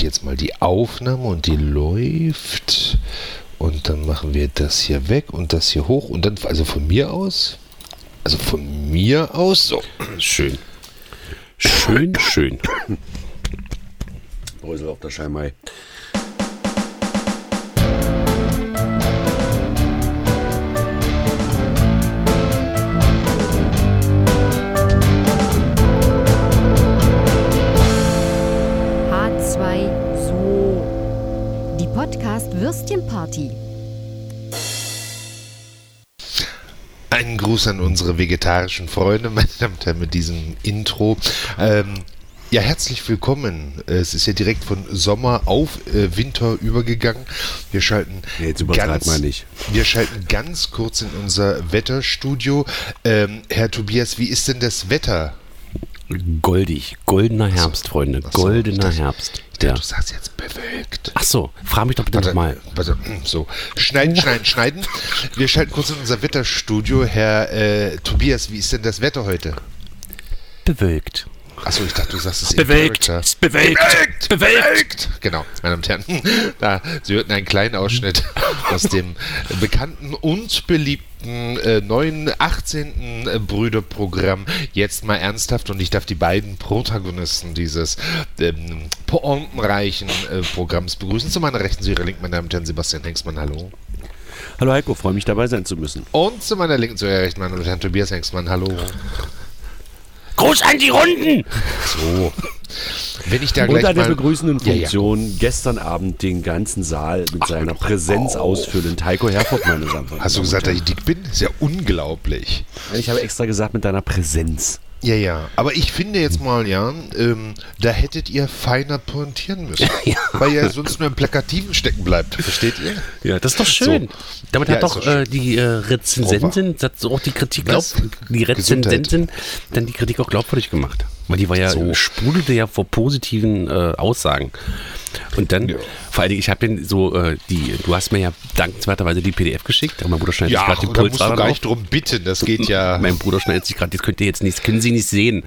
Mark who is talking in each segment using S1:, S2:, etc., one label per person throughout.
S1: jetzt mal die Aufnahme und die läuft. Und dann machen wir das hier weg und das hier hoch. Und dann, also von mir aus, also von mir aus, so.
S2: Schön. Schön, schön.
S3: Brösel auf der Scheimei.
S4: H2 So. Die Podcast Würstchenparty.
S1: Einen Gruß an unsere vegetarischen Freunde, meine Damen und Herren, mit diesem Intro. Ähm, ja, herzlich willkommen. Es ist ja direkt von Sommer auf äh, Winter übergegangen. Wir schalten
S3: Ja, jetzt übertreib mal nicht.
S1: Wir schalten ganz kurz in unser Wetterstudio. Ähm, Herr Tobias, wie ist denn das Wetter?
S2: Goldig. Goldener Herbst, Freunde.
S1: Ach so, ich
S2: Goldener
S1: dachte-
S2: Herbst.
S1: Ich dachte,
S2: Ja.
S1: du sagst jetzt bewölkt.
S2: Ach so, frag mich doch bitte nochmal.
S1: warte, hm, so. Schneiden, schneiden, schneiden. Wir schalten kurz in unser Wetterstudio. Herr äh, Tobias, wie ist denn das Wetter heute?
S2: Bewölkt.
S1: Achso, ich dachte, du sagst es in
S2: Bewölkt.
S1: Character.
S2: Ist
S1: Bewölkt.
S2: bewölkt. Bewölkt.
S1: Genau, meine Damen und Herren. Da, Sie hörten einen kleinen Ausschnitt aus dem bekannten und beliebten äh, neuen 18. Brüderprogramm. Jetzt mal ernsthaft und ich darf die beiden Protagonisten dieses ähm, pointenreichen äh, Programms begrüßen. Zu meiner Rechten, zu Ihrer Linken, meine Damen und Herren, Sebastian Hengstmann, hallo.
S3: Hallo Heiko, freue mich dabei sein zu müssen.
S1: Und zu meiner Linken, zu Ihrer Rechten, meine Damen und Herren, Tobias Hengstmann, hallo.
S2: Gruß an die Runden.
S1: So. Oh. Wenn ich da gleich
S3: Unter der
S1: mal...
S3: begrüßenden
S1: Ja, ja.
S3: Funktion gestern Abend den ganzen Saal mit seiner
S1: Oh.
S3: Präsenz ausfüllend. Heiko Herford, meine Damen und
S1: Hast du
S3: Herren.
S1: gesagt, dass ich dick bin? Ist ja unglaublich.
S3: Ich habe extra gesagt, mit deiner Präsenz.
S1: Ja, ja. Aber ich finde jetzt mal, ja, ähm, da hättet ihr feiner pointieren müssen. Weil ihr sonst nur im Plakativen stecken bleibt. Versteht ihr?
S2: Ja, das ist doch schön. Damit
S1: Ja,
S2: hat
S1: ist
S2: doch
S1: doch schön.
S2: äh, die äh, Rezensentin, das hat auch die Kritik glaub,
S1: Was?
S2: die Rezensentin dann die Kritik auch glaubwürdig gemacht. Weil die war ja,
S1: So.
S2: sprudelte ja vor positiven äh, Aussagen. Und dann, vor allen Dingen, ich habe den so, äh, die, du hast mir ja dankenswerterweise die PDF geschickt, aber mein Bruder schneidet sich
S1: Ja,
S2: gerade die
S1: und da musst du
S2: Pulsadern
S1: gar
S2: auf.
S1: nicht drum bitten. Das geht ja.
S2: Mein Bruder schneidet sich gerade, das könnt ihr jetzt nicht, können sie nicht sehen.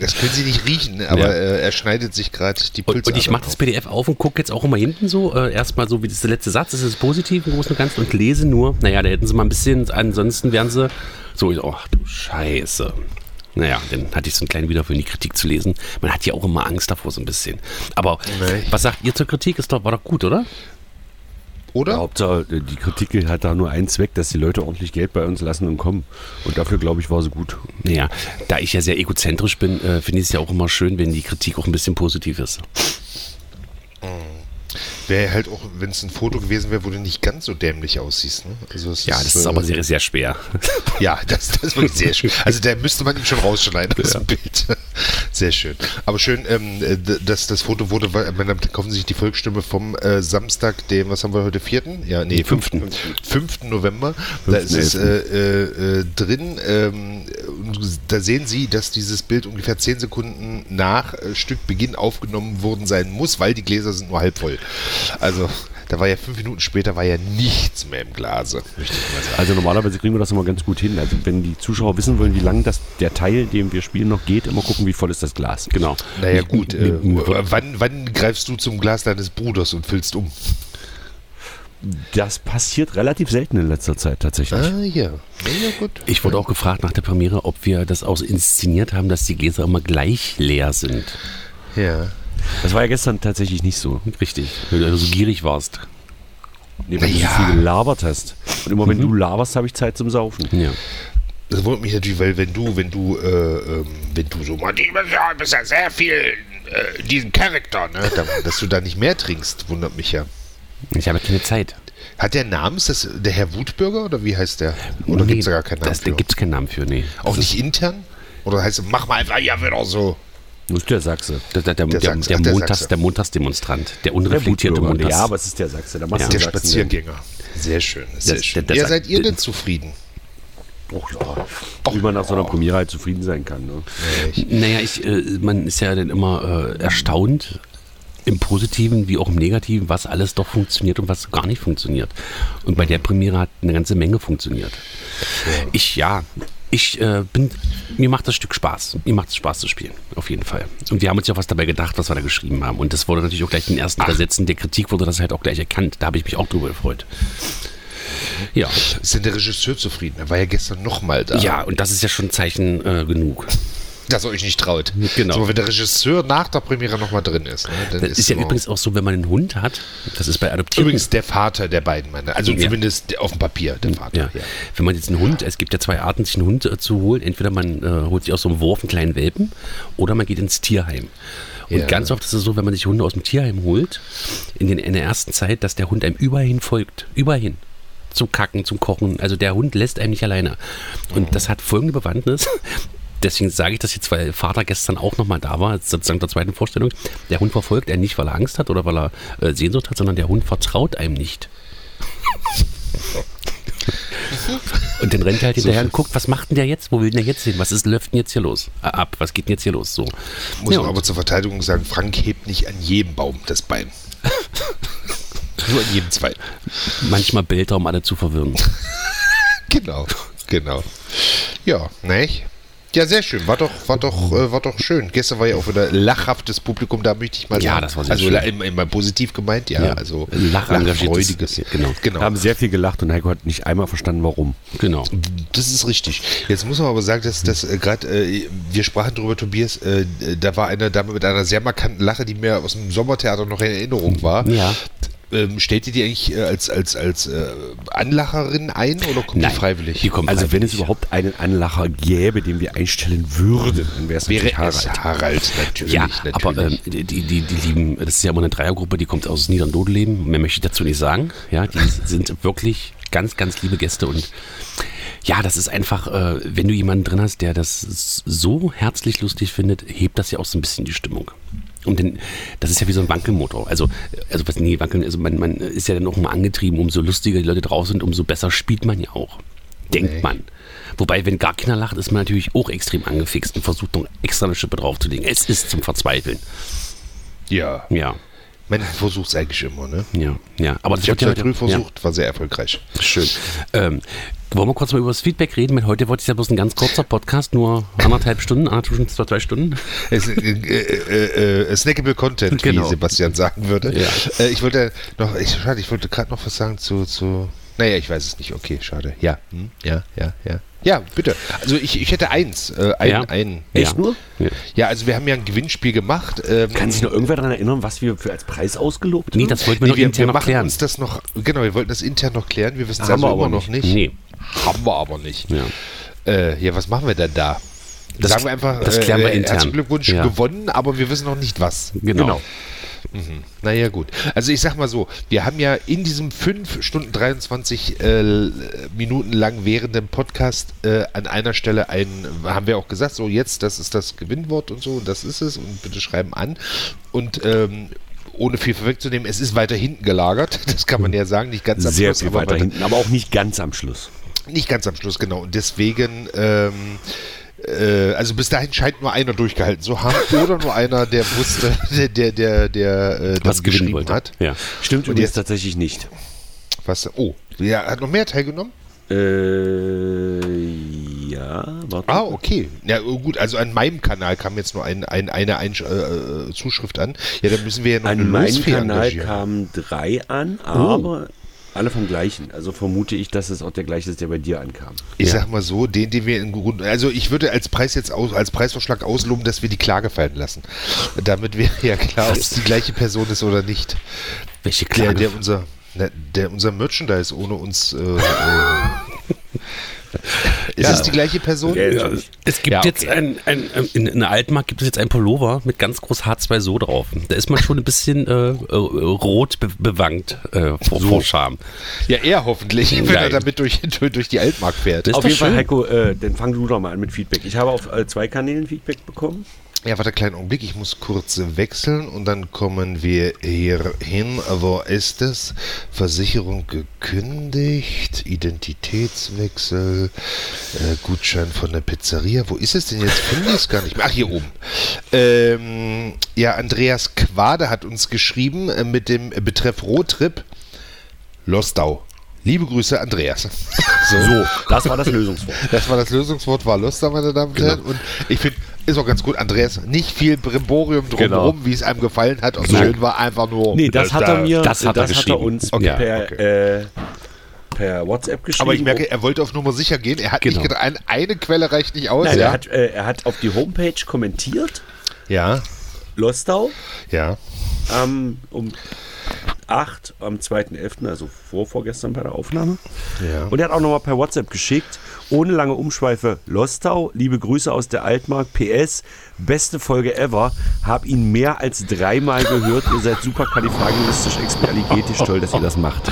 S1: Das können sie nicht riechen, aber
S2: Ja.
S1: äh, er schneidet sich gerade die
S2: Und,
S1: Pulsadern.
S2: und ich mache das
S1: auf.
S2: PDF auf und gucke jetzt auch immer hinten so, äh, erstmal so wie das der letzte Satz, ist es positiv im Großen und Ganzen und lese nur, naja, da hätten sie mal ein bisschen, ansonsten wären sie so, ich so, ach du Scheiße. Naja, dann hatte ich so einen kleinen Widerwillen, um die Kritik zu lesen. Man hat ja auch immer Angst davor so ein bisschen. Aber
S1: Nee.
S2: was sagt ihr zur Kritik? Ist doch, war doch gut, oder?
S1: Oder?
S3: Hauptsache, äh, die Kritik hat da nur einen Zweck, dass die Leute ordentlich Geld bei uns lassen und kommen. Und dafür, glaube ich, war sie gut.
S2: Naja, da ich ja sehr egozentrisch bin, äh, finde ich es ja auch immer schön, wenn die Kritik auch ein bisschen positiv ist.
S1: Wäre halt auch, wenn es ein Foto gewesen wäre, wo du nicht ganz so dämlich aussiehst. Ne? Also es
S2: Ja, das ist
S1: äh,
S2: aber sehr, sehr schwer.
S1: Ja, das, das ist wirklich sehr schön. Also da müsste man ihn schon rausschneiden aus dem Bild. Sehr schön. Aber schön, ähm, äh, d- dass das Foto wurde, weil meine Damen und Herren, kaufen Sie sich die Volksstimme vom äh, Samstag, dem, was haben wir heute, vierten? Ja, nee, fünften. Fünften November. Da ist es äh, äh, äh, drin. Ähm, und da sehen Sie, dass dieses Bild ungefähr zehn Sekunden nach äh, Stückbeginn aufgenommen worden sein muss, weil die Gläser sind nur halb voll. Also da war ja fünf Minuten später war ja nichts mehr im Glase, möchte ich mal sagen.
S3: Also normalerweise kriegen wir das immer ganz gut hin. Also wenn die Zuschauer wissen wollen, wie lang das der Teil, den wir spielen, noch geht, immer gucken, wie voll ist das Glas.
S2: Genau.
S1: Naja gut, äh,
S2: Mit Uhr.
S1: wann, wann greifst du zum Glas deines Bruders und füllst um?
S3: Das passiert relativ selten in letzter Zeit tatsächlich.
S1: Ah, ja. Ja gut.
S2: Ich wurde auch gefragt nach der Premiere, ob wir das auch so inszeniert haben, dass die Gläser immer gleich leer sind.
S1: Ja.
S3: Das war ja gestern tatsächlich nicht so.
S2: Richtig. Weil du so gierig warst.
S3: Nee, weil
S1: Naja.
S3: du so viel gelabert hast. Und immer wenn du laberst, habe ich Zeit zum Saufen.
S2: Ja.
S1: Das wundert mich natürlich, weil wenn du, wenn du, äh, ähm, wenn du so mal, ja, bist ja sehr viel äh, in diesem Charakter, ne? Da, dass du da nicht mehr trinkst, wundert mich ja.
S2: Ich habe keine Zeit.
S1: Hat der einen Namen? Ist das der Herr Wutbürger oder wie heißt der? Oder gibt es da gar keinen Namen
S2: Das, da
S1: für?
S2: gibt es keinen Namen für, nee.
S1: Auch nicht intern? Oder heißt es, mach mal einfach, ja, wird auch so.
S3: Nur ist der Sachse.
S2: Der, der, der, der,
S1: Sachse,
S2: der,
S1: ach, der
S2: Montags,
S1: Sachse.
S2: der Montagsdemonstrant. Der unreflektierte
S3: Wutbürger.
S2: Montags.
S3: Ja, aber es ist der Sachse. Da machst
S2: Ja.
S3: du
S1: Der
S3: den Sachsen
S1: Spaziergänger. Sehr schön, sehr
S2: Das-
S1: schön.
S2: der- der
S1: ja,
S2: sagt-
S1: seid ihr
S2: der-
S1: denn zufrieden?
S3: dann. Och, ja. Wie man nach so einer Premiere halt zufrieden sein kann. Ne?
S2: Naja, ich, äh, man ist ja dann immer äh, erstaunt, im Positiven wie auch im Negativen, was alles doch funktioniert und was gar nicht funktioniert. Und bei der Premiere hat eine ganze Menge funktioniert. Ich ja, ich äh, bin, mir macht das Stück Spaß. Mir macht es Spaß zu spielen, auf jeden Fall. Und wir haben uns ja was dabei gedacht, was wir da geschrieben haben. Und das wurde natürlich auch gleich in den ersten drei Sätzen der Kritik wurde das halt auch gleich erkannt. Da habe ich mich auch drüber gefreut. Ja,
S1: Ist denn der Regisseur zufrieden? Er war ja gestern nochmal da.
S2: ja, und das ist ja schon Zeichen äh, genug.
S1: Dass er euch nicht traut.
S2: Genau.
S1: So, wenn der Regisseur nach der Premiere nochmal drin ist. Ne, dann
S2: Das ist ja
S1: immer-
S2: übrigens auch so, wenn man einen Hund hat, das ist bei Adoptierten.
S1: Übrigens der Vater der beiden Männer. Also
S2: Ja.
S1: zumindest der- auf dem Papier der
S2: Ja.
S1: Vater. Ja.
S2: Wenn man jetzt einen Hund, es gibt ja zwei Arten, sich einen Hund äh, zu holen. Entweder man äh, holt sich aus so einem Wurf einen kleinen Welpen oder man geht ins Tierheim. Und
S1: Ja.
S2: ganz oft ist es so, wenn man sich Hunde aus dem Tierheim holt, in, den, in der ersten Zeit, dass der Hund einem überall hin folgt. Überall hin. Zum Kacken, zum Kochen. Also der Hund lässt einem nicht alleine. Und das hat folgende Bewandtnis. Deswegen sage ich das jetzt, weil Vater gestern auch nochmal da war, sozusagen zur zweiten Vorstellung. Der Hund verfolgt einen nicht, weil er Angst hat oder weil er äh, Sehnsucht hat, sondern der Hund vertraut einem nicht. Und dann rennt er halt hinterher und guckt, was macht denn der jetzt? Wo will denn der jetzt hin? Was ist, läuft denn jetzt hier los? Ah, Ab, was geht denn jetzt hier los? So.
S1: Muss man
S2: Ja, und-
S1: aber zur Verteidigung sagen, Frank hebt nicht an jedem Baum das Bein. Nur an jedem zweiten.
S2: Manchmal bellt er, um alle zu verwirren.
S1: Genau, genau. Ja, nicht? Ja, sehr schön. War doch, war doch, äh, war doch schön. Gestern war ja auch wieder lachhaftes Publikum, da möchte ich mal
S2: Ja,
S1: sagen.
S2: das war sehr
S1: also,
S2: schön.
S1: Also immer, immer positiv gemeint, ja.
S2: Ja,
S1: Also
S2: lachengagiertes-
S1: lachfreudiges.
S2: genau.
S1: genau.
S3: haben sehr viel gelacht und Heiko hat nicht einmal verstanden, warum.
S2: Genau.
S1: Das ist richtig. Jetzt muss man aber sagen, dass, dass äh, gerade, äh, wir sprachen darüber, Tobias, äh, da war eine Dame mit einer sehr markanten Lache, die mir aus dem Sommertheater noch in Erinnerung war.
S2: Ja.
S1: Ähm, stellt ihr die eigentlich äh, als, als, als äh, Anlacherin ein oder kommt die freiwillig?
S2: Die kommen
S3: Also wenn es
S2: freiwillig.
S3: überhaupt einen Anlacher gäbe, den wir einstellen würden, dann wäre es
S1: Wäre
S3: natürlich
S1: Harald. es
S3: Harald.
S1: Harald, natürlich.
S2: Ja,
S1: natürlich.
S2: aber ähm, die, die, die lieben, das ist ja immer eine Dreiergruppe, die kommt aus Niederndodeleben. Mehr möchte ich dazu nicht sagen. Ja, die sind wirklich ganz, ganz liebe Gäste und ja, das ist einfach, äh, wenn du jemanden drin hast, der das s- so herzlich lustig findet, hebt das ja auch so ein bisschen die Stimmung. Und denn, das ist ja wie so ein Wankelmotor. Also, also was, nee, Wankeln, also man, man ist ja dann auch immer angetrieben, umso lustiger die Leute draußen sind, umso besser spielt man ja auch. Denkt
S1: Nee.
S2: man. Wobei, wenn gar keiner lacht, ist man natürlich auch extrem angefixt und versucht noch extra eine Schippe draufzulegen. Es ist zum Verzweifeln.
S1: ja,
S2: Ja,
S1: man versucht es eigentlich immer, ne?
S2: ja, ja. Aber das
S1: Ich habe es
S2: wird ja
S1: heute früh
S2: ja.
S1: versucht, war sehr erfolgreich.
S2: Schön. Ähm, wollen wir kurz mal über das Feedback reden? Weil heute wollte ich ja bloß ein ganz kurzer Podcast, nur anderthalb Stunden, anderthalb Stunden, zwei, drei Stunden.
S1: Es, äh, äh, äh, snackable Content,
S2: Genau.
S1: wie Sebastian sagen würde.
S2: Ja.
S1: Äh, ich wollte noch, ich, schade, ich wollte gerade noch was sagen zu, zu. Naja, ich weiß es nicht. Okay, schade. Ja, hm, ja, ja, ja. Ja, bitte. Also ich, ich hätte eins. Äh, ein,
S2: Ja.
S1: ein.
S2: Echt nur?
S1: Ja. ja, also wir haben ja ein Gewinnspiel gemacht. Ähm,
S3: Kann sich noch irgendwer daran erinnern, was wir für als Preis ausgelobt
S2: Nee, das wollten wir
S1: nee,
S2: noch
S1: wir, wir
S2: intern
S1: machen
S2: noch klären.
S1: uns das noch, genau, wir wollten das intern noch klären, wir wissen es
S3: Haben
S1: also
S3: wir aber
S1: immer noch nicht.
S2: Nee.
S1: Haben wir aber nicht.
S2: Ja.
S1: Äh, ja, was machen wir denn da?
S2: Das-
S1: Sagen wir einfach,
S2: das klären wir
S1: äh,
S2: intern.
S1: herzlichen Glückwunsch
S2: Ja.
S1: gewonnen, aber wir wissen noch nicht was.
S2: Genau.
S1: Naja, gut. Also ich sag mal so, wir haben ja in diesem 5 Stunden 23 äh, Minuten lang währenden Podcast äh, an einer Stelle einen, haben wir auch gesagt, so jetzt, das ist das Gewinnwort und so und das ist es und bitte schreiben an. Und ähm, ohne viel vorwegzunehmen, es ist weiter hinten gelagert. Das kann man ja sagen, nicht ganz am
S3: Sehr
S1: Schluss,
S3: viel
S1: aber
S3: weiter hinten, aber auch nicht ganz am Schluss.
S1: Nicht ganz am Schluss, genau. Und deswegen, ähm, äh, also bis dahin scheint nur einer durchgehalten zu haben oder nur einer, der wusste, der, der, der, der äh, das
S2: Was gewinnen
S1: geschrieben
S2: wollte.
S1: hat.
S2: Ja.
S3: Stimmt
S1: Und
S3: übrigens
S1: jetzt-
S3: tatsächlich nicht.
S1: Was? Oh, ja, hat noch mehr teilgenommen?
S3: Äh, ja, warte.
S1: Ah, okay. Ja, oh, gut, also an meinem Kanal kam jetzt nur ein, ein, eine Einsch äh, äh, Zuschrift an. Ja, dann müssen wir ja noch eine
S3: An meinem
S1: Losfee
S3: Kanal
S1: engagieren.
S3: kamen drei an, aber alle vom gleichen. Also vermute ich, dass es auch der gleiche ist, der bei dir ankam.
S1: Ich sag mal so, den, den wir in Grund, also ich würde als Preis jetzt aus, als Preisvorschlag ausloben, dass wir die Klage fallen lassen. Damit wäre ja klar, ob es die gleiche Person ist oder nicht.
S2: Welche
S1: Der,
S2: Klage?
S1: der unser, na, der unser Merchandise ohne uns. Äh, äh, ist es die gleiche Person?
S3: Ja.
S2: es gibt
S1: Ja, okay.
S2: jetzt ein, ein, ähm, in, in der Altmark gibt es jetzt ein Pullover mit ganz groß H2So drauf. Da ist man schon ein bisschen äh, äh, rot be bewankt äh, vor, vor Scham.
S1: Ja, er hoffentlich, wenn
S2: Nein.
S1: er damit durch, durch, durch die Altmark fährt.
S2: Das- Ist
S3: Auf
S2: doch
S3: jeden Fall,
S2: schön.
S3: Heiko, äh, dann fang du doch mal an mit Feedback. Ich habe auf äh, zwei Kanälen Feedback bekommen.
S1: Ja, warte, kleinen Augenblick, ich muss kurz wechseln und dann kommen wir hier hin. Wo ist es? Versicherung gekündigt, Identitätswechsel, äh, Gutschein von der Pizzeria. Wo ist es denn jetzt? Finde ich es gar nicht mehr. Ach, hier oben. Ähm, ja, Andreas Quade hat uns geschrieben äh, mit dem Betreff Roadtrip. Lostau. Liebe Grüße, Andreas.
S3: So, das war das Lösungswort.
S1: Das war das Lösungswort, war Lust, meine Damen und
S3: Genau.
S1: Herren. Und ich finde, ist auch ganz gut, Andreas, nicht viel Brimborium drumherum, wie es einem gefallen hat. Und schön war einfach nur.
S3: Nee, das hat er mir,
S2: das hat er geschrieben.
S3: uns
S1: Okay,
S3: per,
S1: okay.
S3: äh, per WhatsApp geschrieben.
S1: Aber ich merke, er wollte auf Nummer sicher gehen. Er hat
S2: Genau.
S1: nicht gedacht, ein- eine Quelle reicht nicht aus.
S3: Nein,
S1: ja.
S3: er, hat, äh, er hat auf die Homepage kommentiert,
S1: ja,
S3: Lostau,
S1: ja.
S3: ähm, um 8 am 2.11., also vor, vorgestern bei der Aufnahme.
S1: Ja.
S3: Und er hat auch nochmal per WhatsApp geschickt, ohne lange Umschweife, Lostau, liebe Grüße aus der Altmark, PS, beste Folge ever, hab ihn mehr als dreimal gehört, ihr seid super kalifragilistisch, experligetisch, toll, dass ihr das macht.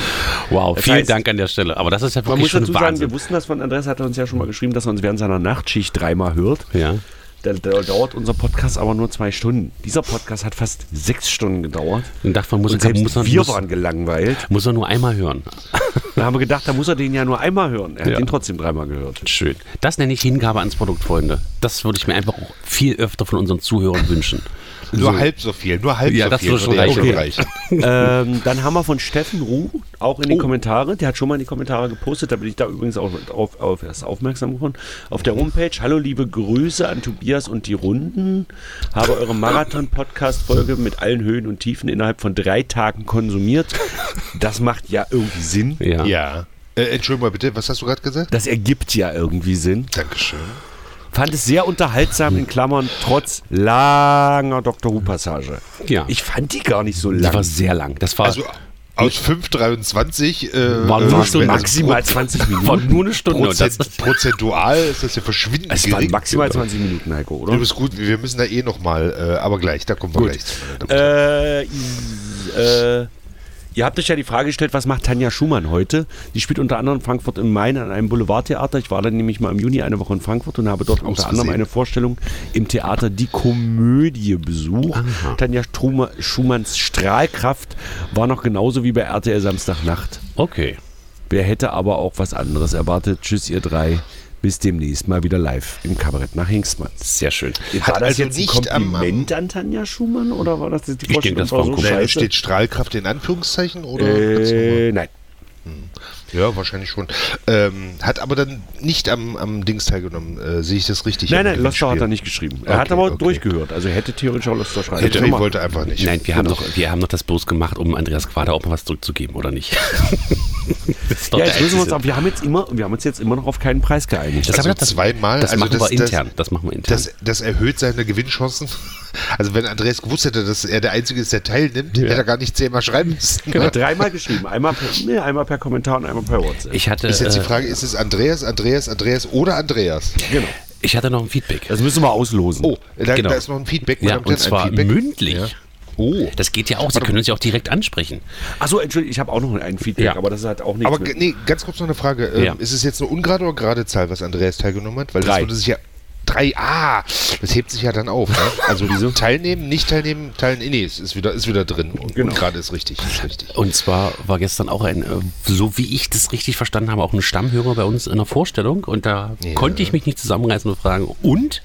S2: Wow,
S3: Das
S2: vielen
S3: heißt-
S2: Dank an der Stelle. Aber das ist ja
S3: Man
S2: wirklich
S3: muss
S2: schon
S3: dazu sagen,
S2: Wahnsinn.
S3: wir wussten das von Andreas, hat er uns ja schon mal geschrieben, dass er uns während seiner Nachtschicht dreimal hört.
S2: ja.
S3: Da, da dauert unser Podcast aber nur zwei Stunden. Dieser Podcast hat fast sechs Stunden gedauert.
S2: Und dachte man, muss,
S3: Und
S2: kann,
S3: selbst
S2: muss, man,
S3: wir
S2: muss,
S3: waren gelangweilt.
S2: muss man nur einmal hören.
S3: Da haben wir gedacht, da muss er den ja nur einmal hören. Er hat
S2: Ja.
S3: den trotzdem dreimal gehört.
S2: Schön. Das nenne ich Hingabe ans Produkt, Freunde. Das würde ich mir einfach auch viel öfter von unseren Zuhörern wünschen.
S1: Nur halb so viel, nur halb
S2: Ja,
S1: so
S2: das
S1: viel.
S2: würde schon
S1: würde ja
S2: reichen. Okay.
S3: ähm, dann haben wir von Steffen Ruh auch in die
S2: Oh.
S3: Kommentare, der hat schon mal in die Kommentare gepostet, da bin ich da übrigens auch drauf auf, erst aufmerksam geworden. Auf der Homepage, hallo liebe Grüße an Tobias und die Runden, habe eure Marathon-Podcast-Folge mit allen Höhen und Tiefen innerhalb von drei Tagen konsumiert. Das macht ja irgendwie Sinn.
S2: Ja.
S1: Ja. Äh, Entschuldigung mal bitte, was hast du gerade gesagt?
S3: Das ergibt ja irgendwie Sinn.
S1: Dankeschön.
S3: Fand es sehr unterhaltsam, in Klammern, trotz langer Doctor Who-Passage.
S2: Ja.
S3: Ich fand die gar nicht so lang.
S2: Das war sehr lang. Das war,
S1: Also aus 5,23 äh,
S2: Äh, War
S1: äh,
S2: nur
S3: so
S1: also
S3: maximal 20 Minuten.
S2: war nur eine Stunde. Und das,
S1: Prozent, prozentual ist das ja verschwindend
S3: Genau, Es waren
S1: gering.
S3: maximal 20 Minuten, Heiko, oder?
S1: Du bist gut, wir müssen da eh nochmal, äh, aber gleich, da kommen wir gleich zu.
S3: Äh, äh, ihr habt euch ja die Frage gestellt, was macht Tanja Schumann heute? Die spielt unter anderem Frankfurt im Main an einem Boulevardtheater. Ich war dann nämlich mal im Juni eine Woche in Frankfurt und habe dort unter anderem
S1: Versehen.
S3: eine Vorstellung im Theater Die Komödie besucht. Tanja Struma, Schumanns Strahlkraft war noch genauso wie bei RTL Samstagnacht.
S2: okay.
S3: Wer hätte aber auch was anderes erwartet? Tschüss, ihr drei. Bis demnächst mal wieder live im Kabarett nach Hingstmann.
S2: Sehr schön.
S1: Hat also nicht am-
S3: an Tanja Schumann oder war das jetzt die
S2: Ich denke, das war ein
S1: Nein,
S3: scheiße?
S1: steht Strahlkraft in Anführungszeichen oder?
S3: Äh, nein.
S1: Ja, wahrscheinlich schon. Ähm, hat aber dann nicht am, am Dings teilgenommen. Äh, sehe ich das richtig?
S3: Nein, nein,
S1: Lost
S3: Loster hat er nicht geschrieben. Er
S1: Okay,
S3: hat aber
S1: okay.
S3: durchgehört. Also er hätte theoretisch auch Loster schreiben
S1: Ich
S3: können.
S1: wollte einfach nicht.
S2: Nein, wir haben, doch, wir haben doch das bloß gemacht, um Andreas Quader auch mal was zurückzugeben, oder nicht? das ist doch
S3: Ja,
S2: der
S3: jetzt müssen wir uns,
S2: einzige-
S3: aber wir haben jetzt immer, wir haben uns jetzt immer noch auf keinen Preis geeinigt.
S2: Das,
S1: Also
S2: haben wir doch-
S1: zweimal,
S2: Das
S1: also
S2: machen
S1: das-
S2: wir
S1: das-
S2: intern. Das, machen wir intern.
S1: Das, das erhöht seine Gewinnchancen. Also wenn Andreas gewusst hätte, dass er der Einzige ist, der teilnimmt, hätte er gar nicht zehnmal schreiben müssen.
S3: Er hat dreimal geschrieben. Einmal per E-Mail, einmal per Kommentar und einmal per WhatsApp.
S2: ich hatte,
S1: Ist jetzt die
S2: äh,
S1: Frage, ist es Andreas, Andreas, Andreas oder Andreas?
S2: ich hatte noch ein Feedback.
S3: das müssen wir auslosen.
S1: Oh, Also, da,
S2: Genau.
S1: da ist noch ein Feedback.
S2: Ja,
S1: Madame Klein,
S2: und
S1: ein
S2: zwar
S1: Feedback.
S2: mündlich.
S1: Ja. Oh.
S2: Das geht ja auch. Sie können uns ja auch direkt ansprechen.
S3: Achso, Entschuldigung, ich habe auch noch ein Feedback,
S2: Ja.
S3: aber das hat auch nichts
S1: Aber
S3: mit-
S1: g- nee, ganz kurz noch eine Frage. Ähm,
S2: Ja.
S1: Ist es jetzt eine ungerade oder gerade Zahl, was Andreas teilgenommen hat? Weil das
S3: Drei.
S1: würde sich ja. Drei, ah, das hebt sich ja dann auf. Ne? Also teilnehmen, nicht teilnehmen, teilnehmen, nee, es ist wieder, ist wieder drin. Und,
S3: Genau.
S1: und gerade ist richtig, ist richtig.
S2: Und zwar war gestern auch ein, äh, so wie ich das richtig verstanden habe, auch ein Stammhörer bei uns in der Vorstellung. Und da
S1: Ja.
S2: konnte ich mich nicht zusammenreißen und fragen, und?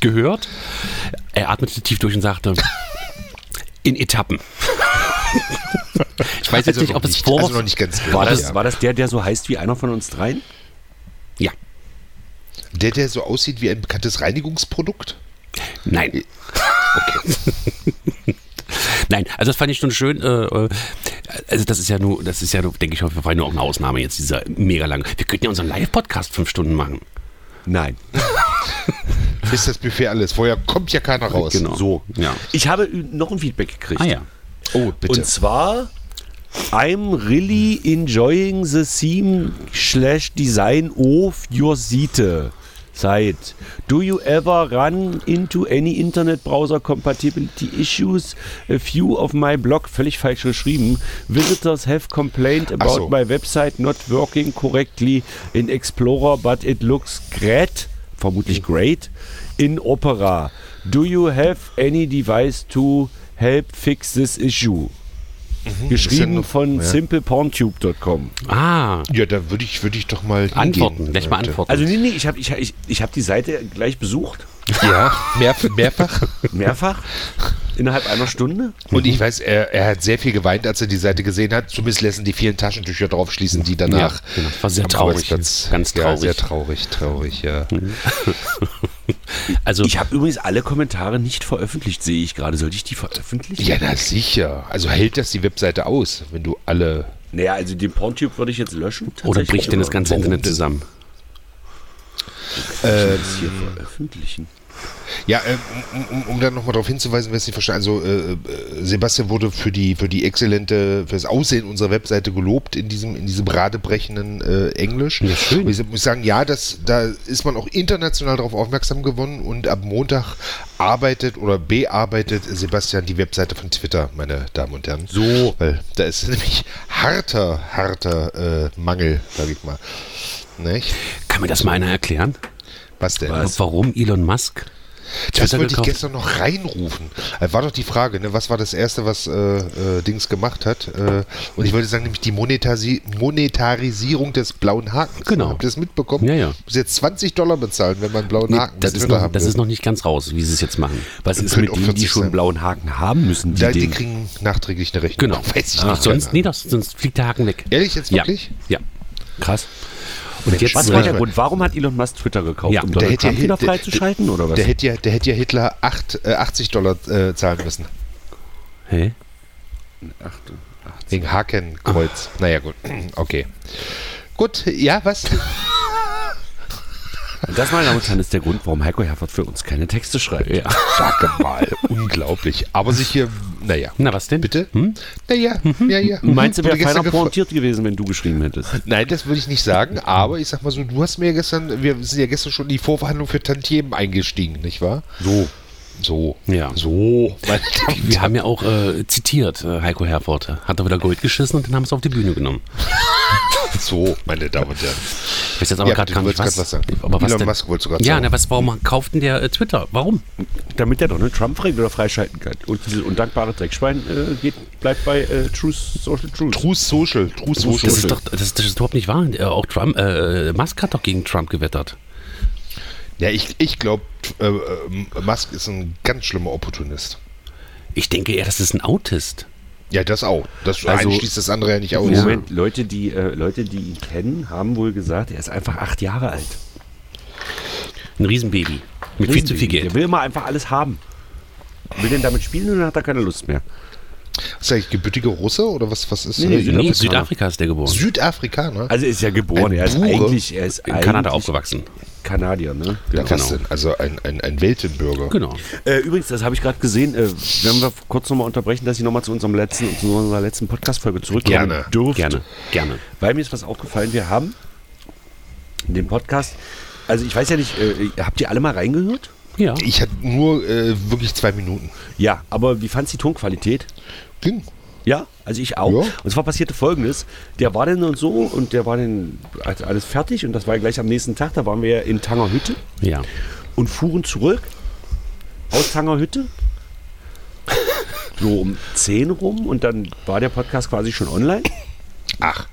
S2: Gehört? Er atmete tief durch und sagte, in Etappen. ich weiß jetzt
S1: Also
S2: nicht,
S1: noch
S2: ob es
S1: nicht,
S2: vor...
S1: also noch nicht ganz genau,
S3: War das,
S1: ja.
S3: war das der, der so heißt wie einer von uns dreien?
S2: ja,
S1: Der, der so aussieht wie ein bekanntes Reinigungsprodukt?
S2: nein. Nein, also das fand ich schon schön. Äh, äh, also das ist ja nur, das ist ja nur, denke ich, auf jeden Fall nur auch eine Ausnahme jetzt, dieser mega lange. Wir könnten ja unseren Live-Podcast fünf Stunden machen.
S3: Nein.
S1: Ist das Buffet alles? Vorher kommt ja keiner raus.
S2: Genau.
S3: So.
S2: Ja.
S3: Ich habe noch ein Feedback gekriegt.
S2: Ah ja.
S1: Oh, bitte.
S3: Und zwar, I'm really enjoying the theme slash design of your Seite. Site. Do you ever run into any internet browser compatibility issues? A few of my blog, völlig falsch geschrieben. Visitors have complained about
S1: so.
S3: my website not working correctly in Explorer, but it looks great.
S1: Mhm.
S3: Vermutlich great. In Opera. Do you have any device to help fix this issue? Geschrieben
S1: nur-
S3: von
S1: ja.
S3: simpleporntube.com.
S2: Ah,
S1: ja, da würde ich, würde ich doch mal hingehen,
S2: antworten. Gleich mal
S1: Leute.
S2: antworten.
S3: Also nee, nee, ich habe ich, ich, ich hab die Seite gleich besucht
S1: Ja, mehr, mehrfach.
S3: Mehrfach? Innerhalb einer Stunde?
S1: Und
S2: Mhm.
S1: ich weiß, er, er hat sehr viel geweint, als er die Seite gesehen hat. Zumindest lassen die vielen Taschentücher drauf schließen, die danach.
S2: Ja, genau. War sehr
S1: am
S2: traurig.
S1: Arbeitsplatz-
S2: Ganz traurig. Mhm.
S1: Ja, sehr traurig, traurig, ja.
S2: Also,
S3: Ich habe übrigens alle Kommentare nicht veröffentlicht, sehe ich gerade. Sollte ich die veröffentlichen?
S1: Ja, na sicher. Also hält das die Webseite aus, wenn du alle.
S3: Naja, also den Porntube würde ich jetzt löschen.
S2: oder bricht denn das ganze
S1: Warum
S2: Internet
S1: denn?
S2: zusammen?
S3: ähm, hier veröffentlichen?
S1: Ja, ähm, um, um, um dann nochmal darauf hinzuweisen, wer es nicht versteht. Also, äh, äh, Sebastian wurde für die, für die exzellente, für das Aussehen unserer Webseite gelobt in diesem, in diesem radebrechenden äh, Englisch. Ja, schön. Ich muss sagen, ja, das, da ist man auch international darauf aufmerksam geworden und ab Montag arbeitet oder bearbeitet Sebastian die Webseite von Twitter, meine Damen und Herren.
S2: So.
S1: Weil da ist nämlich harter, harter äh, Mangel, sag ich mal. Nicht?
S2: Kann mir das mal einer erklären?
S1: Was denn?
S2: Warum Elon Musk?
S1: Das
S2: Twitter
S1: wollte ich
S2: gekauft?
S1: gestern noch reinrufen. Äh, War doch die Frage, ne? was war das Erste, was äh, äh, Dings gemacht hat? Äh, und ich wollte sagen, nämlich die Monetasi Monetarisierung des blauen Hakens.
S2: Genau.
S1: Habt ihr das mitbekommen?
S2: Ja, ja.
S1: Muss jetzt 20 Dollar bezahlen, wenn man einen blauen
S2: Nee,
S1: Haken
S2: das,
S1: bei
S2: ist
S1: Twitter
S2: noch,
S1: haben
S2: das
S1: will.
S2: ist noch nicht ganz raus, wie sie es jetzt machen. Äh, Was ist
S1: können
S2: mit
S1: auch
S2: denen, die
S1: 40
S2: schon einen
S1: sein.
S2: blauen Haken haben müssen? Die
S1: Da, die
S3: den-
S1: kriegen nachträglich eine Rechnung.
S2: genau.
S1: Weiß ich
S2: Ach,
S1: nicht.
S2: sonst,
S1: keine
S2: nee,
S1: Ahnung.
S2: das, sonst fliegt der Haken weg.
S1: Ehrlich jetzt wirklich?
S2: Ja. ja. Krass. Und
S1: Mensch,
S2: jetzt äh,
S3: Was
S1: Ja.
S3: war der Grund? Warum hat Elon Musk Twitter gekauft?
S2: Ja.
S3: um
S2: Der
S3: Donald
S1: hätte ja
S3: Trump
S1: hier-
S3: wieder
S1: der-
S3: freizuschalten oder was?
S1: Der hätte ja, der hätte ja Hitler acht, äh, 80 Dollar äh, zahlen müssen.
S2: Hä?
S1: Wegen Hakenkreuz. Naja, gut. Okay. Gut, ja, was?
S3: Und das, meine Damen und Herren, ist der Grund, warum Heiko Herford für uns keine Texte schreibt.
S2: Ja.
S1: Sag mal, unglaublich. Aber sich hier, naja.
S2: Na, was denn?
S1: Bitte? Naja, ja, ja.
S3: hm. Meinst du, wäre
S1: Wurde gestern
S3: feiner
S1: gefra-
S3: pointiert gewesen, wenn du geschrieben hättest?
S1: Nein, das würde ich nicht sagen, aber ich sag mal so, du hast mir ja gestern, wir sind ja gestern schon in die Vorverhandlung für Tantiemen eingestiegen, nicht wahr? So. So.
S2: Ja.
S1: So. Meine Damen und
S2: Wir haben ja auch äh, zitiert, äh, Heiko Herford. Hat er wieder Gold geschissen und dann haben sie es auf die Bühne genommen.
S1: Herren. so, meine Damen und Herren.
S2: Ich weiß jetzt aber
S1: Ja,
S2: gerade
S1: bitte,
S2: gar
S1: du
S2: nicht was.
S1: wolltest grad was sagen.
S2: Aber was
S1: Elon
S2: denn?
S1: Musk wolltest du grad
S2: Ja,
S1: sagen.
S2: na, was, warum kauft denn der äh, Twitter? Warum?
S3: Damit der Donald Trump wieder freischalten kann. Und dieses undankbare Dreckschwein äh, geht, bleibt bei äh, Truth Social Truth.
S1: True Social, True Social.
S2: Das ist doch das, das ist überhaupt nicht wahr. Äh, Auch Trump, äh, Musk hat doch gegen Trump gewettert.
S1: ja, ich, ich glaube, äh, äh, Musk ist ein ganz schlimmer Opportunist.
S2: Ich denke eher, das ist ein Autist.
S1: Ja, das auch. Das
S3: Also-
S1: eine schließt das andere ja nicht aus.
S3: Moment, Leute, die, äh, Leute, die ihn kennen, haben wohl gesagt, er ist einfach acht Jahre alt.
S2: Ein Riesenbaby. Mit viel zu viel Geld.
S3: Der will immer einfach alles haben. Will denn damit spielen und dann hat er keine Lust mehr.
S1: Ist er eigentlich gebürtiger Russe oder was, was ist?
S3: Nee, nee,
S2: Nee,
S3: Südafrika.
S2: Südafrika ist der geboren.
S1: Südafrikaner?
S3: Also er ist ja geboren,
S1: Ein
S3: er ist
S1: Bure.
S3: eigentlich, er ist
S2: in Kanada
S3: eigentlich
S2: aufgewachsen.
S3: Kanadier, ne?
S1: Ja,
S3: Genau.
S1: was denn? Also ein, ein, ein Weltenbürger.
S2: Genau.
S3: Äh, übrigens, das habe ich gerade gesehen, äh, wenn wir kurz nochmal unterbrechen, dass ich nochmal zu unserem letzten, zu unserer letzten Podcast-Folge zurückkommen
S1: Gerne.
S3: dürfte.
S2: Gerne, gerne.
S3: Weil mir ist was aufgefallen, wir haben den Podcast, also ich weiß ja nicht, äh, habt ihr alle mal reingehört?
S2: Ja.
S1: Ich hatte nur äh, wirklich zwei Minuten.
S3: Ja, aber wie fandst du die Tonqualität?
S1: Ging.
S3: Ja, also ich auch.
S1: Ja.
S3: Und zwar passierte folgendes. Der war dann und so und der war dann also alles fertig und das war ja gleich am nächsten Tag. Da waren wir in Tangerhütte
S2: Ja.
S3: und fuhren zurück aus Tangerhütte. So um 10 rum und dann war der Podcast quasi schon online.
S1: Ach,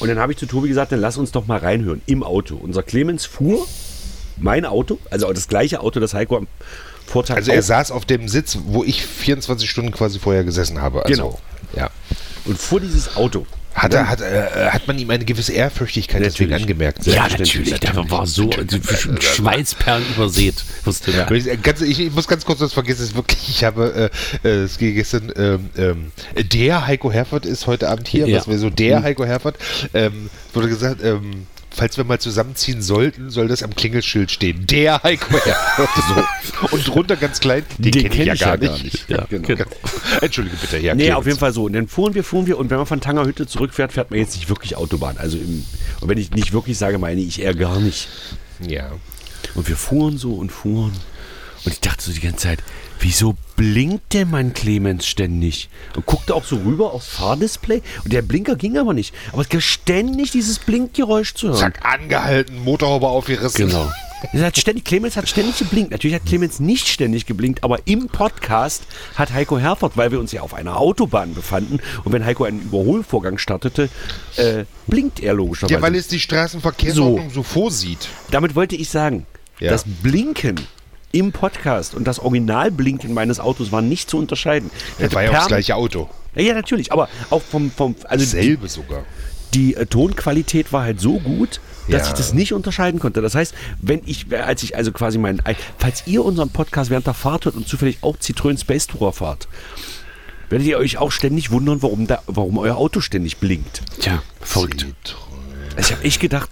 S3: Und dann habe ich zu Tobi gesagt, dann lass uns doch mal reinhören im Auto. Unser Clemens fuhr mein Auto, also das gleiche Auto, das Heiko am Vortag
S1: also
S3: auch
S1: er saß auf dem Sitz, wo ich 24 Stunden quasi vorher gesessen habe. Also,
S3: Genau.
S1: Ja.
S3: und fuhr dieses Auto.
S1: Hat, er, hat, äh, hat man ihm eine gewisse Ehrfürchtigkeit deswegen
S3: Natürlich.
S1: angemerkt?
S2: Ja,
S3: Selbstverständlich,
S2: natürlich. Der war so mit Schweißperlen übersät. Wusste ja.
S1: Aber ich- äh, Ganz, ich, ich muss ganz kurz was vergessen, es ist wirklich, ich habe äh, äh, es ging gestern, ähm, ähm, der Heiko Herford ist heute Abend hier,
S2: Ja.
S1: was wäre so der Heiko Herford, ähm, wurde gesagt, ähm, falls wir mal zusammenziehen sollten, soll das am Klingelschild stehen. Der Heiko Herford. Und drunter ganz klein, den, kenne ich ja gar, nicht.
S2: Ja, genau.
S1: Entschuldige bitte, ja.
S3: Nee,
S1: Clemens.
S3: auf jeden Fall so. Und dann fuhren wir, fuhren wir. Und wenn man von Tangerhütte zurückfährt, fährt man jetzt nicht wirklich Autobahn. Also im, und wenn ich nicht wirklich sage, meine ich eher gar nicht.
S1: Ja.
S3: Und wir fuhren so und fuhren. Und ich dachte so die ganze Zeit, wieso blinkt denn mein Clemens ständig? Und guckte auch so rüber aufs Fahrdisplay. Und der Blinker ging aber nicht. Aber es gab ständig dieses Blinkgeräusch zu hören.
S1: Zack, angehalten, Motorhaube aufgerissen.
S2: Genau.
S3: Es hat ständig, Clemens hat ständig geblinkt. Natürlich hat Clemens nicht ständig geblinkt, aber im Podcast hat Heiko Herford, weil wir uns ja auf einer Autobahn befanden und wenn Heiko einen Überholvorgang startete, äh, blinkt er logischerweise.
S1: Ja, weil es die Straßenverkehrsordnung so, vorsieht.
S3: Damit wollte ich sagen,
S1: Ja.
S3: das Blinken im Podcast und das Originalblinken meines Autos war nicht zu unterscheiden. Ich
S1: Das
S3: hatte
S1: war ja auch das
S3: perm-
S1: gleiche Auto.
S3: Ja, ja, natürlich, aber auch vom, vom also die,
S1: Selbe sogar.
S3: die äh, Tonqualität war halt so gut, dass
S1: Ja.
S3: ich das nicht unterscheiden konnte. Das heißt, wenn ich, äh, als ich also quasi meinen, äh, falls ihr unseren Podcast während der Fahrt hört und zufällig auch Citroën Space Tourer fahrt, werdet ihr euch auch ständig wundern, warum, da, warum euer Auto ständig blinkt.
S2: Tja, verrückt.
S3: Also ich habe echt gedacht,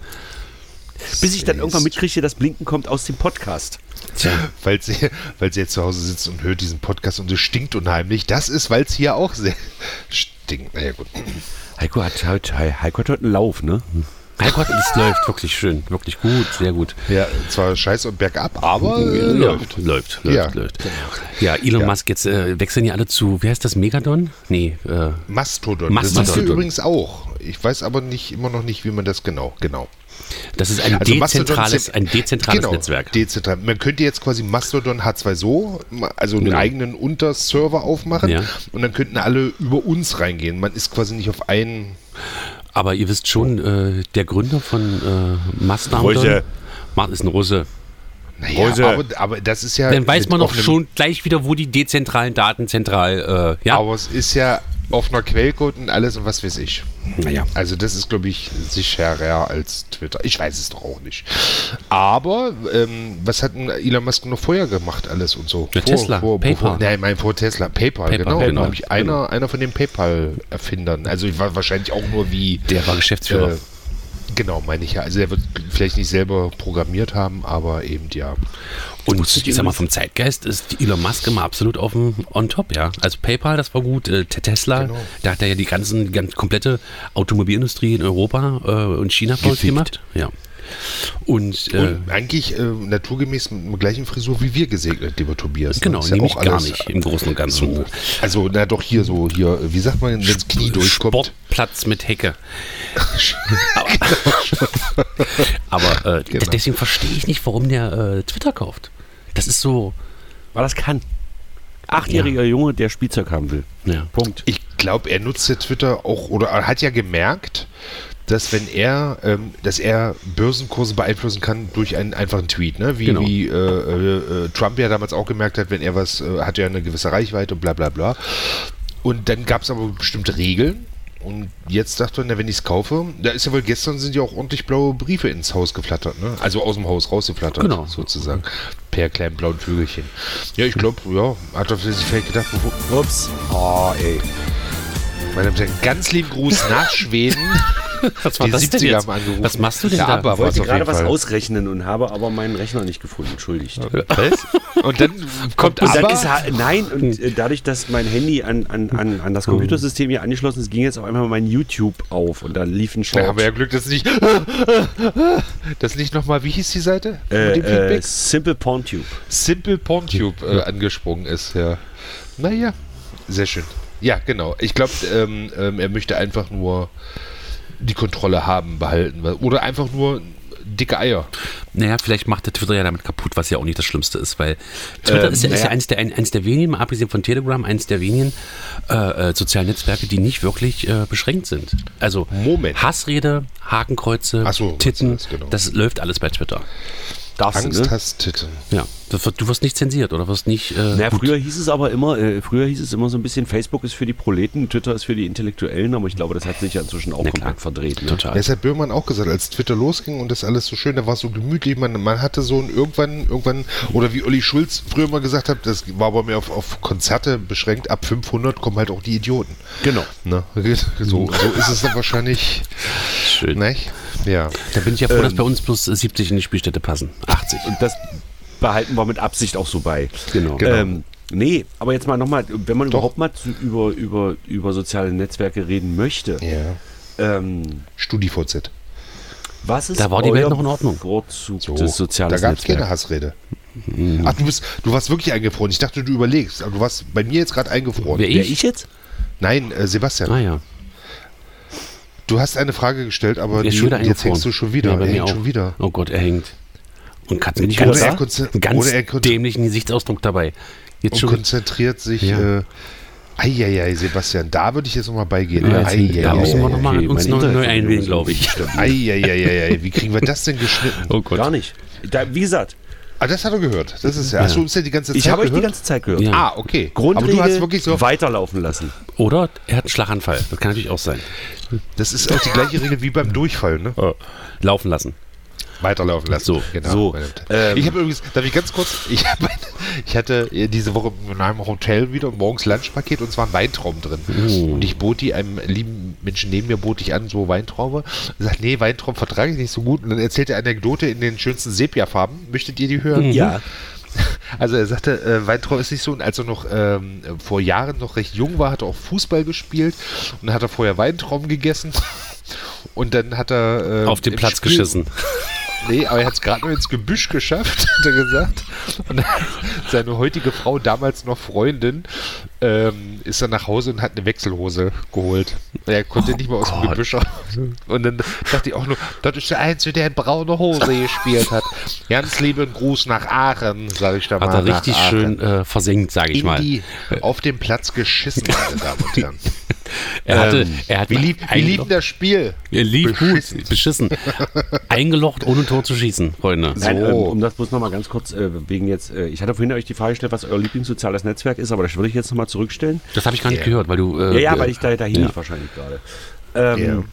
S3: bis ich dann irgendwann
S1: mitkriege.
S3: mitkriege, das Blinken kommt aus dem Podcast.
S2: Tja,
S1: Falls ihr, falls ihr jetzt zu Hause sitzt und hört diesen Podcast und es stinkt unheimlich, das ist, weil es hier auch sehr stinkt. Naja, gut.
S3: Heiko hat, heute- He- Heiko hat heute einen Lauf, ne?
S2: mein Gott, das läuft wirklich schön, wirklich gut, sehr gut.
S1: Ja, zwar scheiße und bergab, aber äh, läuft.
S2: läuft, läuft, läuft,
S1: Ja.
S2: läuft. Ja, Elon
S1: Ja.
S2: Musk, jetzt äh, wechseln ja alle zu, wie heißt das, Megadon? Nee, äh,
S1: Mastodon. Das ist
S2: Mastodon.
S1: hier übrigens auch. Ich weiß aber nicht, immer noch nicht, wie man das genau, genau.
S2: das ist ein
S1: Also Mastodon
S2: dezentrales,
S1: ist ja-
S2: ein dezentrales
S1: genau,
S2: Netzwerk.
S1: Dezentral. Man könnte jetzt quasi Mastodon H2 so, ma- also einen
S2: Genau.
S1: eigenen Unterserver aufmachen
S2: Ja.
S1: und dann könnten alle über uns reingehen. Man ist quasi nicht auf einen.
S2: Aber ihr wisst schon, äh, der Gründer von äh, Mastodon
S3: Russe.
S2: Ma- ist ein Russe.
S1: Naja,
S3: Mäuse.
S1: aber, aber das ist ja.
S2: Dann weiß
S1: Äh, mit
S2: man doch
S1: offenem-
S2: schon gleich wieder, wo die dezentralen Daten zentral, äh, ja.
S1: Aber es ist ja offener Quellcode und alles und was weiß ich.
S2: Naja.
S1: Also das ist, glaube ich, sicherer als Twitter. Ich weiß es doch auch nicht. Aber ähm, was hat denn Elon Musk noch vorher gemacht alles und so?
S2: Ja, Tesla, PayPal.
S1: nein, mein vor Tesla. PayPal,
S2: PayPal,
S1: genau.
S2: genau.
S1: Nämlich Einer, einer von den PayPal-Erfindern. Also ich war wahrscheinlich auch nur wie...
S2: Der war Geschäftsführer.
S1: Äh, genau, meine ich ja. Also der wird vielleicht nicht selber programmiert haben, aber eben ja.
S2: Und ich sag mal, vom Zeitgeist ist Elon Musk immer absolut auf dem on top, ja. Also PayPal, das war gut, äh, Te- Tesla,
S1: Genau.
S2: da hat er ja die ganzen, die ganz komplette Automobilindustrie in Europa äh, und China verrückt gemacht. Ja. Und, äh,
S1: Und eigentlich äh, naturgemäß mit der gleichen Frisur wie wir gesegnet, lieber Tobias. ne?
S2: genau,
S1: Ist
S2: nämlich gar
S1: alles-
S2: nicht im Großen und Ganzen.
S1: So. Also, na doch, hier so, hier, wie sagt man, wenn das Knie durchkommt?
S2: Sportplatz mit Hecke. Aber, aber äh,
S1: Genau.
S2: deswegen verstehe ich nicht, warum der äh, Twitter kauft. Das ist so.
S3: Weil das kann. Achtjähriger Junge, der Spielzeug haben will.
S2: Ja.
S3: Punkt.
S1: Ich glaube, er nutzte Twitter auch, oder er hat ja gemerkt, dass wenn er, ähm, dass er Börsenkurse beeinflussen kann durch einen einfachen Tweet, ne? Wie,
S2: Genau.
S1: wie äh, äh, äh, Trump ja damals auch gemerkt hat, wenn er was, äh, hat ja eine gewisse Reichweite und bla bla bla. Und dann gab es aber bestimmte Regeln. Und jetzt dachte er, na, wenn ich es kaufe, da ist ja wohl gestern sind ja auch ordentlich blaue Briefe ins Haus geflattert, ne? Also aus dem Haus rausgeflattert,
S2: Genau.
S1: sozusagen. Per kleinen blauen Vögelchen. Ja, ich glaube, ja, hat er sich vielleicht gedacht, bevor,
S3: Ups. Oh, ey.
S1: ah, meine Damen und Herren, ganz lieben Gruß nach Schweden.
S2: Was
S1: Die 70er haben angerufen.
S2: Was machst du denn
S1: Der
S2: da?
S1: Abba
S3: Ich wollte
S1: war's auf
S3: gerade
S1: jeden
S3: was
S1: Fall.
S3: ausrechnen und habe aber meinen Rechner nicht gefunden. Entschuldigt.
S1: Und dann kommt
S3: Und dann
S1: aber.
S3: ist, ha- nein, und äh, dadurch, dass mein Handy an, an, an, an das Computersystem hier angeschlossen ist, ging jetzt auf einmal mein YouTube auf und da lief ein
S1: Da haben
S3: Short.
S1: wir ja Glück, dass nicht. Das nicht nochmal, wie hieß die Seite?
S3: äh,
S1: Mit dem
S3: äh,
S1: Feedback?
S3: Simple PornTube.
S1: Simple PornTube äh, angesprungen ist, ja. Naja, sehr schön. Ja, genau. Ich glaube, ähm, ähm, er möchte einfach nur die Kontrolle haben, behalten. weil- Oder einfach nur dicke Eier.
S2: Naja, vielleicht macht der Twitter ja damit kaputt, was ja auch nicht das Schlimmste ist, weil Twitter
S1: Ähm,
S2: ist ja, ist ja
S1: naja.
S2: eins, der, ein, eins der wenigen, mal abgesehen von Telegram, eins der wenigen äh, äh, sozialen Netzwerke, die nicht wirklich äh, beschränkt sind. Also
S1: Moment.
S2: Hassrede, Hakenkreuze,
S1: Ach so,
S2: Titten,
S1: das, genau.
S2: das läuft alles bei Twitter.
S3: Darfst ne?
S1: Angst, Hass, Titten.
S2: Ja, das wird, du wirst nicht zensiert oder wirst nicht... Äh,
S3: Naja,
S2: gut.
S3: früher hieß es aber immer, äh, früher hieß es immer so ein bisschen, Facebook ist für die Proleten, Twitter ist für die Intellektuellen, aber ich glaube, das hat sich ja inzwischen auch
S2: Na klar.
S3: komplett verdreht. Ne?
S2: Total.
S1: Das hat Böhmann auch gesagt, als Twitter losging und das alles so schön, da war es so gemütlich. Man, man hatte so ein irgendwann, irgendwann, oder wie Olli Schulz früher mal gesagt hat, das war bei mir auf, auf Konzerte beschränkt, ab 500 kommen halt auch die Idioten.
S3: Genau.
S1: Ne? So, so ist es dann wahrscheinlich.
S2: Schön.
S1: Ne? Ja.
S2: Da bin ich ja froh,
S1: Ähm.
S2: dass bei uns plus 70 in die Spielstätte passen. 80.
S3: Und das behalten wir mit Absicht auch so bei.
S2: Genau.
S1: Genau.
S3: Ähm, nee, aber jetzt mal nochmal, wenn man überhaupt mal zu, über, über, über soziale Netzwerke reden möchte,
S1: ja.
S3: ähm,
S1: StudiVZ.
S3: was ist
S2: Da war die Welt
S3: euer
S2: noch in Ordnung.
S3: Vorzug
S1: So.
S3: des sozialen
S1: da gab es keine
S3: Netzwerks?
S1: Hassrede.
S2: Mhm.
S1: Ach, du, bist, du warst wirklich eingefroren. Ich dachte, du überlegst. Aber du warst bei mir jetzt gerade eingefroren.
S2: Wer
S3: Wer
S2: ich?
S3: ich jetzt?
S1: Nein, äh, Sebastian.
S2: Ah ja.
S1: Du hast eine Frage gestellt, aber
S2: Er
S1: die,
S2: ist schon wieder
S1: jetzt hängst
S2: eingefroren.
S1: du schon wieder.
S2: Ja, bei
S1: er
S2: mir
S1: hängt
S2: auch.
S1: schon wieder.
S2: Oh Gott, er hängt. Und hat einen
S3: ich
S2: ganz,
S3: wieder da?
S2: einen ganz
S1: Oder er Oh konz-
S2: dämlichen Gesichtsausdruck dabei. Jetzt
S1: und
S2: schon.
S1: konzentriert sich.
S2: Ja.
S1: Äh, Eieiei, Sebastian, da würde ich jetzt nochmal beigehen.
S2: Ja, jetzt-
S1: Eieiei,
S2: da müssen wir
S1: eieiei,
S2: nochmal
S3: okay,
S2: uns
S3: mein
S2: neu, neu
S3: Internet-
S2: einwählen, glaube ich.
S1: eieiei, wie kriegen wir das denn geschnitten?
S2: Oh Gott.
S3: Gar nicht. Da, wie gesagt,
S1: Ah, das hat er gehört. Das ist ja. Hast du uns ja die ganze Zeit
S3: Ich habe euch die
S1: gehört?
S3: ganze Zeit gehört.
S2: Ja.
S1: Ah, okay.
S3: Grundregel
S1: Aber du hast wirklich so.
S3: weiterlaufen lassen.
S2: Oder er hat einen Schlaganfall. Das kann natürlich auch sein.
S1: Das ist auch die gleiche Regel wie beim Durchfall, ne?
S2: Äh, Laufen lassen.
S1: Weiterlaufen lassen.
S2: So,
S1: genau.
S3: so, ähm.
S1: ich habe übrigens, darf ich ganz kurz, ich, hab, ich hatte äh, diese Woche in einem Hotel wieder morgens Lunchpaket und zwar ein Weintrauben drin.
S2: Oh.
S1: Und ich bot die einem lieben Menschen neben mir, bot ich an, so Weintraube. Und sagt, nee, Weintrauben vertrage ich nicht so gut. Und dann erzählt er eine Anekdote in den schönsten Sepia-Farben. Möchtet ihr die hören?
S3: Ja.
S1: Also er sagte, äh, Weintraub ist nicht so, und als er noch ähm, vor Jahren noch recht jung war, hat er auch Fußball gespielt und dann hat er vorher Weintrauben gegessen und dann hat er ähm,
S2: Auf den
S1: im
S2: Platz
S1: Spiel-
S2: geschissen.
S1: Nee, aber er hat es gerade nur ins Gebüsch geschafft, hat er gesagt. Und seine heutige Frau, damals noch Freundin, ähm, ist dann nach Hause und hat eine Wechselhose geholt. Er konnte nicht mehr aus dem
S2: Oh Gott.
S1: Gebüsch raus. Und dann dachte ich auch nur, das ist der Einzige, der in braune Hose gespielt hat. Ganz lieben Gruß nach Aachen, sage ich da mal.
S2: Hat er
S1: nach
S2: richtig
S1: Aachen.
S2: schön äh, versenkt, sage ich äh,
S1: in
S2: mal.
S1: die, auf dem Platz geschissen, meine Damen und Herren.
S2: Er hatte, er hat
S1: Wir, lieb, wir
S2: eingelocht-
S1: lieben das Spiel.
S2: Er lief
S1: Beschissen.
S2: gut, beschissen. Eingelocht, ohne Tor zu schießen, Freunde.
S3: Nein,
S1: So.
S3: ähm, um das bloß nochmal ganz kurz, äh, wegen jetzt, äh, ich hatte vorhin euch die Frage gestellt, was euer Lieblingssoziales Netzwerk ist, aber das würde ich jetzt nochmal zurückstellen.
S2: Das habe ich gar nicht gehört, weil du.
S3: Ja,
S2: äh,
S3: ja,
S2: äh,
S3: weil ich da, da hing
S2: ja.
S3: ich wahrscheinlich gerade. Ähm,
S1: Ja.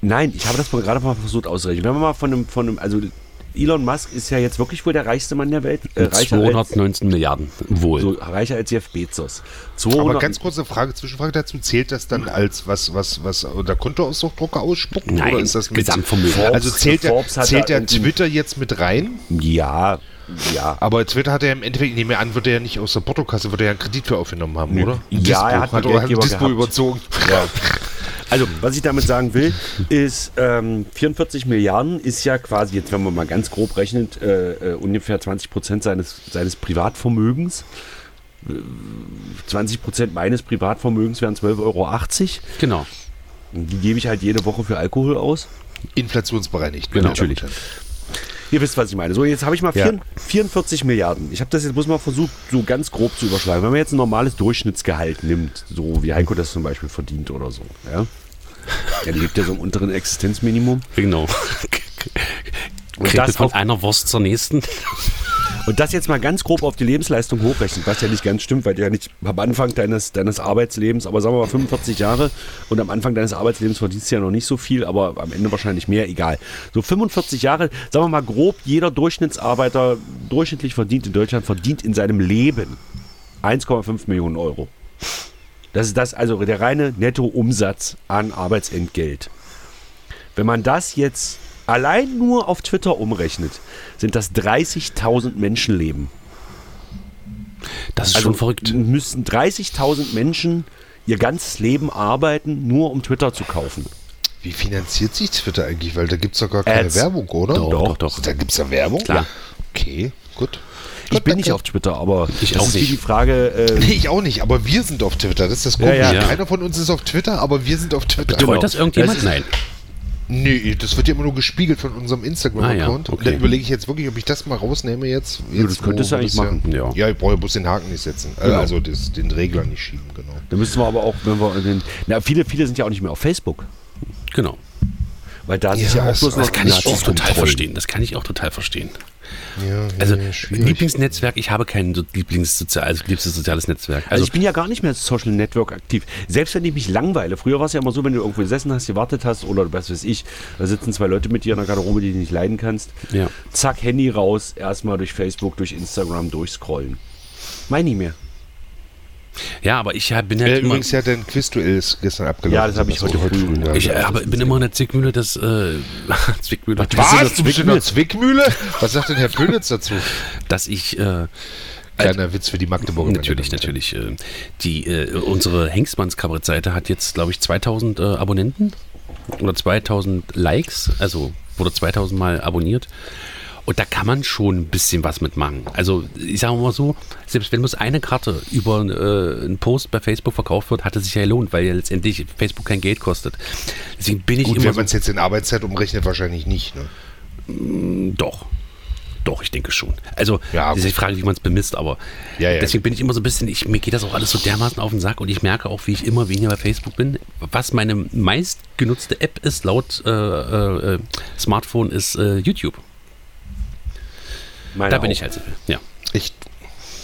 S3: Nein, ich habe das mal gerade mal versucht auszurechnen. Wenn man mal von einem, von einem, also Elon Musk ist ja jetzt wirklich wohl der reichste Mann der Welt. Äh,
S2: mit
S3: reicher, als,
S2: 219 Milliarden. Wohl.
S3: so, reicher als Jeff Bezos.
S1: Aber
S3: 200
S1: ganz kurze Frage, Zwischenfrage dazu. Zählt das dann als was, was, was unter Kontoausdruckdrucker ausspuckt?
S2: Nein,
S1: oder ist das mit
S2: Gesamtvermögen.
S1: Also zählt der,
S3: Forbes hat
S1: zählt
S3: da
S1: der
S3: irgendwie-
S1: Twitter jetzt mit rein?
S3: ja, ja.
S1: Aber Twitter hat er im Endeffekt, ich nehme an, wird er ja nicht aus der Portokasse, wird er ja einen Kredit für aufgenommen haben, oder?
S3: Ja, er hat einen
S1: oder
S3: Geldgeber
S1: Dispo
S3: gehabt.
S1: überzogen.
S3: Also, was ich damit sagen will, ist, ähm, 44 Milliarden ist ja quasi, jetzt wenn man mal ganz grob rechnet, äh, äh, ungefähr 20 Prozent seines, seines Privatvermögens. Äh, 20 Prozent meines Privatvermögens wären 12,80 Euro.
S2: Genau.
S3: Die gebe ich halt jede Woche für Alkohol aus.
S1: Inflationsbereinigt.
S2: Genau.
S1: Natürlich.
S3: Ihr wisst, was ich meine. So, jetzt habe ich mal
S1: Ja.
S3: vier- 44 Milliarden. Ich habe das jetzt bloß mal versucht, so ganz grob zu überschlagen. Wenn man jetzt ein normales Durchschnittsgehalt nimmt, so wie Heiko das zum Beispiel verdient oder so, ja. Der lebt ja so im unteren Existenzminimum.
S2: Genau.
S3: Und
S2: Kriegt
S3: das
S2: das von
S3: auf-
S2: einer Wurst zur nächsten.
S3: Und das jetzt mal ganz grob auf die Lebensleistung hochrechnen, was ja nicht ganz stimmt, weil du ja nicht am Anfang deines, deines Arbeitslebens, aber sagen wir mal 45 Jahre und am Anfang deines Arbeitslebens verdienst du ja noch nicht so viel, aber am Ende wahrscheinlich mehr, egal. So 45 Jahre, sagen wir mal grob, jeder Durchschnittsarbeiter durchschnittlich verdient in Deutschland, verdient in seinem Leben 1,5 Millionen Euro. Das ist das, also der reine Nettoumsatz an Arbeitsentgelt. Wenn man das jetzt allein nur auf Twitter umrechnet, sind das 30.000 Menschenleben.
S2: Das ist
S3: Also,
S2: schon verrückt.
S3: müssen 30.000 Menschen ihr ganzes Leben arbeiten, nur um Twitter zu kaufen.
S1: Wie finanziert sich Twitter eigentlich? Weil da gibt es doch gar keine
S3: Ads.
S1: Werbung, oder?
S2: Doch, doch, doch.
S1: Da gibt es ja Werbung?
S2: Klar.
S1: Ja. Okay, gut.
S3: Ich
S1: Gut,
S3: bin nicht
S1: danke.
S3: auf Twitter, aber
S2: Ich
S3: das
S2: auch
S3: ist wie
S2: nicht.
S3: die Frage, äh,
S1: Nee, ich auch nicht, aber wir sind auf Twitter. Das ist das Komische.
S3: ja. Genau.
S1: Keiner von uns ist auf Twitter, aber wir sind auf Twitter.
S2: Betreut Genau. das irgendjemand?
S3: Das ist-
S2: Nein.
S1: Nee, das wird ja immer nur gespiegelt von unserem Instagram-Account.
S2: Ah, ja,
S1: Und dann
S2: okay.
S1: überlege ich jetzt wirklich, ob ich das mal rausnehme jetzt. jetzt
S3: das könntest
S1: wo-
S3: du eigentlich
S1: wo das
S3: machen,
S2: ja.
S1: Ja, ich brauche ja bloß den Haken nicht setzen. Äh, Also das, den Regler nicht schieben, genau.
S3: da müssen wir aber auch, wenn wir, in den, na, viele, viele sind ja auch nicht mehr auf Facebook,
S2: Genau.
S3: weil da
S1: Ja,
S3: sind ja auch
S1: das-
S3: bloß
S1: das
S3: noch
S2: Kann ich auch
S3: Nazis
S2: total
S3: rumtrollen.
S2: verstehen. Das kann ich auch total verstehen.
S1: Ja, ja,
S2: Also
S1: ja, schwierig.
S2: Lieblingsnetzwerk, ich habe kein so Lieblingssozial, also liebstes soziales Netzwerk.
S3: Also
S2: Also,
S3: ich bin ja gar nicht mehr Social Network aktiv. Selbst wenn ich mich langweile. Früher war es ja immer so, wenn du irgendwo gesessen hast, gewartet hast oder was weiß ich, da sitzen zwei Leute mit dir in der Garderobe, die du nicht leiden kannst.
S2: Ja.
S3: Zack, Handy raus, erstmal durch Facebook, durch Instagram durchscrollen. Meine ich mir.
S2: ja, aber ich bin halt
S1: äh,
S2: immer,
S1: übrigens ja dein Quizduell ist gestern abgelaufen.
S3: Ja, das habe ich
S1: Also
S3: heute früh gemacht.
S2: ich äh, habe, bin immer in der Zwickmühle, das äh, Zwickmühle,
S1: Was? Du bist in der Zwickmühle? Was sagt denn Herr Pönitz dazu?
S2: dass ich äh,
S1: Kleiner Witz für die Magdeburger.
S2: Natürlich,
S1: meine Damen
S2: natürlich. äh, Die, äh, unsere Hengstmanns-Kabarett-Seite hat jetzt, glaube ich, 2000 äh, Abonnenten oder 2000 Likes, also wurde 2000 Mal abonniert. Und da kann man schon ein bisschen was mitmachen. Also, ich sage mal so, selbst wenn bloß eine Karte über äh, einen Post bei Facebook verkauft wird, hat es sich ja gelohnt, weil ja letztendlich Facebook kein Geld kostet. Deswegen bin ich
S1: und Herren. Gut,
S2: immer
S1: wenn
S2: so,
S1: man es jetzt in Arbeitszeit umrechnet, wahrscheinlich nicht. Ne?
S2: doch. Doch, ich denke schon. Also,
S1: Ja,
S2: das ist die
S1: gut.
S2: Frage, wie man es bemisst, aber
S1: Ja, ja.
S2: deswegen bin ich immer so ein bisschen, ich, mir geht das auch alles so dermaßen auf den Sack und ich merke auch, wie ich immer weniger bei Facebook bin. Was meine meistgenutzte App ist laut äh, äh, äh, Smartphone, ist äh, YouTube.
S1: Meine
S2: da
S1: Ah,
S2: bin
S1: auch.
S2: ich halt so. Ja.
S5: Echt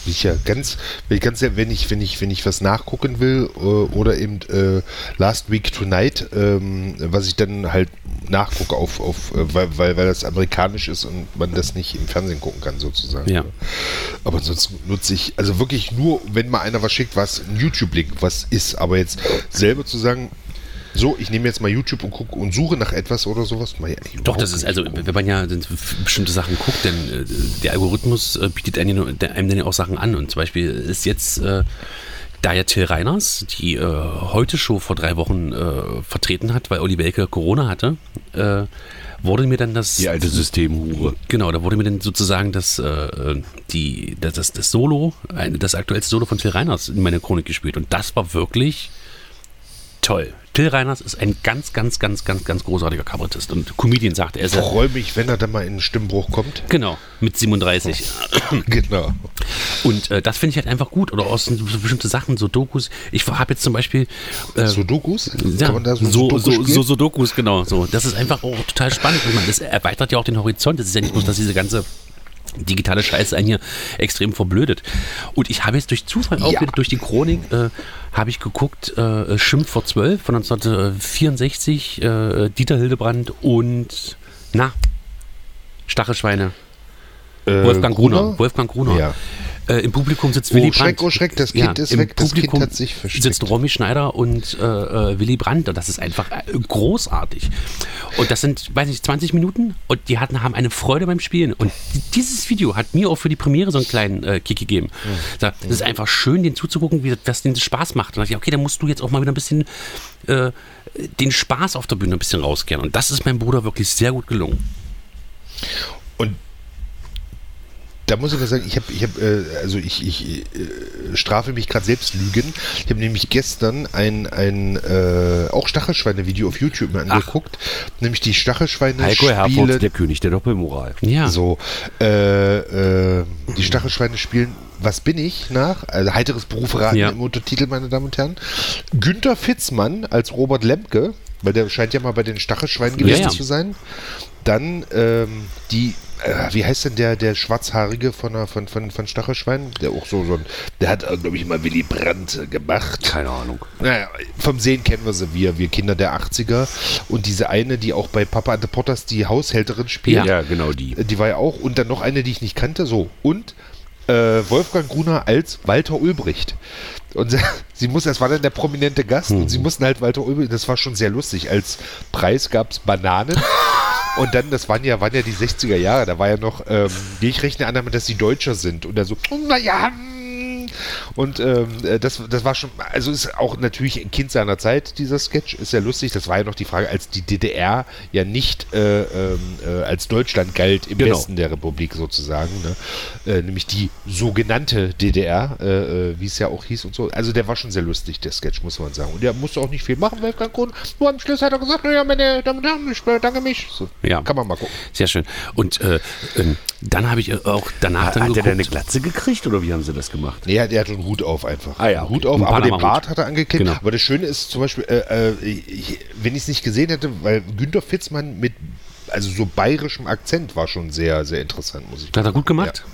S5: sicher. Ganz, wenn ich ganz, wenn ich, wenn ich, wenn ich was nachgucken will äh, oder eben äh, Last Week Tonight, ähm, was ich dann halt nachgucke auf, auf äh, weil, weil, weil das amerikanisch ist und man das nicht im Fernsehen gucken kann sozusagen.
S2: Ja.
S5: Aber ansonsten nutze ich, also wirklich nur, wenn mal einer was schickt, was ein YouTube-Link, was ist. Aber jetzt selber zu sagen, so, ich nehme jetzt mal YouTube und gucke und suche nach etwas oder sowas. mach ich eigentlich
S2: Doch, das
S5: überhaupt
S2: ist
S5: nicht.
S2: also, wenn man ja dann f- bestimmte Sachen guckt, dann äh, der Algorithmus äh, bietet einem, ja nur- der- einem dann ja auch Sachen an. Und zum Beispiel ist jetzt äh, da ja Till Reiners die äh, Heute-Show vor drei Wochen äh, vertreten hat, weil Olli Welke Corona hatte, äh, wurde mir dann das.
S1: Die
S3: also
S1: alte Systemhure.
S2: Genau, da wurde mir dann sozusagen das, äh, die, das, das, das Solo, ein- das aktuellste Solo von Till Reiners in meine Chronik gespielt. Und das war wirklich toll. Till Reiners ist ein ganz, ganz, ganz, ganz, ganz großartiger Kabarettist. Und Comedian sagt er, ist
S5: Ich
S2: ja,
S5: freue mich, wenn er dann mal in einen Stimmbruch kommt.
S2: genau, mit 37. Hm.
S5: genau.
S2: Und äh, das finde ich halt einfach gut. Oder aus so bestimmte Sachen, so Dokus. Ich habe jetzt zum Beispiel... Äh,
S5: Sudokus?
S2: ja,
S5: Kann man da so,
S2: so,
S5: Sudoku
S2: so,
S5: spielen?
S2: so Sudokus, genau. So. Das ist einfach auch total spannend. Ich meine, das erweitert ja auch den Horizont. Es ist ja nicht bloß, dass diese ganze digitale Scheiße einen hier extrem verblödet. Und ich habe jetzt durch Zufall auch
S5: Ja.
S2: wieder durch die Chronik, äh, habe ich geguckt, äh, Schimpf vor 12 von 1964, äh, Dieter Hildebrand und, na, Stachelschweine,
S5: Äh,
S2: Wolfgang Gruner. Wolfgang Gruner.
S5: Ja.
S2: Äh, Im Publikum sitzt
S5: Oh,
S2: Willy Brandt.
S5: Schreck, oh, Schreck, das Kind ist
S2: im
S5: weg, das Kind
S2: Publikum
S5: hat sich versteckt.
S2: Sitzt Romy Schneider und äh, äh, Willy Brandt. Und das ist einfach äh, großartig. Und das sind, weiß nicht, 20 Minuten. Und die hatten, haben eine Freude beim Spielen. Und dieses Video hat mir auch für die Premiere so einen kleinen äh, Kick gegeben.
S5: Hm.
S2: Da- Es ist einfach schön, den zuzugucken, wie das denen Spaß macht. Und da dachte ich, okay, dann musst du jetzt auch mal wieder ein bisschen äh, den Spaß auf der Bühne ein bisschen rauskehren. Und das ist meinem Bruder wirklich sehr gut gelungen.
S5: Und da muss ich mal sagen, ich habe, ich hab, äh, also ich, ich äh, strafe mich gerade selbst lügen. Ich habe nämlich gestern ein, ein äh, auch Stachelschweine-Video auf YouTube mir angeguckt, nämlich die Stachelschweine
S1: Heiko
S5: spielen.
S1: Herford, der König der Doppelmoral.
S2: Ja.
S5: So, äh, äh, die Stachelschweine spielen Was bin ich nach? Also heiteres Berufraten
S2: Ja.
S5: im Untertitel, meine Damen und Herren. Günther Fitzmann als Robert Lemke, weil der scheint ja mal bei den Stachelschweinen gewesen
S2: ja.
S5: zu sein. Dann ähm, die, äh, wie heißt denn der, der Schwarzhaarige von, der, von, von, von Stachelschwein? Der auch so, so ein, der hat, glaube ich, mal Willy Brandt äh, gemacht.
S1: Keine Ahnung.
S5: Naja, vom Sehen kennen wir sie, wir, wir Kinder der 80er. Und diese eine, die auch bei Papa and the Potters die Haushälterin spielt,
S2: Ja.
S1: Ja, genau die.
S5: Äh, die war ja auch. Und dann noch eine, die ich nicht kannte. So. Und äh, Wolfgang Gruner als Walter Ulbricht. Und sie- sie muss, das war dann der prominente Gast und sie mussten halt Walter Ulbricht, das war schon sehr lustig. Als Preis gab es Bananen. Und dann, das waren ja, waren ja die 60er Jahre, da war ja noch, ähm, ich rechne an damit, dass die Deutscher sind. Und dann so, naja, hm. und ähm, äh, das, das war schon, also ist auch natürlich ein Kind seiner Zeit, dieser Sketch, ist ja lustig. Das war ja noch die Frage, als die DDR ja nicht äh, ähm, äh, als Deutschland galt im
S1: Genau.
S5: Westen der Republik sozusagen, ne? äh, nämlich die sogenannte DDR, äh, äh, wie es ja auch hieß und so. Also der war schon sehr lustig, der Sketch, muss man sagen. Und der musste auch nicht viel machen, Wolfgang Kuhn. Nur am Schluss hat er gesagt, naja, meine Damen und Herren, ich bedanke mich. So,
S2: Ja.
S5: Kann man mal gucken.
S2: Sehr schön. Und äh, ähm, dann habe ich äh, auch danach dann
S1: Hat er
S2: geguckt.
S1: denn eine Glatze gekriegt oder wie haben sie das gemacht?
S5: Nee, der hat einen Hut auf einfach.
S1: Ah ja, okay.
S5: Hut auf,
S2: Ein
S5: aber den
S2: Panama-Hut.
S5: Bart hat er angeklebt.
S2: Genau.
S5: Aber das Schöne ist zum Beispiel, äh, äh, ich, wenn ich es nicht gesehen hätte, weil Günter Fitzmann mit also so bayerischem Akzent war schon sehr, sehr interessant, muss ich
S2: hat er gut gemacht?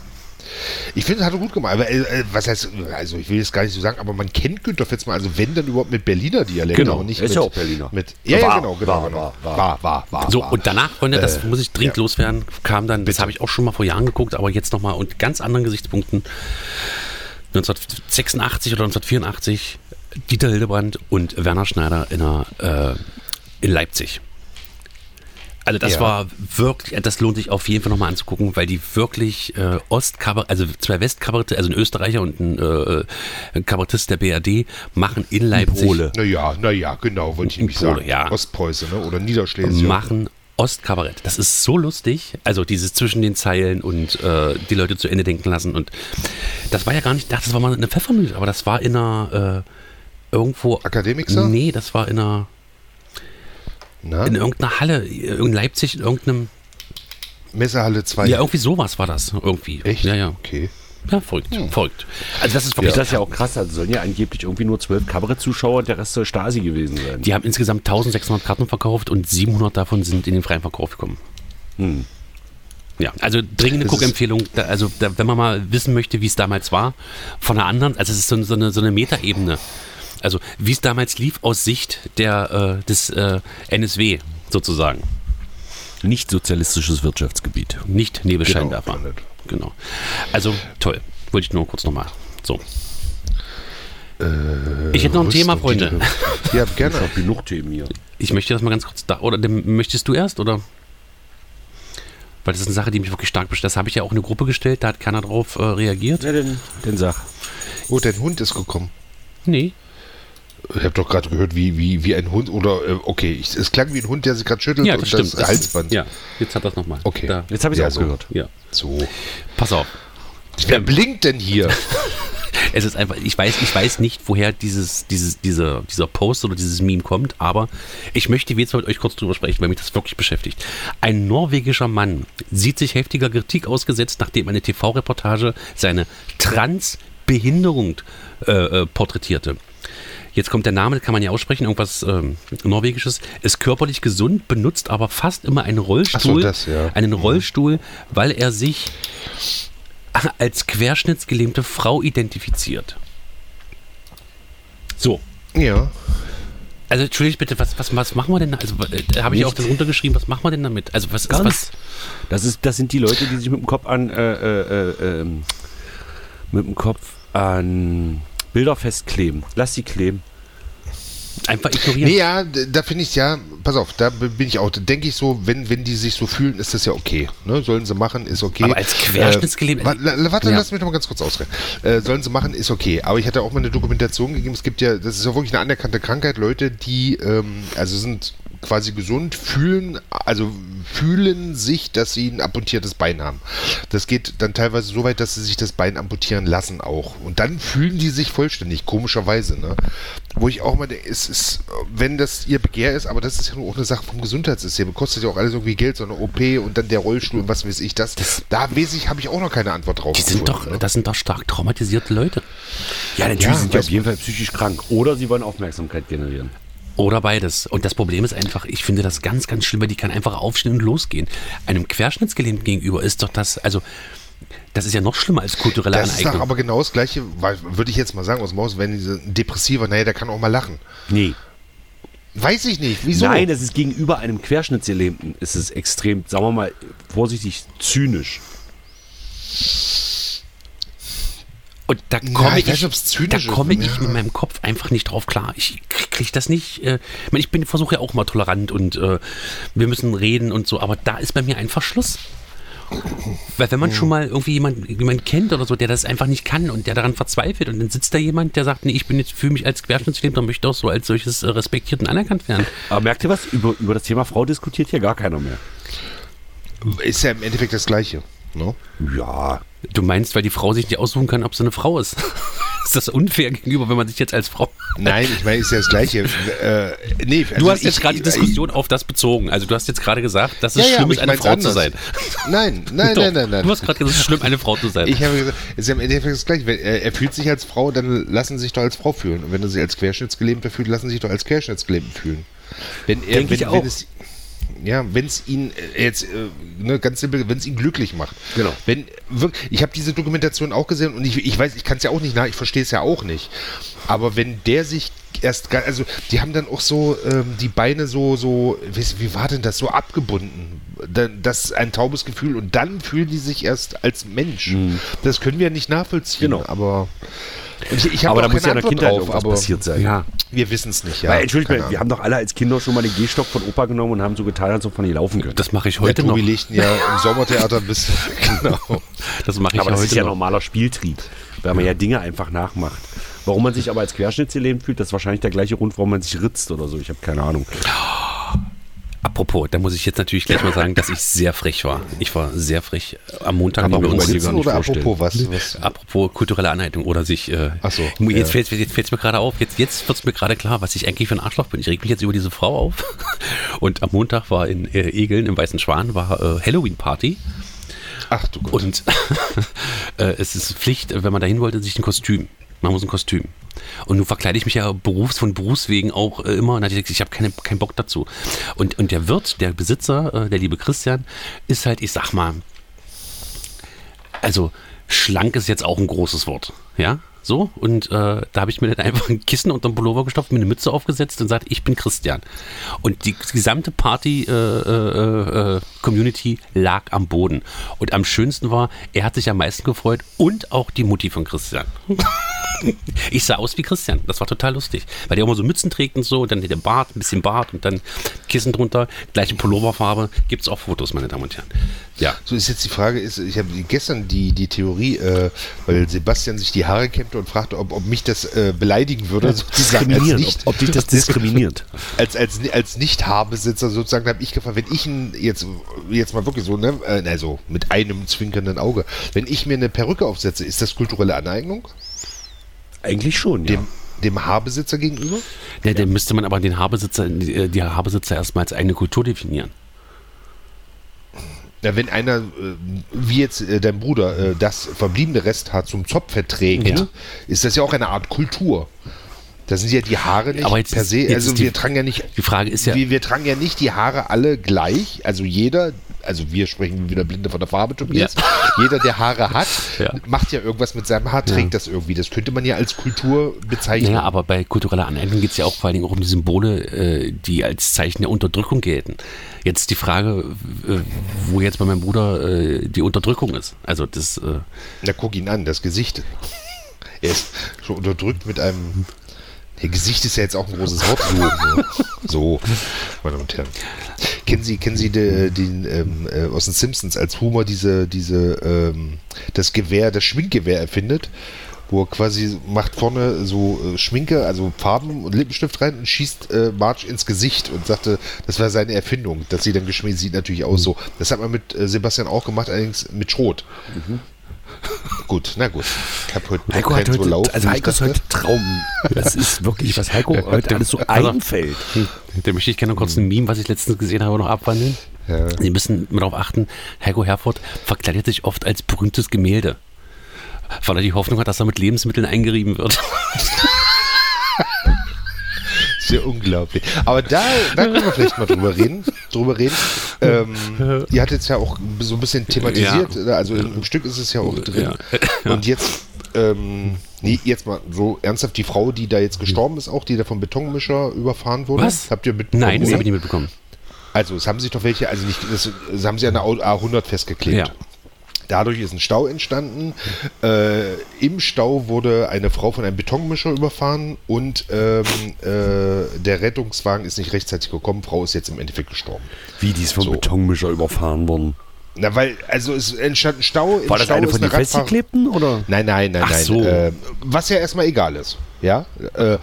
S5: Ich finde, hat er gut gemacht. Aber, äh, äh, was heißt, also ich will jetzt gar nicht so sagen, aber man kennt Günter Fitzmann, also wenn dann überhaupt mit Berliner Dialekt,
S1: Genau,
S5: und nicht
S1: er ist
S5: mit,
S1: ja auch Berliner.
S5: Mit, ja, ja,
S1: War,
S5: genau, genau,
S1: war,
S5: genau.
S1: war, war.
S5: war, war,
S2: So,
S5: war.
S2: und danach, Freunde, das muss ich dringend
S5: Äh, ja.
S2: loswerden, kam dann, das habe ich auch schon mal vor Jahren geguckt, aber jetzt nochmal unter ganz anderen Gesichtspunkten. 1986 oder 1984, Dieter Hildebrand und Werner Schneider in, einer, äh, in Leipzig. Also das
S5: Ja.
S2: war wirklich, das lohnt sich auf jeden Fall nochmal anzugucken, weil die wirklich äh, Ostkabarett, also zwei Westkabarette, also ein Österreicher und ein, äh, ein Kabarettist der BRD machen in Leipzig.
S1: Pole.
S5: naja, naja, genau, wollte ich nämlich
S2: Pole,
S5: sagen.
S2: ja.
S5: Ostpreuße ne? oder Niederschlesien.
S2: machen Ostkabarett. Das ist so lustig. Also dieses zwischen den Zeilen und äh, die Leute zu Ende denken lassen. Und das war ja gar nicht, ich dachte, das war mal eine Pfeffermühle, aber das war in einer äh, irgendwo.
S5: Akademixer?
S2: Nee, das war in einer
S5: Na?
S2: in irgendeiner Halle, in Leipzig, in irgendeinem.
S5: Messerhalle 2.
S2: Ja, irgendwie sowas war das. Irgendwie.
S5: Ah, Echt?
S2: Ja, ja.
S5: Okay.
S2: Ja, verrückt. Verrückt. Also das ist
S1: Ich
S2: wirklich.
S1: das ist ja auch krass, also sollen ja angeblich irgendwie nur zwölf Kabarettzuschauer und der Rest soll Stasi gewesen sein.
S2: Die haben insgesamt 1600 Karten verkauft und 700 davon sind in den freien Verkauf gekommen. Ja, also dringende
S5: Das ist-
S2: Guckempfehlung. Da, also, da, wenn man mal wissen möchte, wie es damals war, von einer anderen, also es ist so, so eine, so eine Metaebene. Also, wie es damals lief aus Sicht der, äh, des äh, NSW sozusagen.
S1: Nicht sozialistisches Wirtschaftsgebiet.
S2: Nicht Nebelscheinwerfer.
S5: Genau.
S2: Genau. Also, toll. Wollte ich nur kurz nochmal. So. ich hätte noch ein
S5: Rüstung,
S2: Thema, Freunde.
S5: die- Ja, gerne.
S1: genug Themen hier.
S2: Ich möchte das mal ganz kurz da. Oder dem, möchtest du erst? Oder? Weil das ist eine Sache, die mich wirklich stark beschäftigt. Das habe ich ja auch in eine Gruppe gestellt, da hat keiner drauf äh, reagiert.
S1: Na denn, dann sag.
S5: Oh, dein Hund ist gekommen.
S2: Nee.
S5: Ich habe doch gerade gehört, wie, wie, wie ein Hund oder äh, okay, ich, es klang wie ein Hund, der sich gerade schüttelt
S2: Ja,
S5: und
S2: das stimmt.
S5: das Halsband.
S2: Ja, jetzt hat das nochmal.
S5: Okay.
S2: Da.
S1: Jetzt habe ich es
S5: Ja,
S1: auch
S5: so.
S1: gehört.
S2: Ja.
S5: So.
S2: Pass auf.
S5: Wer blinkt denn hier?
S2: Es ist einfach, ich weiß, ich weiß nicht, woher dieses, dieses, dieser, dieser Post oder dieses Meme kommt, aber ich möchte jetzt mit euch kurz drüber sprechen, weil mich das wirklich beschäftigt. Ein norwegischer Mann sieht sich heftiger Kritik ausgesetzt, nachdem eine TV-Reportage seine Transbehinderung äh, äh, porträtierte. Jetzt kommt der Name, das kann man ja aussprechen, irgendwas ähm, Norwegisches. Ist körperlich gesund, benutzt aber fast immer einen Rollstuhl,
S5: das, ja. Mhm.
S2: einen Rollstuhl, weil er sich als querschnittsgelähmte Frau identifiziert. So.
S5: ja.
S2: Also entschuldigt bitte, was, was, was machen wir denn? da? Also äh, habe ich
S1: Nicht.
S2: auch das runtergeschrieben, was machen wir denn damit? Also was
S1: Gar
S2: was?
S1: Das, ist, das sind die Leute, die sich mit dem Kopf an äh, äh, äh, ähm, mit dem Kopf an Bilder festkleben. Lass sie kleben.
S2: Einfach ignorieren.
S5: Nee, ja, d- da finde ich ja, pass auf, da b- bin ich auch, da denke ich so, wenn, wenn die sich so fühlen, ist das ja okay. Ne? Sollen sie machen, ist okay.
S2: Aber als Querschnittsgelähmte-
S5: Äh, wa- la- warte,
S2: Ja.
S5: lass mich noch mal ganz kurz ausreden. Äh, sollen sie machen, ist okay. Aber ich hatte auch mal eine Dokumentation gegeben, es gibt ja, das ist ja wirklich eine anerkannte Krankheit, Leute, die, ähm, also sind quasi gesund, fühlen, also fühlen sich, dass sie ein amputiertes Bein haben. Das geht dann teilweise so weit, dass sie sich das Bein amputieren lassen auch. Und dann fühlen die sich vollständig, komischerweise. Ne? Wo ich auch mal, denke, es ist, wenn das ihr Begehr ist, aber das ist ja nur auch eine Sache vom Gesundheitssystem. Kostet ja auch alles irgendwie Geld, so eine OP und dann der Rollstuhl und was weiß ich das. da weiß ich, habe ich auch noch keine Antwort drauf.
S2: Die sind
S5: gefunden,
S2: doch,
S5: ne?
S2: das sind doch stark traumatisierte Leute.
S1: Ja, natürlich
S5: Ja,
S1: sind die
S5: weiß
S1: auf jeden Fall psychisch krank. Oder sie wollen Aufmerksamkeit generieren.
S2: Oder beides. Und das Problem ist einfach, ich finde das ganz, ganz schlimm, weil die kann einfach aufstehen und losgehen. Einem Querschnittsgelähmten gegenüber ist doch das, also das ist ja noch schlimmer als kulturelle
S5: Das ist doch
S2: Aneignung.
S5: aber genau das Gleiche, weil, würde ich jetzt mal sagen, aus Maus, wenn diese ein Depressiver, naja, der kann auch mal lachen.
S1: Nee.
S5: Weiß ich nicht, wieso?
S1: Nein, das ist gegenüber einem Querschnittsgelähmten. Ist es extrem, sagen wir mal, vorsichtig zynisch.
S2: Und da
S5: Na,
S2: komme
S5: ich
S2: ich,
S5: weiß nicht, ob's
S2: da
S5: zynisch ist.
S2: komme ich
S5: Ja.
S2: mit meinem Kopf einfach nicht drauf klar. Ich kriege das nicht. Äh, ich meine, ich bin versuche ja auch mal tolerant und äh, wir müssen reden und so, aber da ist bei mir einfach Schluss. Weil wenn
S5: Hm.
S2: man schon mal irgendwie jemanden jemand kennt oder so, der das einfach nicht kann und der daran verzweifelt und dann sitzt da jemand, der sagt, nee, ich bin jetzt fühle mich als Querschnittsgelähmter und möchte auch so als solches äh, respektiert und anerkannt werden.
S1: Aber merkt ihr was? Über, über das Thema Frau diskutiert hier gar keiner mehr.
S5: Ist ja im Endeffekt das Gleiche. Ne?
S1: Ja.
S2: Du meinst, weil die Frau sich nicht aussuchen kann, ob sie eine Frau ist. ist das unfair gegenüber, wenn man sich jetzt als Frau
S5: Nein, ich meine, ist ja das Gleiche. äh, nee, also
S2: Äh, Du hast jetzt
S5: ich-
S2: gerade die Diskussion auf das bezogen. Also du hast jetzt gerade gesagt, dass
S5: Ja,
S2: es
S5: ja,
S2: schlimm
S5: aber
S2: ist,
S5: ich
S2: eine
S5: mein's
S2: Frau zu
S5: anders.
S2: sein.
S5: Nein, nein,
S2: Doch,
S5: nein, nein, nein.
S2: Du hast gerade gesagt, es ist schlimm, eine Frau zu sein.
S5: Ich habe gesagt, es ist ja im Endeffekt das Gleiche. Wenn, äh, er fühlt sich als Frau, dann lassen sie sich doch als Frau fühlen. Und wenn er sich als Querschnittsgelähmter fühlt, lassen sie sich doch als Querschnittsgelähmter fühlen. Wenn er,
S1: Denk
S5: wenn,
S1: ich auch.
S5: Wenn es, ja, wenn es ihn äh, jetzt äh, ne, ganz simpel, wenn es ihn glücklich macht.
S1: Genau.
S5: Wenn wirk- ich habe diese Dokumentation auch gesehen und ich, ich weiß, ich kann es ja auch nicht nach, ich verstehe es ja auch nicht. Aber wenn der sich erst, gar- also die haben dann auch so ähm, die Beine so so, weiß- wie war denn das so abgebunden? Dann- Das ist ein taubes Gefühl und dann fühlen die sich erst als Mensch. Das können wir ja nicht nachvollziehen.
S1: Mhm. Genau.
S5: Aber und ich, ich habe
S1: Aber da
S5: auch
S1: muss ja
S5: keine
S1: in der Kindheit
S5: Antwort drauf.
S1: irgendwas
S5: Aber
S1: passiert sein.
S2: ja.
S5: wir wissen es nicht. Ja.
S1: Weil, Entschuldigung,
S5: Keine
S1: wir haben doch alle als Kinder schon mal den Gehstock von Opa genommen und haben so getan, als ob wir nicht laufen können.
S2: Das mache ich heute
S5: Der
S2: noch.
S5: Tobi liegt ja im Sommertheater bis. genau.
S2: Das mache ich
S1: aber
S2: ja
S1: das
S2: heute
S1: ist ja
S2: noch.
S1: normaler Spieltrieb, weil man ja Dinge einfach nachmacht. Warum man sich aber als Querschnittsgelähmt fühlt, das ist wahrscheinlich der gleiche Grund, warum man sich ritzt oder so. Ich habe keine Ahnung.
S2: Apropos, da muss ich jetzt natürlich gleich mal sagen, dass ich sehr frech war. Ich war sehr frech am Montag
S1: Aber
S2: haben wir
S1: warum
S2: uns
S1: dir gar
S5: Sitzen
S1: nicht
S5: oder
S1: vorstellen.
S5: apropos was? was?
S2: Apropos kulturelle Aneignung oder sich. Äh,
S5: Ach so,
S2: mu- Jetzt
S5: ja.
S2: fällt es mir gerade auf. Jetzt, jetzt wird es mir gerade klar, was ich eigentlich für ein Arschloch bin. Ich reg mich jetzt über diese Frau auf. Und am Montag war in äh, Egeln im Weißen Schwan war äh, Halloween-Party.
S5: Ach du Gott.
S2: Und äh, es ist Pflicht, wenn man dahin wollte, sich ein Kostüm. Man muss ein Kostüm. Und nun verkleide ich mich ja berufs von Berufswegen auch äh, immer. Und dann hab ich gesagt, ich habe keine, keinen Bock dazu. Und, und der Wirt, der Besitzer, äh, der liebe Christian, ist halt, ich sag mal, also schlank ist jetzt auch ein großes Wort. Ja, so. Und äh, da habe ich mir dann einfach ein Kissen unter den Pullover gestopft, mir eine Mütze aufgesetzt und sagt, ich bin Christian. Und die gesamte äh, Party-Community äh, lag am Boden. Und am schönsten war, er hat sich am meisten gefreut und auch die Mutti von Christian. ich sah aus wie Christian. Das war total lustig. Weil der immer so Mützen trägt und so und dann der Bart, ein bisschen Bart und dann Kissen drunter, gleiche Pulloverfarbe. Gibt es auch Fotos, meine Damen und Herren. Ja.
S5: So ist jetzt die Frage, ist, ich habe gestern die, die Theorie, äh, weil Sebastian sich die Haare kämmte und fragte, ob, ob mich das äh, beleidigen würde, sozusagen als
S1: Diskriminieren,
S5: nicht.
S1: ob, ob dich das diskriminiert.
S5: Als, als, als Nicht-Harbesitzer sozusagen habe ich gefragt, wenn ich ein, jetzt, jetzt mal wirklich so, ne, äh, na, so mit einem zwinkernden Auge, wenn ich mir eine Perücke aufsetze, ist das kulturelle Aneignung
S1: Eigentlich schon, ja.
S5: dem, dem Haarbesitzer gegenüber?
S2: Ja, Dann müsste man aber den Haarbesitzer, die, die Haarbesitzer erstmal als eigene Kultur definieren.
S5: Na, wenn einer, äh, wie jetzt äh, dein Bruder, äh, das verbliebene Resthaar zum Zopf verträgt,
S2: Ja.
S5: ist das ja auch eine Art Kultur. Da sind ja die Haare nicht
S2: Aber jetzt
S5: per
S2: ist-
S5: se,
S2: jetzt
S5: also
S2: ist die-
S5: wir tragen ja nicht
S2: Die Frage ist ja,
S5: Wir, wir tragen ja nicht die Haare alle gleich, also jeder, also wir sprechen wieder blinde von der Farbe, Tobias. Jeder, der Haare hat,
S2: Ja.
S5: macht ja irgendwas mit seinem Haar, trägt das irgendwie. Das könnte man ja als Kultur bezeichnen.
S2: Naja, aber bei kultureller Aneignung geht es ja auch vor allen Dingen auch um die Symbole, äh, die als Zeichen der Unterdrückung gelten. Jetzt die Frage, äh, wo jetzt bei meinem Bruder äh, die Unterdrückung ist. Also das, äh,
S5: Na, guck ihn an, das Gesicht. Er ist schon unterdrückt mit einem. Ja, Gesicht ist ja jetzt auch ein großes Wort. So, so meine Damen und Herren. Kennen Sie, kennen Sie de, den ähm, äh, aus den Simpsons, als Homer diese, diese, ähm, das Gewehr, das Schminkgewehr erfindet, wo er quasi macht vorne so äh, Schminke, also Farben und Lippenstift rein und schießt äh, Marge ins Gesicht und sagte, das war seine Erfindung, dass sie dann geschminkt sieht natürlich aus so. Das hat man mit äh, Sebastian auch gemacht, allerdings mit Schrot. Gut, na gut. Ich hab heute
S3: Mhm. Heiko hat
S5: keinen
S3: heute,
S5: so Lauf,
S3: also
S5: wie ich
S3: Heiko ist
S5: dachte.
S3: heute Traum. Das ist wirklich, was Heiko heute alles so einfällt.
S2: da möchte ich gerne noch kurz ein Meme, was ich letztens gesehen habe, noch abwandeln. Sie müssen darauf achten, Heiko Herford verkleidet sich oft als berühmtes Gemälde. Weil er die Hoffnung hat, dass er mit Lebensmitteln eingerieben wird.
S5: Ist ja unglaublich. Aber da, da können wir vielleicht mal drüber reden. Drüber reden. Ähm, ihr hattet es ja auch so ein bisschen thematisiert. Also im, im Stück ist es ja auch drin. Und jetzt, ähm, nee, jetzt mal so ernsthaft, die Frau, die da jetzt gestorben ist, auch, die da vom Betonmischer überfahren wurde.
S2: Was?
S5: Habt ihr mitbekommen?
S2: Nein, das
S5: oder?
S2: habe ich nicht mitbekommen.
S5: Also es haben sich doch welche, also nicht, das, das haben sie an der Au- A100 festgeklebt.
S2: Ja.
S5: Dadurch ist ein Stau entstanden. Äh, Im Stau wurde eine Frau von einem Betonmischer überfahren und ähm, äh, der Rettungswagen ist nicht rechtzeitig gekommen. Frau ist jetzt im Endeffekt gestorben.
S3: Wie die ist vom
S5: So.
S3: Betonmischer überfahren worden.
S5: Na, weil, also es entstand ein Stau. Im
S3: War das
S5: Stau
S3: eine
S5: ist
S3: von den
S5: Radfahr-
S3: festgeklebten oder?
S5: Nein, nein, nein,
S2: Ach
S5: nein.
S2: so.
S5: Ähm, was ja erstmal egal ist. Ja. Äh,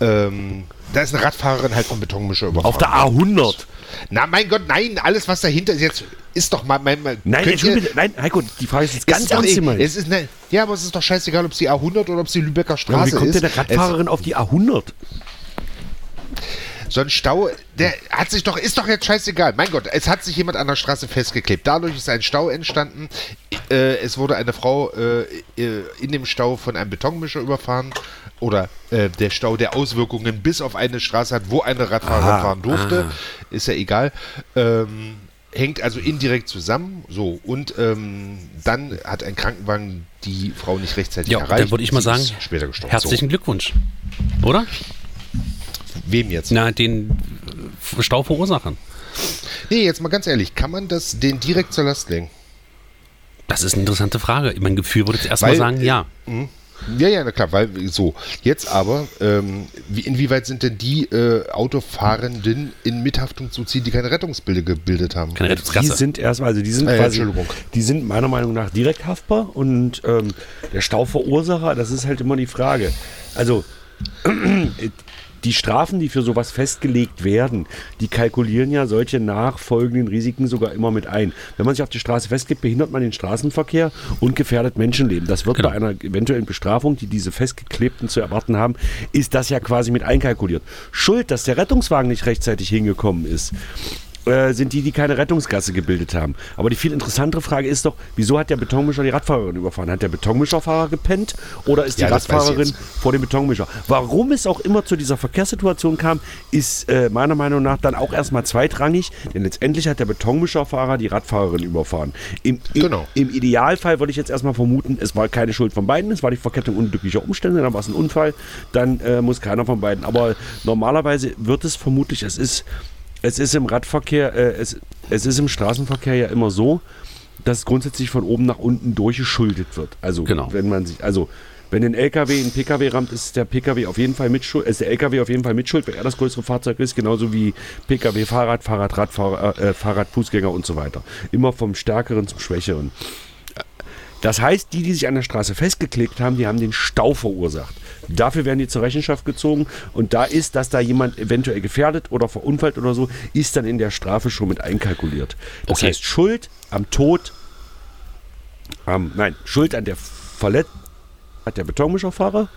S5: ähm, da ist eine Radfahrerin halt vom Betonmischer überfahren.
S3: Auf der A100.
S5: Na, mein Gott, nein, alles, was dahinter ist, jetzt ist doch mal. Mein, mein,
S3: Nein,
S5: könnt ihr-
S3: Entschuldigung, nein, Heiko, die Frage ist jetzt
S5: Ist
S3: ganz
S5: doch
S3: ernst
S5: eh-
S3: gemeint.
S5: Es ist ne, ja, aber es ist doch scheißegal, ob es die A100 oder ob es die Lübecker
S3: Ja, aber
S5: Straße
S3: wie kommt
S5: ist.
S3: denn der Radfahrerin auf die A100?
S5: Es, so ein Stau, der hat sich doch, ist doch jetzt scheißegal. Mein Gott, es hat sich jemand an der Straße festgeklebt. Dadurch ist ein Stau entstanden. Äh, es wurde eine Frau äh, äh, in dem Stau von einem Betonmischer überfahren. Oder äh, der Stau, der Auswirkungen bis auf eine Straße hat, wo eine Radfahrerin fahren durfte. Ist ja egal. Ähm, hängt also indirekt zusammen. So, und ähm, dann hat ein Krankenwagen die Frau nicht rechtzeitig
S2: Ja,
S5: erreicht.
S2: dann würde ich mal
S5: Sie
S2: sagen,
S5: ist später gestorben.
S2: herzlichen Glückwunsch. Oder?
S5: so. Wem jetzt?
S2: Na, den äh, Stau verursachen.
S5: Nee, jetzt mal ganz ehrlich, kann man das den direkt zur Last legen?
S2: Das ist eine interessante Frage. Mein Gefühl würde jetzt erstmal
S5: Weil-
S2: sagen, ja.
S5: Ja, ja, na klar, weil so. Jetzt aber, ähm, wie, inwieweit sind denn die äh, Autofahrenden in Mithaftung zu ziehen, die keine Rettungsbilder gebildet haben?
S2: Keine
S3: Die
S2: Rettungsgasse.
S3: sind erstmal, also die sind
S5: Äh,
S3: quasi,
S5: Entschuldigung.
S3: die sind meiner Meinung nach direkt haftbar und ähm, der Stauverursacher, das ist halt immer die Frage. Also die Strafen, die für sowas festgelegt werden, die kalkulieren ja solche nachfolgenden Risiken sogar immer mit ein. Wenn man sich auf die Straße festgibt, behindert man den Straßenverkehr und gefährdet Menschenleben. Das wird
S2: Genau.
S3: bei einer eventuellen Bestrafung, die diese Festgeklebten zu erwarten haben, ist das ja quasi mit einkalkuliert. Schuld, dass der Rettungswagen nicht rechtzeitig hingekommen ist, äh, sind die, die keine Rettungsgasse gebildet haben. Aber die viel interessantere Frage ist doch, wieso hat der Betonmischer die Radfahrerin überfahren? Hat der Betonmischerfahrer gepennt oder ist die
S5: Ja, das weiß ich
S3: Radfahrerin
S5: jetzt.
S3: vor dem Betonmischer? Warum es auch immer zu dieser Verkehrssituation kam, ist äh, meiner Meinung nach dann auch erstmal zweitrangig, denn letztendlich hat der Betonmischerfahrer die Radfahrerin überfahren. Im, im,
S5: Genau.
S3: Im Idealfall würde ich jetzt erstmal vermuten, es war keine Schuld von beiden, es war die Verkettung unglücklicher Umstände, dann war es ein Unfall, dann äh, muss keiner von beiden. Aber normalerweise wird es vermutlich, es ist, es ist im Radverkehr, äh, es, es ist im Straßenverkehr ja immer so, dass grundsätzlich von oben nach unten durchgeschuldet wird. Also
S2: Genau.
S3: wenn man sich, also wenn ein LKW einen PKW rammt, ist der PKW auf jeden Fall mitschuld, ist der LKW auf jeden Fall mitschuld, weil er das größere Fahrzeug ist, genauso wie PKW, Fahrrad, Fahrrad, Radfahrer, äh, Fahrrad, Fußgänger und so weiter. Immer vom Stärkeren zum Schwächeren. Das heißt, die, die sich an der Straße festgeklickt haben, die haben den Stau verursacht. Dafür werden die zur Rechenschaft gezogen und da ist, dass da jemand eventuell gefährdet oder verunfallt oder so, ist dann in der Strafe schon mit einkalkuliert. Das
S2: Okay.
S3: heißt, Schuld am Tod, am, nein, Schuld an der Verletzung hat der Betonmischerfahrer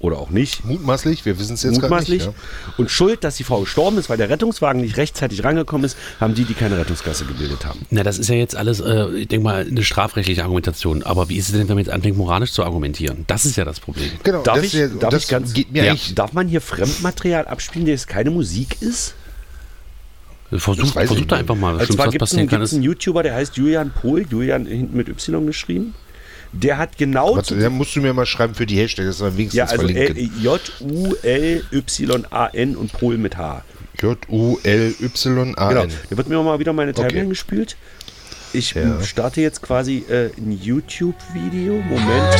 S3: oder auch nicht,
S5: Mutmaßlich, wir wissen es jetzt gerade
S3: mutmaßlich.
S5: nicht. Ja.
S3: Und Schuld, dass die Frau gestorben ist, weil der Rettungswagen nicht rechtzeitig rangekommen ist, haben die, die keine Rettungsgasse gebildet haben.
S2: Na, das ist ja jetzt alles, äh, ich denke mal, eine strafrechtliche Argumentation. Aber wie ist es denn, wenn man jetzt anfängt, moralisch zu argumentieren? Das ist ja das Problem.
S5: Genau,
S3: Darf
S5: das,
S3: ich-
S5: ja-
S3: darf
S5: das
S3: ich ganz-
S5: geht mir
S2: Ja.
S5: eigentlich
S3: Darf man hier Fremdmaterial abspielen, das keine Musik ist?
S2: Versuch,
S5: Das weiß ich
S2: versuch da
S5: nicht.
S2: einfach mal, was
S3: Also
S2: Schlimmste,
S3: zwar
S2: was
S3: gibt es einen,
S2: passieren kann.
S3: gibt's
S2: Ist,
S3: einen YouTuber, der heißt Julian Pohl, Julian hinten mit Y geschrieben. Der hat genau
S5: Warte, dann musst du mir mal schreiben für die Hashtags, dass wir wenigstens
S3: ja, also
S5: verlinken.
S3: J-U-L-Y-A-N und Pohl mit H.
S5: J-U-L-Y-A-N.
S3: Genau. Da wird mir mal wieder meine Timeline
S5: Okay.
S3: gespielt. Ich
S5: Ja.
S3: m, starte jetzt quasi äh, ein YouTube-Video. Moment.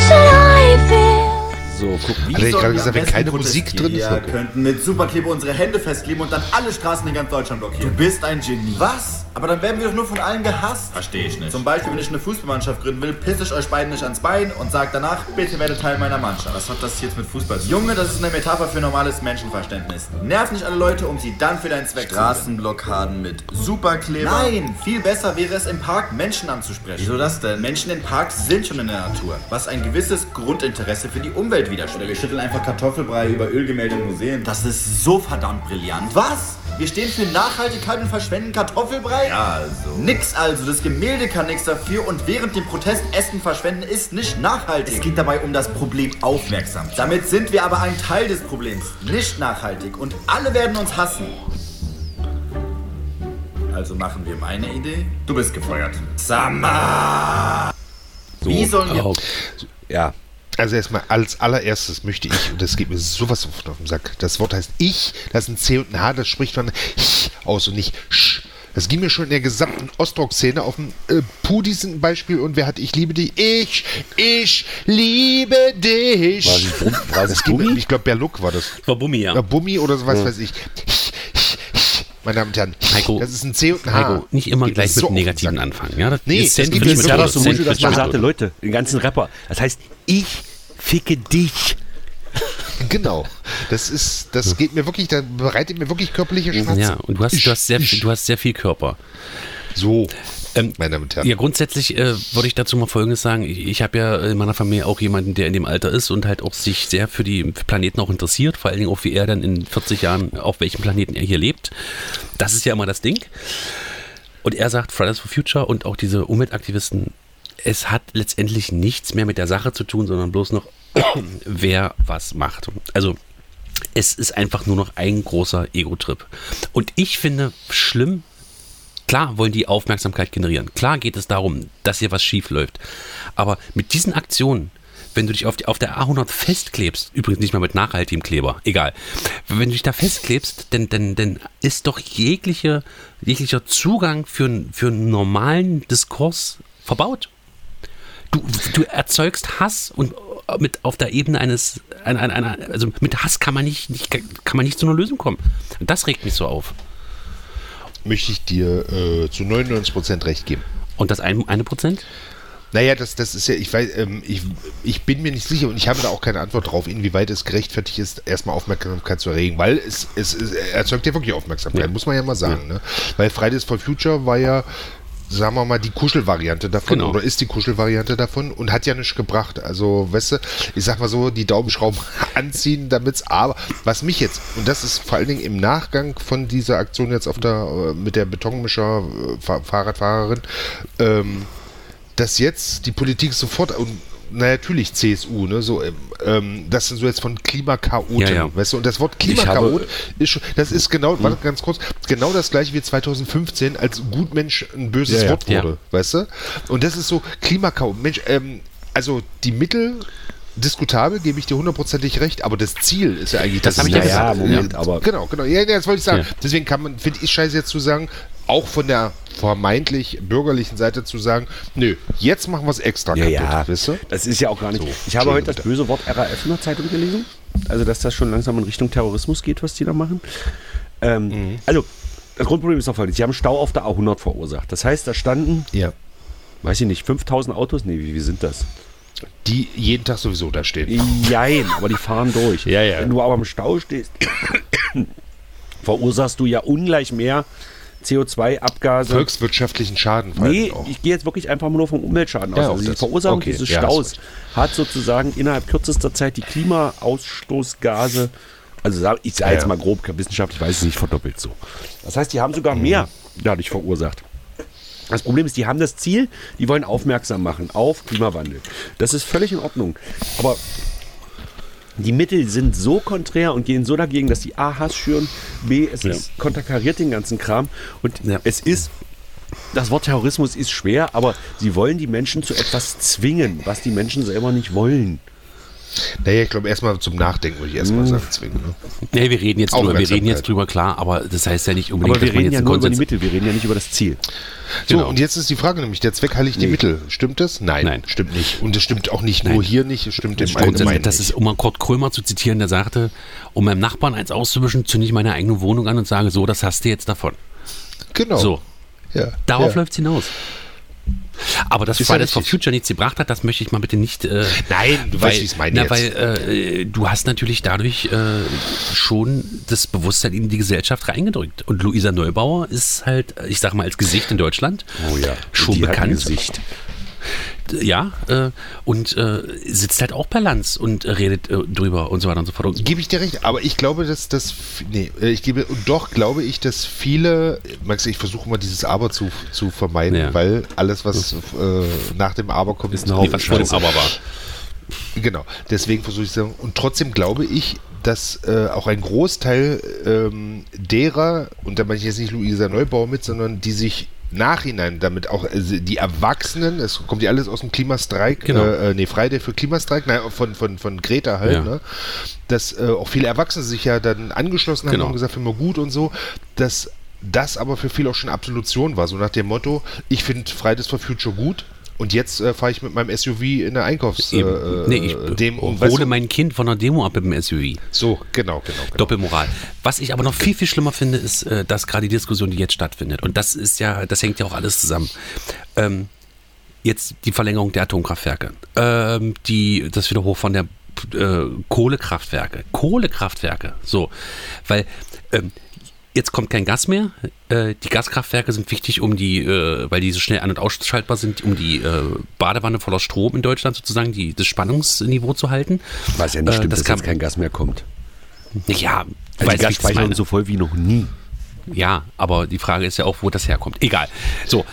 S3: So, guck.
S5: Hat
S6: Wie
S5: er
S6: sollen
S5: gerade
S6: wir
S5: gesagt,
S6: am
S5: wenn keine
S6: besten
S5: Musik
S6: protestieren?
S5: drin ist,
S6: Wir
S5: okay.
S6: könnten mit Superkleber unsere Hände festkleben und dann alle Straßen in ganz Deutschland blockieren. Du bist ein Genie. Was? Aber dann werden wir doch nur von allen gehasst. Verstehe ich nicht. Zum Beispiel, wenn ich eine Fußballmannschaft gründen will, pisse ich euch beiden nicht ans Bein und sag danach, bitte werdet Teil meiner Mannschaft. Was hat das jetzt mit Fußball zu tun? Junge, das ist eine Metapher für normales Menschenverständnis. Nerv nicht alle Leute, um sie dann für deinen Zweck Straßenblockaden mit Superkleber. Nein, viel besser wäre es im Park Menschen anzusprechen. Wieso das denn? Menschen in Parks sind schon in der Natur, was ein gewisses Grundinteresse für die Umwelt widerspiegelt. Oder wir schütteln einfach Kartoffelbrei über Ölgemälde in Museen. Das ist so verdammt brillant. Was? Wir stehen für Nachhaltigkeit und verschwenden Kartoffelbrei? Ja, also. Nix also, das Gemälde kann nichts dafür und während dem Protest Essen verschwenden ist nicht nachhaltig. Es geht dabei um das Problem aufmerksam. Damit sind wir aber ein Teil des Problems, nicht nachhaltig und alle werden uns hassen. Also machen wir meine Idee. Du bist gefeuert. Sama! Wie sollen wir
S2: oh,
S3: Ja.
S5: Also erstmal als allererstes möchte ich, und das geht mir sowas auf auf den Sack, das Wort heißt ich, das ist ein C und ein H, das spricht man ich aus und nicht sch. Das ging mir schon in der gesamten Ostrock-Szene auf dem äh, Pudis ein Beispiel und wer hat ich liebe dich? Ich, ich liebe dich.
S3: War das Bum- war das
S5: das ging mir,
S3: Bummi?
S5: ich glaube, Berluck war das.
S2: war Bummi,
S5: Oder
S2: ja.
S5: Bummi oder so was weiß ich. Meine Damen und Herren,
S2: Heiko,
S5: das ist ein C und ein H.
S2: Heiko, nicht immer
S5: Geht mir
S2: gleich mit
S5: so auf den
S2: Negativen
S5: Sack.
S2: anfangen. Ja, das
S5: Nee,
S2: dieses
S5: das geht
S2: Sandwich
S5: mir
S2: mit
S5: so
S3: ja
S5: auf
S3: das
S2: Brot,
S3: so
S5: den
S3: Muschel,
S2: Sandwich
S3: dass man
S2: mit
S3: sagte,
S2: Brot.
S3: Leute, den ganzen Rapper. Das heißt, ich ficke dich.
S5: Genau. Das ist, das geht mir wirklich, da bereitet mir wirklich körperliche Schmerzen.
S2: Mhm. Ja, und du hast, du hast, sehr, viel- du hast sehr viel Körper.
S5: So,
S2: Ähm,
S5: meine Damen und Herren.
S2: Ja, grundsätzlich äh, würde ich dazu mal Folgendes sagen. Ich, ich habe ja in meiner Familie auch jemanden, der in dem Alter ist und halt auch sich sehr für die Planeten auch interessiert, vor allen Dingen auch wie er dann in 40 Jahren, auf welchem Planeten er hier lebt. Das ist ja immer das Ding. Und er sagt Fridays for Future und auch diese Umweltaktivisten, es hat letztendlich nichts mehr mit der Sache zu tun, sondern bloß noch, wer was macht. Also es ist einfach nur noch ein großer Ego-Trip. Und ich finde schlimm, Klar wollen die Aufmerksamkeit generieren. Klar geht es darum, dass hier was schief läuft. Aber mit diesen Aktionen, wenn du dich auf, die, auf der A100 festklebst, übrigens nicht mal mit nachhaltigem Kleber, egal. Wenn du dich da festklebst, dann, dann, dann ist doch jegliche, jeglicher Zugang für, einen- für einen normalen Diskurs verbaut. Du, du erzeugst Hass und äh, mit auf der Ebene eines, einer, einer, einer, also mit Hass kann man nicht, nicht, kann man nicht zu einer Lösung kommen. Und das regt mich so auf.
S5: möchte ich dir äh, zu 99% recht geben.
S2: Und das ein, eine Prozent?
S5: Naja, das, das ist ja, ich weiß, ähm, ich, ich bin mir nicht sicher und ich habe da auch keine Antwort drauf, inwieweit es gerechtfertigt ist, erstmal Aufmerksamkeit zu erregen, weil es, es, es erzeugt ja wirklich Aufmerksamkeit, muss man ja mal sagen. Ne? Weil Fridays for Future war ja sagen wir mal, die Kuschelvariante davon
S2: Genau.
S5: oder ist die Kuschelvariante davon und hat ja nichts gebracht. Also, weißt du, ich sag mal so, die Daumenschrauben anziehen, damit's aber, was mich jetzt, und das ist vor allen Dingen im Nachgang von dieser Aktion jetzt auf der, äh, mit der Betonmischer äh, Fa- Fahrradfahrerin, ähm, dass jetzt die Politik sofort und na natürlich CSU, ne, so ähm, das sind so jetzt von Klimakaoten,
S2: Ja, ja.
S5: weißt du, und das Wort
S3: habe-
S5: Klimakaot ist schon, das ist genau, warte ganz kurz, genau das gleiche wie 2015, als Gutmensch ein böses
S3: Ja, ja.
S5: Wort wurde, weißt du? Und das ist so Klimakaot, Mensch, ähm, also die Mittel diskutabel, gebe ich dir hundertprozentig recht, aber das Ziel ist ja eigentlich
S2: Das hab ich ja
S5: Naja,
S3: gesagt. Moment,
S5: äh,
S3: aber-
S5: Genau, genau. Ja, ja, das wollte ich sagen.
S2: Ja.
S5: Deswegen kann man, finde ich scheiße jetzt zu sagen, auch von der vermeintlich bürgerlichen Seite zu sagen, nö, jetzt machen wir es extra
S3: Ja,
S5: kaputt,
S3: ja.
S5: weißt du?
S3: Das ist ja auch gar nicht.
S5: So,
S3: ich habe heute das
S5: Entschuldigung,
S3: böse Wort RAF in der Zeitung gelesen. Also, dass das schon langsam in Richtung Terrorismus geht, was die da machen. Ähm, Also, das Grundproblem ist doch folgendes. Sie haben Stau auf der A100 verursacht. Das heißt, da standen,
S5: Ja.
S3: weiß ich nicht, 5000 Autos? Nee, wie, wie sind das?
S5: Die jeden Tag sowieso da stehen.
S3: Jein, aber die fahren durch.
S5: Ja, ja.
S3: Wenn du aber im Stau stehst, verursachst du ja ungleich mehr CO2-Abgase.
S5: Volkswirtschaftlichen Schaden vor
S3: Nee,
S5: allem halt auch.
S3: ich gehe jetzt wirklich einfach nur vom Umweltschaden aus.
S5: Ja, auch
S3: also die
S5: das.
S3: Verursachung
S5: Okay,
S3: dieses
S5: ja, hast
S3: Staus hat sozusagen innerhalb kürzester Zeit die Klimaausstoßgase, also sa- ich sage
S5: Ja,
S3: jetzt
S5: ja.
S3: mal grob, wissenschaftlich weiß ich es nicht, verdoppelt so. Das heißt, die haben
S5: Mhm.
S3: sogar mehr dadurch verursacht. Das Problem ist, die haben das Ziel, die wollen aufmerksam machen auf Klimawandel. Das ist völlig in Ordnung. Aber die Mittel sind so konträr und gehen so dagegen, dass die A Hass schüren, B es ist konterkariert den ganzen Kram und
S2: Ja.
S3: es ist das Wort Terrorismus ist schwer, aber sie wollen die Menschen zu etwas zwingen, was die Menschen selber nicht wollen.
S5: Naja, ich glaube, erstmal zum Nachdenken würde ich erstmal sagen, zwingen. Ne?
S2: Nee, wir reden jetzt drüber, wir
S5: Aufmerksamkeit.
S2: reden jetzt drüber, klar, aber das heißt ja nicht unbedingt,
S3: Aber wir
S2: dass man jetzt
S3: reden ja
S2: einen
S3: nur über die
S2: Konsens...
S3: Mittel, wir reden ja nicht über das Ziel.
S5: So,
S2: Genau.
S5: und jetzt ist die Frage nämlich, der Zweck heiligt die Mittel. Stimmt das? Nein,
S2: Nein.
S5: stimmt nicht. Und es stimmt auch nicht nur hier nicht, es stimmt im
S2: Grundsätzlich,
S5: Allgemeinen
S2: das
S5: nicht.
S2: ist, um mal Kurt Krömer zu zitieren, der sagte, um meinem Nachbarn eins auszuwischen, zünde ich meine eigene Wohnung an und sage, so, das hast du jetzt davon.
S3: Oh.
S5: Genau.
S2: So,
S5: Ja.
S2: darauf
S5: ja.
S2: läuft's hinaus. Aber dass
S5: Ist ja
S2: Fridays for
S5: richtig.
S2: Future nichts gebracht hat, das möchte ich mal bitte nicht. Äh,
S5: Nein, du
S2: weil,
S5: weißt, wie ich es meine
S2: na,
S5: jetzt.
S2: weil äh, du hast natürlich dadurch äh, schon das Bewusstsein in die Gesellschaft reingedrückt. Und Luisa Neubauer ist halt, ich sag mal, als Gesicht in Deutschland
S5: Oh
S2: schon
S3: Die hat ein
S2: bekannt.
S3: Gesicht.
S2: Ja, äh, und äh, sitzt halt auch per Lanz und äh, redet äh, drüber und so weiter und so fort. Und
S5: Gebe ich dir recht, aber ich glaube, dass das. Nee, äh, ich gebe. Und doch glaube ich, dass viele. Max, ich versuche mal dieses Aber zu, zu vermeiden,
S2: Ja. Hm.
S5: weil alles, was äh, nach dem Aber kommt, ist ein
S2: Nee, was vor dem Aber war.
S5: Genau, deswegen versuche ich zu sagen. Und trotzdem glaube ich, dass äh, auch ein Großteil ähm, derer, und da meine ich jetzt nicht Luisa Neubauer mit, sondern die sich nachhinein damit auch, also die Erwachsenen, es kommt ja alles aus dem Klimastreik,
S2: Genau.
S5: äh, äh, nee, Friday für Klimastreik, nein, von, von, von Greta halt,
S2: Ja.
S5: ne? dass äh, auch viele Erwachsene sich ja dann angeschlossen haben
S2: Genau.
S5: und gesagt, immer gut und so, dass das aber für viele auch schon Absolution war, so nach dem Motto, ich finde Fridays for Future gut und jetzt äh, fahre ich mit meinem SUV in der Einkaufs...
S2: Eben.
S5: äh,
S2: nee, ich oh,
S5: dem, um, weißt
S2: hole
S5: du,
S2: mein Kind von einer Demo ab mit dem SUV.
S5: so, genau, genau. genau.
S2: Doppelmoral. Was ich aber noch viel, viel schlimmer finde, ist, äh, dass gerade die Diskussion, die jetzt stattfindet, und das ist ja, das hängt ja auch alles zusammen. Ähm, jetzt die Verlängerung der Atomkraftwerke, ähm, die, das wieder hoch von der äh, Kohlekraftwerke. Kohlekraftwerke, so. Weil ähm, jetzt kommt kein Gas mehr. Äh, die Gaskraftwerke sind wichtig, um die, äh, weil die so schnell an- und ausschaltbar sind, um die äh, Badewanne voller Strom in Deutschland sozusagen, die, das Spannungsniveau zu halten.
S3: Was ja
S2: Äh,
S3: nicht stimmt,
S2: das
S3: dass
S2: kann-
S3: jetzt kein Gas mehr kommt.
S2: Ja,
S3: Also die
S2: weißt, wie ich das
S3: Gasspeicher
S2: meine.
S3: sind so voll wie noch nie.
S2: Ja, aber die Frage ist ja auch, wo das herkommt. Egal. So,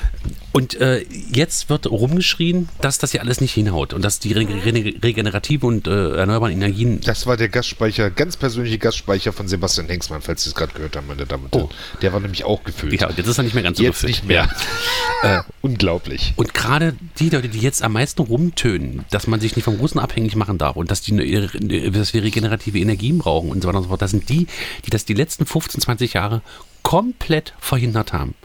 S2: und äh, jetzt wird rumgeschrien, dass das ja alles nicht hinhaut und dass die re re regenerativen und äh, erneuerbaren Energien.
S5: Das war der Gastspeicher, ganz persönliche Gastspeicher von Sebastian Hengstmann, falls Sie es gerade gehört haben, meine Damen und Herren. Der war nämlich auch gefüllt.
S2: Ja, und jetzt ist er nicht mehr ganz so
S5: Jetzt
S2: gefüllt.
S5: nicht mehr.
S2: Ja.
S5: Unglaublich.
S2: Und gerade die Leute, die jetzt am meisten rumtönen, dass man sich nicht vom Russen abhängig machen darf und dass, die, nur ihre- dass wir regenerative Energien brauchen und so weiter und so fort, das sind die, die das die letzten 15, 20 Jahre komplett verhindert haben.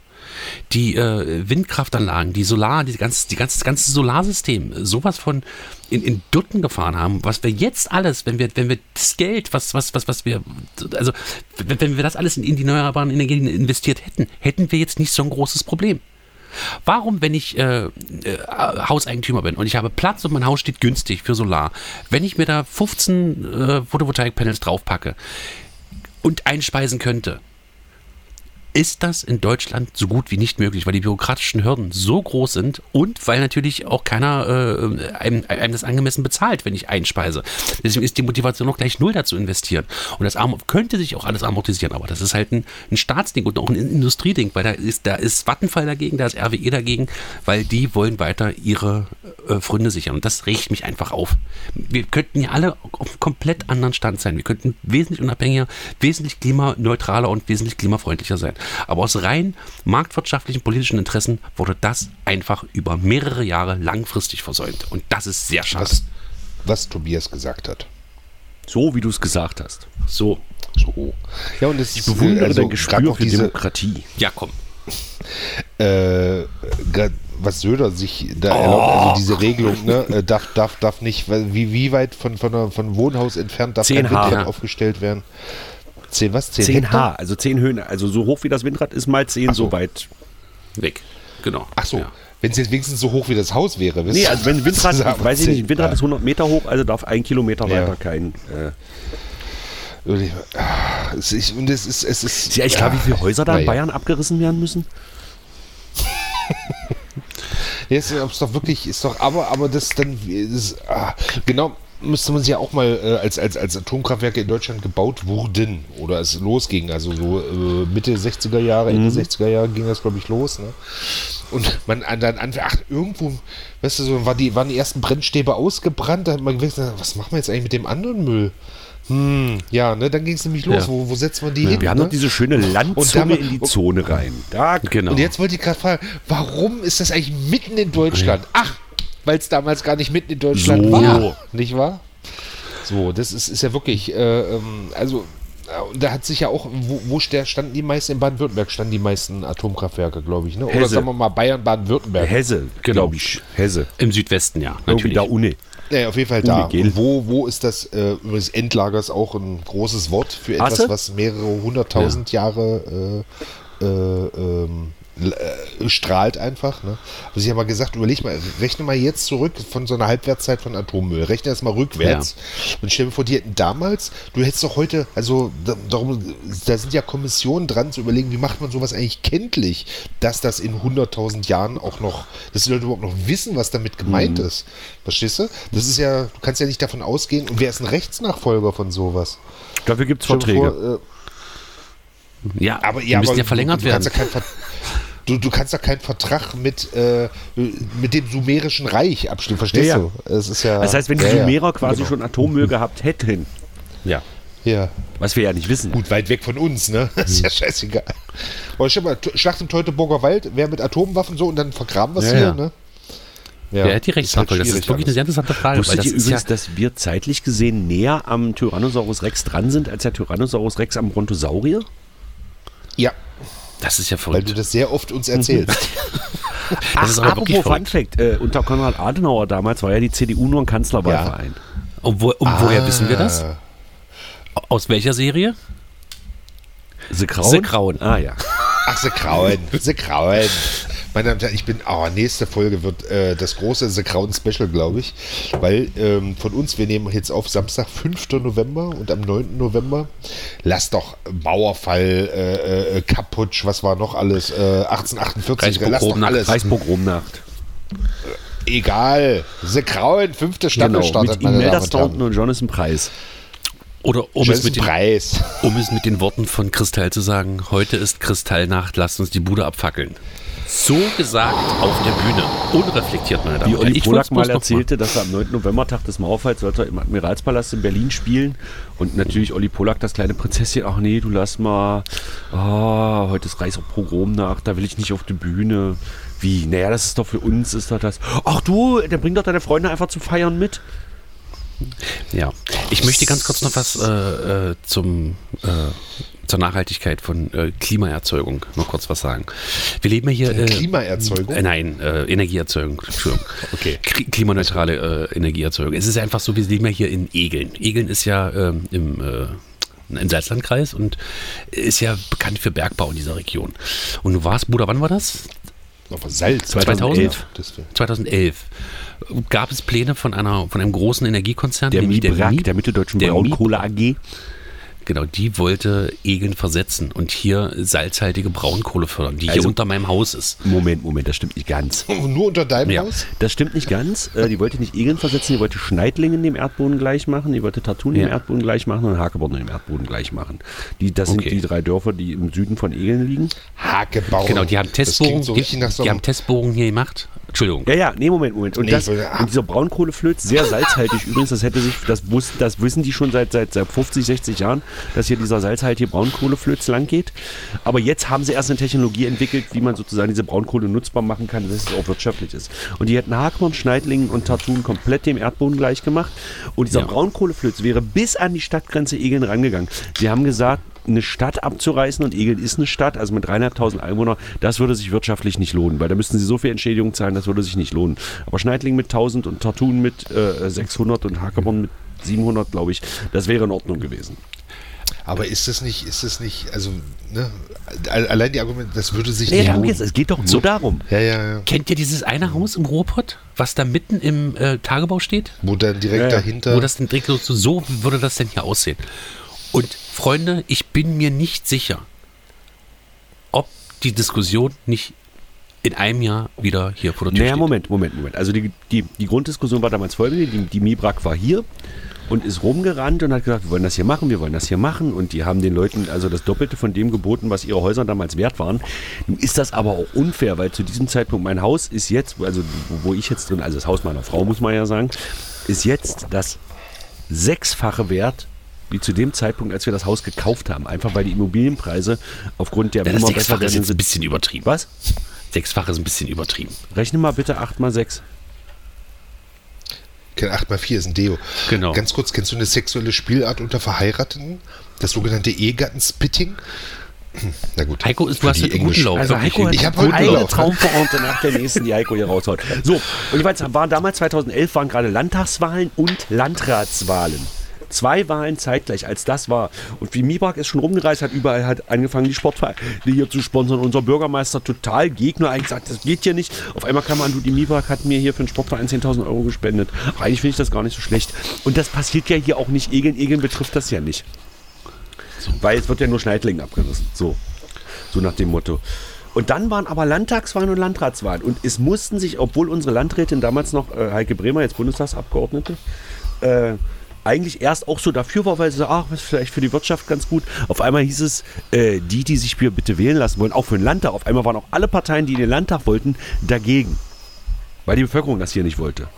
S2: Die äh, Windkraftanlagen, die Solar, die ganze, die ganze, das ganze Solarsystem, äh, sowas von in, in Dutten gefahren haben, was wir jetzt alles, wenn wir, wenn wir das Geld, was, was, was, was wir, also wenn, wenn wir das alles in, in die erneuerbaren Energien investiert hätten, hätten wir jetzt nicht so ein großes Problem. Warum, wenn ich äh, äh, Hauseigentümer bin und ich habe Platz und mein Haus steht günstig für Solar, wenn ich mir da 15 äh, Photovoltaik-Panels draufpacke und einspeisen könnte, ist das in Deutschland so gut wie nicht möglich, weil die bürokratischen Hürden so groß sind und weil natürlich auch keiner äh, einem, einem das angemessen bezahlt, wenn ich einspeise. Deswegen ist die Motivation auch gleich null dazu investieren. Und das Arm könnte sich auch alles amortisieren, aber das ist halt ein, ein Staatsding und auch ein Industrieding, weil da ist, da ist Vattenfall dagegen, da ist RWE dagegen, weil die wollen weiter ihre äh, Fründe sichern. Und das regt mich einfach auf. Wir könnten ja alle auf einem komplett anderen Stand sein. Wir könnten wesentlich unabhängiger, wesentlich klimaneutraler und wesentlich klimafreundlicher sein. Aber aus rein marktwirtschaftlichen, politischen Interessen wurde das einfach über mehrere Jahre langfristig versäumt. Und das ist sehr schade.
S5: Was, was Tobias gesagt hat.
S3: So wie du es gesagt hast.
S2: So,
S5: So. Ja, und das
S3: Ich bewundere dein äh, also
S5: grad
S3: Gespür
S5: Also auch
S3: für
S5: diese,
S3: Demokratie.
S2: ja komm.
S5: äh, grad, was Söder sich da
S3: Oh.
S5: erlaubt, also diese Regelung, ne, äh, darf, darf, darf nicht, weil wie, wie weit von, von, einer- von Wohnhaus entfernt darf
S3: 10
S5: kein Windrad
S3: Haar.
S5: aufgestellt werden? 10 was? 10,
S3: 10
S5: Hektar?
S3: H, also 10 Höhen. Also so hoch wie das Windrad ist mal 10 so weit.
S2: Weg. Genau.
S5: Ach so,
S2: Ja.
S5: wenn es jetzt wenigstens so hoch wie das Haus wäre. wisst
S3: Nee,
S5: ihr?
S3: also wenn ein Windrad,
S5: Sozusagen
S3: weiß ich
S5: 10,
S3: nicht, ein Windrad
S5: ja.
S3: ist 100 Meter hoch, also darf ein Kilometer
S5: Ja.
S3: weiter kein... Äh,
S5: Überleg mal. Ah, es ist- Und es ist, es ist.
S3: ist ja echt klar, wie viele Häuser da in
S5: naja.
S3: Bayern abgerissen werden müssen?
S5: Ja, ist, äh, ob's doch wirklich, ist doch, aber, aber das dann, das, ah, genau, müsste man sich ja auch mal, äh, als, als, als Atomkraftwerke in Deutschland gebaut wurden oder es losging, also so äh, Mitte 60er Jahre,
S3: Mhm.
S5: Ende 60er Jahre ging das, glaube ich, los, ne? Und man an- dann anfängt, ach, irgendwo, weißt du, so waren die, waren die ersten Brennstäbe ausgebrannt, da hat man gewusst, na, was machen wir jetzt eigentlich mit dem anderen Müll? Hm, ja, ne, dann ging es nämlich los,
S2: Ja.
S5: wo, wo setzt man die hin?
S3: Wir haben
S5: ne?
S3: doch diese schöne
S5: haben
S3: Landzunge
S5: wir-
S3: in die Zone rein. Da
S2: Genau.
S5: Und jetzt wollte ich gerade fragen, warum ist das eigentlich mitten in Deutschland? Ach, weil es damals gar nicht mitten in Deutschland
S3: So.
S5: war. Nicht wahr? So, das ist, ist ja wirklich, äh, ähm, also, äh, und da hat sich ja auch, wo, wo ster- standen die meisten, in Baden-Württemberg standen die meisten Atomkraftwerke, glaube ich, ne? Oder
S3: Hesse.
S5: sagen wir mal Bayern, Baden-Württemberg.
S3: Hesse,
S2: Genau.
S3: glaube ich. Hesse.
S2: Im Südwesten, ja.
S3: Irgendwie da ohne.
S5: Ja, auf jeden Fall da.
S3: Unbegehrt.
S5: Und wo, wo ist das, äh, übrigens Endlager ist auch ein großes Wort für etwas,
S3: Asse?
S5: was mehrere hunderttausend Jahre äh, äh, ähm, l- äh, strahlt einfach. Ne? Was ich ja mal gesagt, überleg mal, rechne mal jetzt zurück von so einer Halbwertszeit von Atommüll. Rechne das mal rückwärts. Und stell dir vor, die hätten damals, du hättest doch heute, also da- darum, da sind ja Kommissionen dran zu überlegen, wie macht man sowas eigentlich kenntlich, dass das in 100.000 Jahren auch noch, dass die Leute überhaupt noch wissen, was damit gemeint ist. Verstehst du? Das ist ja, du kannst ja nicht davon ausgehen, und wer ist ein Rechtsnachfolger von sowas?
S3: Dafür gibt es
S5: Stell dir
S3: Verträge.
S5: vor, äh,
S2: Ja,
S5: aber
S2: die
S5: ja,
S2: müssen
S5: aber
S2: ja verlängert
S5: du, du
S2: werden.
S5: Kannst ja kein Ver du, du kannst ja keinen Vertrag mit, äh, mit dem Sumerischen Reich abstimmen, verstehst
S3: Ja, ja.
S5: du? Es ist ja,
S3: Das heißt, wenn die
S5: ja, ja.
S3: Sumerer quasi schon Atommüll gehabt hätten,
S2: ja.
S5: Ja,
S3: was wir ja nicht wissen.
S5: gut, weit weg von uns, ne? ist
S3: Mhm.
S5: ja scheißegal. Aber schau mal, T- Schlacht im Teutoburger Wald, wer mit Atomwaffen so und dann vergraben wir es
S3: Ja,
S5: hier,
S3: ja.
S5: ne?
S2: Wer hat die
S5: ist halt
S2: Rechtsverfolgung? das ist
S5: schwierig
S2: wirklich eine sehr interessante Frage.
S3: Wusstet
S2: das
S3: ihr
S2: ist
S3: übrigens,
S2: ja,
S3: dass wir zeitlich gesehen näher am Tyrannosaurus Rex dran sind, als der Tyrannosaurus Rex am Brontosaurier?
S5: alles. Ja,
S2: das ist ja
S5: weil du
S2: verrückt.
S5: das sehr oft
S3: Mhm.
S5: uns erzählst.
S2: Das ist aber wirklich
S3: Fun
S2: verrückt.
S3: Fact, äh, unter Konrad Adenauer damals war ja die CDU nur ein Kanzlerwahlverein.
S2: Und, wo, und woher
S5: Ah.
S2: wissen wir das? Aus welcher Serie?
S3: The Crown?
S2: The Crown.
S3: Ah ja.
S5: Ach, The Crown, The Crown. Meine Damen und Herren, ich bin, oh, nächste Folge wird äh, das große The Crown Special, glaube ich, weil ähm, von uns, wir nehmen jetzt auf Samstag, 5. November und am 9. November, lass doch Mauerfall, äh, äh, Kaputsch, was war noch alles, äh, 1848, lass doch
S2: Reichspogrom nach
S5: alles,
S3: Reichspogromnacht.
S5: egal, The Crown, fünfte Staffel
S3: Genau,
S5: startet,
S3: mit
S5: meine
S3: Imelda
S5: Damen und
S3: Staunton
S5: Herren.
S3: und Jonathan Price.
S2: Oder um es,
S5: Schönsten
S2: mit den,
S5: Preis.
S2: um es mit den Worten von Kristall zu sagen, heute ist Kristallnacht, lasst uns die Bude abfackeln. So gesagt auf der Bühne. Unreflektiert, meine Damen
S3: Wie
S2: und Herren.
S3: Olli
S2: wollte
S3: Polak
S2: es bloß
S3: mal
S2: noch
S3: erzählte, dass er am 9. November, Tag des Mauerfalls, sollte er im Admiralspalast in Berlin spielen. Und natürlich Olli Polak, das kleine Prinzesschen, ach nee, du lass mal, ah, heute ist Reichspogrom nach, da will ich nicht auf die Bühne. Wie, naja, das ist doch für uns, ist doch das. Ach du, dann bring doch deine Freunde einfach zu feiern mit.
S2: Ja, ich möchte ganz kurz noch was äh, äh, zum, äh, zur Nachhaltigkeit von äh, Klimaerzeugung noch kurz was sagen. Wir leben ja hier. Äh,
S5: Klimaerzeugung?
S2: Äh, nein, äh, Energieerzeugung. Entschuldigung.
S5: Okay.
S2: Kli- Klimaneutrale äh, Energieerzeugung. Es ist einfach so, wir leben ja hier in Egeln. Egeln ist ja ähm, im. Äh, im Salzlandkreis und ist ja bekannt für Bergbau in dieser Region. Und du warst, Bruder, wann war das?
S5: Noch was Salz.
S2: 2011.
S5: Deswegen.
S2: 2011 gab es Pläne von, einer, von einem großen Energiekonzern,
S3: Der
S2: nämlich
S3: Mibrak, der mitteldeutschen
S2: der
S3: Braunkohle AG.
S2: Genau, die wollte Egen versetzen und hier salzhaltige Braunkohle fördern, die hier
S3: Also-
S2: unter meinem Haus ist.
S3: Moment, Moment, das stimmt nicht ganz.
S5: Nur unter deinem
S2: Ja.
S5: Haus?
S3: Das stimmt nicht ganz. Äh, die wollte nicht Egeln versetzen, die wollte Schneidlingen dem Erdboden gleich machen, die wollte Tatun dem
S2: Ja.
S3: Erdboden gleich machen und Hakeborn dem Erdboden gleich machen. Die, das
S2: Okay.
S3: sind die drei Dörfer, die im Süden von Egeln liegen.
S5: Hakebaum.
S2: Genau, die haben
S5: Oh, Das
S2: Testbohrungen,
S5: klingt so richtig
S2: die,
S5: nach so
S2: die
S5: einem
S2: haben Testbohrungen hier gemacht. Entschuldigung.
S3: Ja, ja, nee, Moment, Moment. Und,
S5: Nee,
S3: das,
S5: ich wollte-
S3: und dieser Braunkohleflöz, sehr salzhaltig übrigens, das hätte sich, das, wus, das wissen die schon seit, seit, seit 50, 60 Jahren, dass hier dieser salzhaltige Braunkohleflöz lang geht. Aber jetzt haben sie erst eine Technologie entwickelt, wie man sozusagen diese Braunkohle nutzbar machen kann, dass es auch wirtschaftlich ist. Und die hätten Hackmann, Schneidlingen und Tatun komplett dem Erdboden gleich gemacht. Und dieser
S2: Ja.
S3: Braunkohleflöz wäre bis an die Stadtgrenze Egeln rangegangen. Sie haben gesagt, eine Stadt abzureißen und Egeln ist eine Stadt, also mit dreieinhalbtausend Einwohnern, das würde sich wirtschaftlich nicht lohnen, weil da müssten sie so viel Entschädigung zahlen, das würde sich nicht lohnen. Aber Schneidling mit 1000 und Tartun mit äh, 600 und Hakeborn mit 700, glaube ich, das wäre in Ordnung gewesen.
S5: Aber ist das nicht, ist das nicht, also, ne, al- allein die Argumente, das würde sich
S3: Nee,
S5: nicht
S3: darum
S5: lohnen.
S3: geht's. Es geht doch nur darum.
S5: Ja, ja, ja.
S2: Kennt ihr dieses eine Haus im Ruhrpott, was da mitten im äh, Tagebau steht?
S5: Wo dann direkt
S3: Ja, ja.
S5: dahinter.
S2: Wo das denn direkt so, so würde das denn hier aussehen? Und Freunde, ich bin mir nicht sicher, ob die Diskussion nicht in einem Jahr wieder hier vor der Tür
S3: Naja,
S2: steht.
S3: Moment, Moment, Moment. Also die, die, die Grunddiskussion war damals folgende. Die, die Mibrak war hier und ist rumgerannt und hat gesagt, wir wollen das hier machen, wir wollen das hier machen. Und die haben den Leuten also das Doppelte von dem geboten, was ihre Häuser damals wert waren. Nun ist das aber auch unfair, weil zu diesem Zeitpunkt mein Haus ist jetzt, also wo, wo ich jetzt drin, also das Haus meiner Frau, muss man ja sagen, ist jetzt das sechsfache Wert wie zu dem Zeitpunkt, als wir das Haus gekauft haben. Einfach weil die Immobilienpreise aufgrund der
S2: Ja, das
S3: immer
S2: Sechsfache ist
S3: werdenden
S2: jetzt ein
S3: Sit-
S2: bisschen übertrieben.
S3: Was?
S2: Sechsfache ist ein bisschen übertrieben.
S3: Rechne mal bitte 8 mal 6.
S5: Kein 8x4 ist ein Deo.
S2: Genau.
S5: Ganz kurz, kennst du eine sexuelle Spielart unter Verheirateten? Das sogenannte Ehegatten-Spitting? Na gut.
S2: Heiko, ist-
S5: Für
S2: du hast
S5: die
S2: einen guten
S5: Englisch-
S2: Lauf.
S3: Also
S2: wirklich.
S3: Heiko hat
S5: Ich
S3: ich
S5: hab heute
S3: eine
S5: Urlaub.
S3: Traumpointe nach der nächsten, die Heiko hier raushaut. So, und ich weiß, waren damals 2011 waren gerade Landtagswahlen und Landratswahlen. Zwei Wahlen zeitgleich, als das war. Und wie Mibrak ist schon rumgereist, hat überall hat angefangen, die Sportvereine hier zu sponsern. Unser Bürgermeister total Gegner, eigentlich sagt, das geht hier nicht. Auf einmal kam man, du, die Mibrak hat mir hier für den Sportverein 10.000 Euro gespendet. Ach, eigentlich finde ich das gar nicht so schlecht. Und das passiert ja hier auch nicht. Egeln, Egeln betrifft das ja nicht. Weil es wird ja nur Schneidling abgerissen. So. So nach dem Motto. Und dann waren aber Landtagswahlen und Landratswahlen. Und es mussten sich, obwohl unsere Landrätin damals noch, äh, Heike Bremer, jetzt Bundestagsabgeordnete, äh, eigentlich erst auch so dafür war, weil sie so, ach, ist vielleicht für die Wirtschaft ganz gut. Auf einmal hieß es, äh, die, die sich hier bitte wählen lassen wollen, auch für den Landtag, auf einmal waren auch alle Parteien, die in den Landtag wollten, dagegen. Weil die Bevölkerung das hier nicht wollte.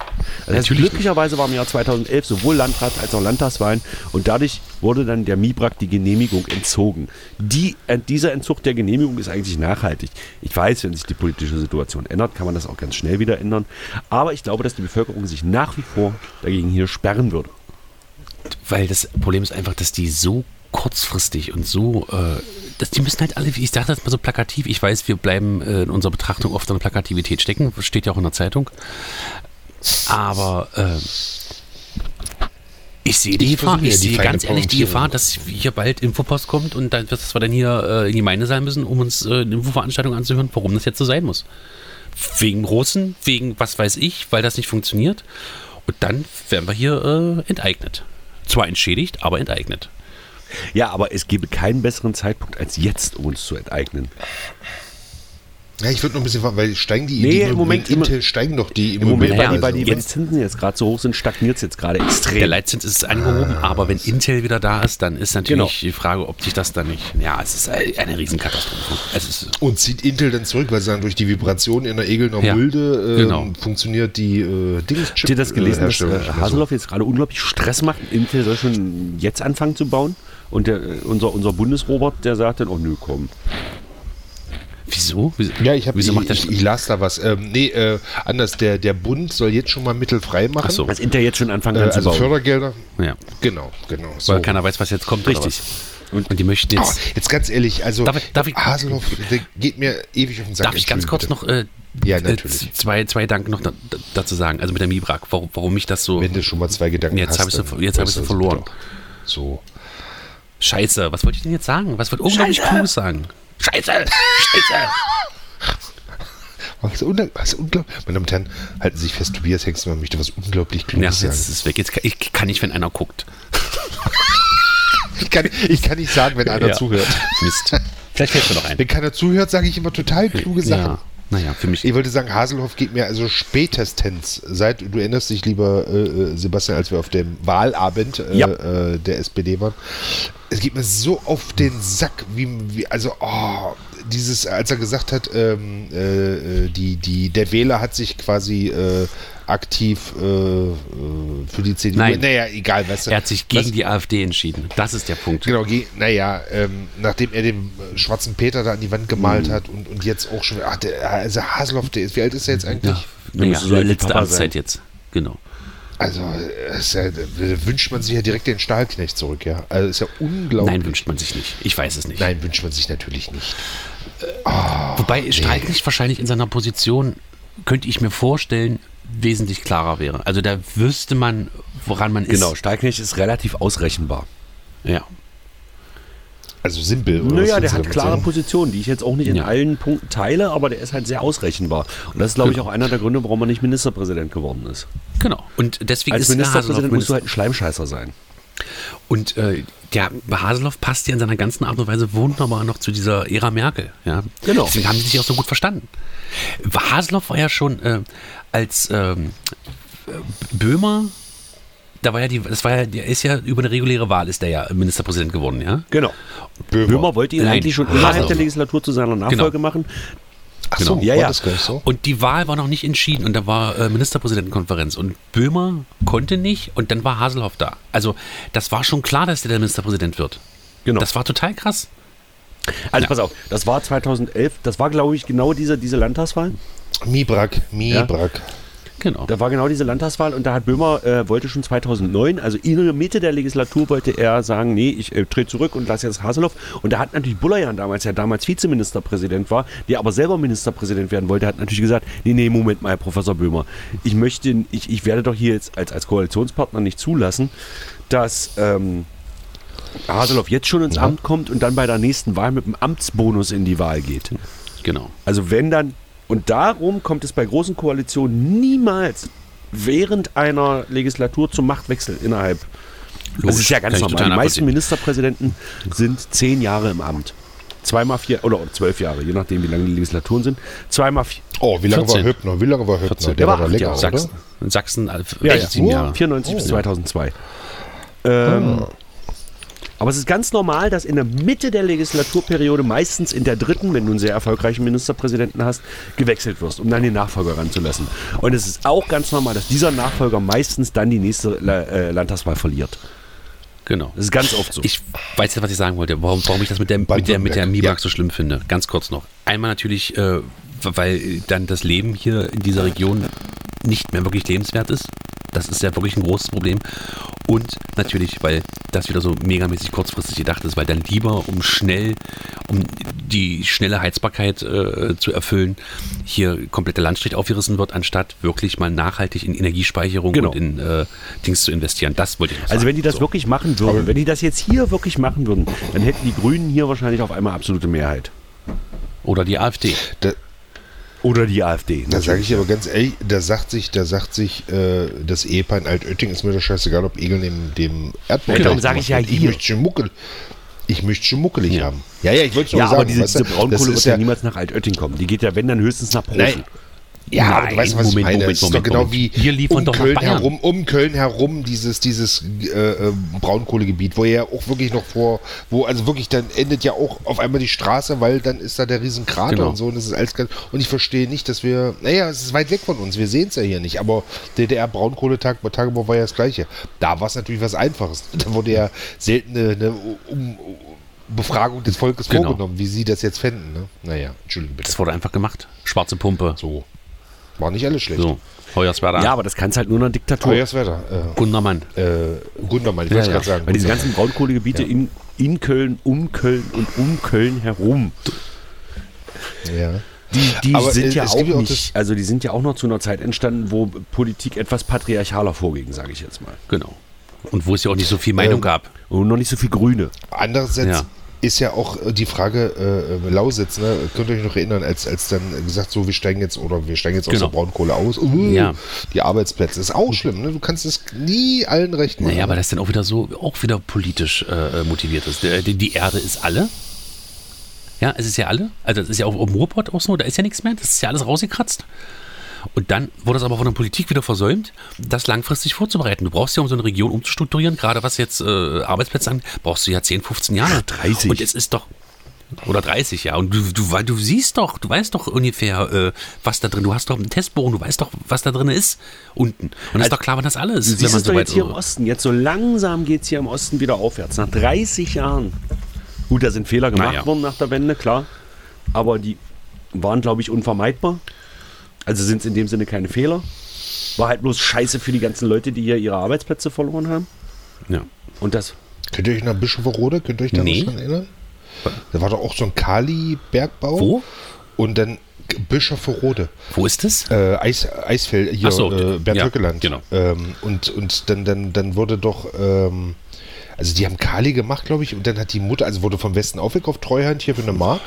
S3: Also das heißt, glücklicherweise war im Jahr 2011 sowohl Landrats- als auch Landtagswahlen und dadurch wurde dann der MIBRAG die Genehmigung entzogen. Die, äh, dieser Entzug der Genehmigung ist eigentlich nachhaltig. Ich weiß, wenn sich die politische Situation ändert, kann man das auch ganz schnell wieder ändern. Aber ich glaube, dass die Bevölkerung sich nach wie vor dagegen hier sperren würde.
S2: Weil das Problem ist einfach, dass die so kurzfristig und so, äh, dass die müssen halt alle, ich sage das mal so plakativ, ich weiß, wir bleiben äh, in unserer Betrachtung oft an der Plakativität stecken, steht ja auch in der Zeitung. Aber äh, ich sehe die
S5: Ich
S2: Gefahr,
S5: versuche ja
S2: ich
S5: die
S2: sehe
S5: feine
S2: ganz ehrlich die
S5: Pointierung.
S2: Gefahr, dass hier bald Infopost kommt und dann, dass wir dann hier äh, in die Gemeinde sein müssen, um uns äh, eine Infoveranstaltung anzuhören, warum das jetzt so sein muss. Wegen Russen, wegen was weiß ich, weil das nicht funktioniert. Und dann werden wir hier äh, enteignet. Zwar entschädigt, aber enteignet.
S3: Ja, aber es gäbe keinen besseren Zeitpunkt als jetzt, um uns zu enteignen.
S5: Ja, ich würde noch ein bisschen, warten, weil steigen die
S3: Nee,
S5: die
S3: im Moment immer-
S5: Intel steigen doch die
S3: Im Moment,
S2: Ja,
S3: weil die, weil die
S5: Immobilienpreise.
S2: also
S3: wenn die Zinsen jetzt gerade so hoch sind, stagniert es jetzt gerade extrem.
S2: Der Leitzins ist angehoben, aber wenn Intel wieder da ist, dann ist natürlich die Frage, ob sich das dann nicht. Ja, es ist ein- eine Riesenkatastrophe. Also Es ist,
S5: Und zieht Intel dann zurück, weil sie dann durch die Vibration in der Egelner
S2: Ja,
S5: Mulde ähm,
S2: genau.
S5: funktioniert die äh,
S3: Habt ihr das gelesen, dass äh,
S5: Haseloff
S3: Haseloff jetzt gerade unglaublich Stress macht? Intel soll schon jetzt anfangen zu bauen? Und der, äh, unser, unser Bundesrobot, der sagt dann, oh nö, komm.
S2: wieso? Wieso-
S5: Ja, ich habe
S2: Wieso macht der
S5: ich, ich las da was. Ähm, nee, äh, anders, der, der Bund soll jetzt schon mal Mittel frei machen.
S2: Ach so.
S3: Dass Intel jetzt schon anfangen
S5: Äh,
S3: kann zu
S5: also
S3: bauen.
S5: Fördergelder.
S2: Ja,
S5: Genau, genau. So.
S2: weil keiner weiß, was jetzt kommt. oder
S3: Richtig.
S2: was. Und, die möchten
S5: Oh,
S2: jetzt.
S5: jetzt ganz ehrlich, also
S2: Darf ich- darf ich-
S5: Haselhoff, der geht mir ewig auf den Sack.
S2: Darf ich ganz kurz
S5: Entschuldigung,
S2: noch äh,
S5: Ja,
S2: äh,
S5: natürlich.
S2: zwei, zwei Gedanken noch da, dazu sagen? Also mit der Mibrak, warum, warum mich das so.
S5: bitte. Wenn du schon mal zwei Gedanken
S2: Jetzt
S5: hast.
S2: habe ich sie
S5: dann
S2: ver- jetzt habe ich sie
S5: äußerst
S2: verloren.
S5: bitte. So.
S2: Scheiße, was wollte ich denn jetzt sagen? Was wollte unglaublich Kluges sagen? Scheiße! Scheiße!
S5: Was, ungl was unglaublich. Meine Damen und Herren, halten Sie sich fest, Tobias Hengstmann möchte was unglaublich
S2: Ja,
S5: Kluges
S2: jetzt ist
S5: sagen.
S2: es weg. Jetzt kann, ich kann nicht, wenn einer guckt.
S5: Ich kann, ich kann nicht sagen, wenn einer
S2: Ja.
S5: zuhört.
S2: Mist. Vielleicht fällt mir noch ein.
S5: Wenn keiner zuhört, sage ich immer total kluge Sachen.
S2: Ja. Naja, für mich.
S5: Ich wollte sagen, Haselhoff geht mir also spätestens, seit du erinnerst dich, lieber äh, äh, Sebastian, als wir auf dem Wahlabend äh,
S3: Ja.
S5: äh, der SPD waren, es geht mir so auf den Sack, wie, wie also oh, dieses, als er gesagt hat, ähm, äh, äh, die, die, der Wähler hat sich quasi äh, aktiv äh, äh, für die CDU.
S2: Nein.
S5: Naja, egal, weißt du.
S2: Er hat sich gegen
S5: was,
S2: die AfD entschieden. Das ist der Punkt.
S5: Genau, ge- naja, ähm, nachdem er den äh, schwarzen Peter da an die Wand
S2: Mhm.
S5: gemalt hat und, und jetzt auch schon, ach, der, also Haseloff, der ist, wie alt ist er jetzt eigentlich?
S2: Ja, naja,
S3: müsste so alt wie
S2: letzte
S3: Papa
S2: Amtszeit jetzt. Genau.
S5: Also, äh, ist ja, äh, wünscht man sich ja direkt den Stahlknecht zurück, ja. Also, ist ja unglaublich.
S2: Nein, wünscht man sich nicht. Ich weiß es nicht.
S5: Nein, wünscht man sich natürlich nicht.
S2: Wobei Streiklicht wahrscheinlich in seiner Position, könnte ich mir vorstellen, wesentlich klarer wäre. Also da wüsste man, woran man
S7: Genau,
S2: ist.
S7: Steigknecht ist relativ ausrechenbar.
S2: Ja.
S5: Also, simpel. oder was
S3: Naja, der
S5: willst du
S3: hat
S5: damit
S3: klare
S5: sagen?
S3: Positionen, die ich jetzt auch nicht in
S2: Ja.
S3: allen Punkten teile, aber der ist halt sehr ausrechenbar. Und das ist, glaube ich, auch einer der Gründe, warum er nicht Ministerpräsident geworden ist.
S2: Genau. Und deswegen
S3: Als
S2: ist der Haseloff
S3: Ministerpräsident musst du
S2: Minister.
S3: halt ein Schleimscheißer sein.
S2: Und äh, der Haseloff passt ja in seiner ganzen Art und Weise wunderbar noch zu dieser Ära Merkel. Ja.
S3: Genau.
S2: Deswegen haben die sich auch so gut verstanden. Haseloff war ja schon äh, als ähm, äh, Böhmer, da war ja die, das war ja, der ist ja über eine reguläre Wahl ist der ja Ministerpräsident geworden, ja.
S3: Genau.
S5: Böhmer.
S3: Böhmer wollte ihn
S2: Nein. Genau.
S3: eigentlich schon
S2: Haseloff.
S3: innerhalb der Legislatur zu seiner Nachfolge machen.
S5: Ach so,
S3: Genau. Ja,
S5: war
S3: ja.
S5: das gleich so?
S2: Und die Wahl war noch nicht entschieden und da war äh, Ministerpräsidentenkonferenz und Böhmer konnte nicht und dann war Haselhoff da. Also das war schon klar, dass der der Ministerpräsident wird.
S3: Genau.
S2: Das war total krass.
S3: also pass auf, das war 2011, das war, glaube ich, genau diese, diese Landtagswahl.
S5: Mibrak, Mibrak.
S2: Genau.
S3: Da war genau diese Landtagswahl und da hat Böhmer, äh, wollte schon 2009, also in der Mitte der Legislatur wollte er sagen, nee, ich äh, trete zurück und lasse jetzt Haseloff. Und da hat natürlich Bullerjan damals, der damals Vizeministerpräsident war, der aber selber Ministerpräsident werden wollte, hat natürlich gesagt, nee, nee, Moment mal, Herr Professor Böhmer, ich möchte, ich, ich werde doch hier jetzt als, als Koalitionspartner nicht zulassen, dass... Ähm, Haseloff jetzt schon ins Amt kommt und dann bei der nächsten Wahl mit einem Amtsbonus in die Wahl geht.
S2: Genau.
S3: Also wenn dann, und darum kommt es bei großen Koalitionen niemals während einer Legislatur zum Machtwechsel innerhalb. das ist ja
S2: kann
S3: ganz
S2: ich
S3: normal.
S2: total
S3: Die meisten
S2: nachvollziehen.
S3: Ministerpräsidenten sind zehn Jahre im Amt. Zweimal vier oder zwölf Jahre, je nachdem, wie lange die Legislaturen sind. Zweimal vier.
S5: Oh, wie lange war
S2: 14.
S5: Höppner? Wie lange war Höppner? Der,
S3: Der
S5: war
S3: war
S5: doch
S3: acht
S5: länger,
S3: Jahre.
S5: oder?
S2: Sachsen, in Sachsen äh,
S3: Ja,
S2: 16
S5: ja.
S2: Jahre. Oh. Ah.
S3: 94 Oh. bis 2002. Ähm, Aber es ist ganz normal, dass in der Mitte der Legislaturperiode, meistens in der dritten, wenn du einen sehr erfolgreichen Ministerpräsidenten hast, gewechselt wirst, um dann den Nachfolger ranzulassen. Und es ist auch ganz normal, dass dieser Nachfolger meistens dann die nächste La- äh, Landtagswahl verliert.
S2: Genau.
S3: Das ist ganz oft so.
S2: Ich weiß jetzt, was ich sagen wollte, warum, warum ich das mit der, mit der, mit der
S5: Baden-Württemberg,
S2: Mibak
S5: ja.
S2: so schlimm finde. Ganz kurz noch. Einmal natürlich, äh, weil dann das Leben hier in dieser Region nicht mehr wirklich lebenswert ist. Das ist ja wirklich ein großes Problem. Und natürlich, weil das wieder so megamäßig kurzfristig gedacht ist, weil dann lieber, um schnell, um die schnelle Heizbarkeit äh, zu erfüllen, hier komplette Landstrich aufgerissen wird, anstatt wirklich mal nachhaltig in Energiespeicherung
S3: Genau.
S2: und in äh, Dings zu investieren. Das wollte ich noch sagen.
S3: Also wenn die das
S2: So.
S3: wirklich machen würden, wenn die das jetzt hier wirklich machen würden, dann hätten die Grünen hier wahrscheinlich auf einmal absolute Mehrheit.
S2: Oder die AfD.
S5: Da,
S3: Oder die AfD.
S5: da sage ich aber ganz ehrlich, da sagt sich, da sagt sich, äh, das Ehepaar in Altötting ist mir doch scheißegal, ob Egel neben dem Erdbeer.
S3: Darum Genau, sag ich ja
S5: Ich
S3: hier.
S5: möchte schon muckel. Ich möchte schon muckelig haben. Ja, ja, ich wollte schon
S3: Ja,
S5: sagen.
S3: aber diese,
S5: weißt du,
S3: diese
S5: das
S3: Braunkohle
S5: ist
S3: wird ja, niemals nach Altötting kommen. Die geht ja, wenn, dann höchstens nach Profen.
S5: Nein. Ja, aber du
S2: Nein,
S5: weißt, was ich
S2: Moment,
S5: meine.
S2: Moment,
S5: es ist doch
S2: Moment,
S5: genau
S2: Moment.
S5: wie
S2: Wir liefern
S5: um
S2: doch nach
S5: Köln
S2: Bayern.
S5: herum, um Köln herum dieses, dieses äh, äh, Braunkohlegebiet, wo ja auch wirklich noch vor, wo also wirklich dann endet ja auch auf einmal die Straße, weil dann ist da der Riesenkrater
S2: Genau.
S5: und so und das ist alles ganz, und ich verstehe nicht, dass wir, naja, es ist weit weg von uns, wir sehen es ja hier nicht, aber DDR Braunkohletag, Tagebau war ja das gleiche. Da war es natürlich was Einfaches. Da wurde ja selten eine, eine um, Befragung des Volkes
S2: Genau.
S5: vorgenommen, wie sie das jetzt fänden. Ne? Naja, Entschuldigung bitte.
S2: Das wurde einfach gemacht. Schwarze Pumpe. So.
S5: So. War nicht alles schlecht.
S2: Hoyerswerda.
S3: Ja, aber das kann es halt nur in einer Diktatur.
S5: Teuers Wetter.
S2: Gundermann.
S5: Äh, äh, Gundermann, ich wollte es
S2: Ja, ja.
S5: gerade sagen.
S3: Weil diese ganzen Braunkohlegebiete in, in Köln, um Köln und um Köln herum,
S5: ja.
S3: die, die
S5: Aber, äh,
S3: sind ja
S5: es
S3: auch
S5: gibt ja auch
S3: nicht, also die sind ja auch noch zu einer Zeit entstanden, wo Politik etwas patriarchaler vorging, sage ich jetzt mal.
S2: Genau. Und wo es ja auch nicht so viel Meinung gab.
S3: Und noch nicht so viel Grüne.
S5: Andererseits,
S2: Ja.
S5: ist ja auch äh, die Frage äh, Lausitz, ne? Könnt ihr euch noch erinnern, als, als dann gesagt, so wir steigen jetzt oder wir steigen jetzt aus der
S2: Genau.
S5: Braunkohle aus. Uh,
S2: Ja.
S5: Die Arbeitsplätze. Ist auch schlimm, ne? Du kannst es nie allen recht machen.
S2: Naja, aber das dann auch wieder so, auch wieder politisch äh, motiviert ist. Der- Die, die Erde ist alle. Ja, es ist ja alle. Also es ist ja auch im Ruhrpott auch so, da ist ja nichts mehr. Das ist ja alles rausgekratzt. Und dann wurde es aber von der Politik wieder versäumt, das langfristig vorzubereiten. Du brauchst ja, um so eine Region umzustrukturieren, gerade was jetzt äh, Arbeitsplätze angeht, brauchst du ja 10, 15 Jahre.
S1: 30.
S2: Und es ist doch. Oder 30, ja. Und du, du, wei- du siehst doch, du weißt doch ungefähr, äh, was da drin. Du hast doch einen Testbogen, du weißt doch, was da drin ist unten. Und es ist doch klar, wann das alles
S3: Du
S2: ist,
S3: Also siehst es doch jetzt hier im
S2: so-
S3: Osten. Jetzt so langsam geht es hier im Osten wieder aufwärts. Nach 30 Jahren. Gut, da sind Fehler gemacht
S2: Naja.
S3: worden nach der Wende, klar. Aber die waren, glaube ich, unvermeidbar. Also sind es in dem Sinne keine Fehler. War halt bloß scheiße für die ganzen Leute, die hier ihre Arbeitsplätze verloren haben.
S2: Ja.
S3: Und das
S5: Könnt ihr euch nach Bischofferode, könnt ihr euch da
S2: Nee.
S5: noch dran erinnern? Da war doch auch so ein Kali-Bergbau.
S2: Wo?
S5: Und dann Bischofferode.
S2: Wo ist es?
S5: Äh, Eis, Eisfeld, hier,
S2: Ach so,
S5: äh, Bernd
S2: ja,
S5: Höckeland.
S2: genau.
S5: Ähm, und und dann, dann, dann wurde doch, ähm, also die haben Kali gemacht, glaube ich, und dann hat die Mutter, also wurde vom Westen aufgekauft, Treuhand hier für eine Mark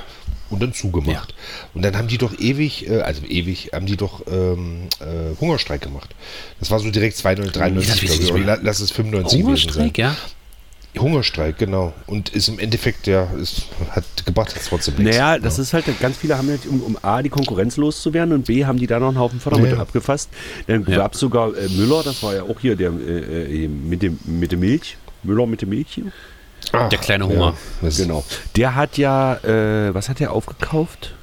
S5: und dann zugemacht. Und dann haben die doch ewig, äh, also ewig, haben die doch ähm, äh, Hungerstreik gemacht. Das war so direkt 92,
S2: Das weiß
S5: 93,
S2: ich
S5: glaube ich,
S2: nicht
S5: oder
S2: mehr.
S5: la- lass es 95 gewesen sein.
S2: Hungerstreik, Oh, ja.
S5: Hungerstreik, genau. Und ist im Endeffekt, ja, ist, hat gebracht, hat trotzdem nichts.
S3: Naja, das ist halt, ganz viele haben halt, um, um A, die Konkurrenz loszuwerden und B, haben die da noch einen Haufen Fördermittel
S5: Ja.
S3: abgefasst. Dann
S2: Ja.
S3: gab es sogar äh, Müller, das war ja auch hier der äh, äh, mit, dem, mit der Milch. Müller mit der Milch hier.
S5: Ach,
S2: Der kleine Hunger.
S5: Ah, das-
S3: Genau. Der hat ja, äh, was hat er aufgekauft?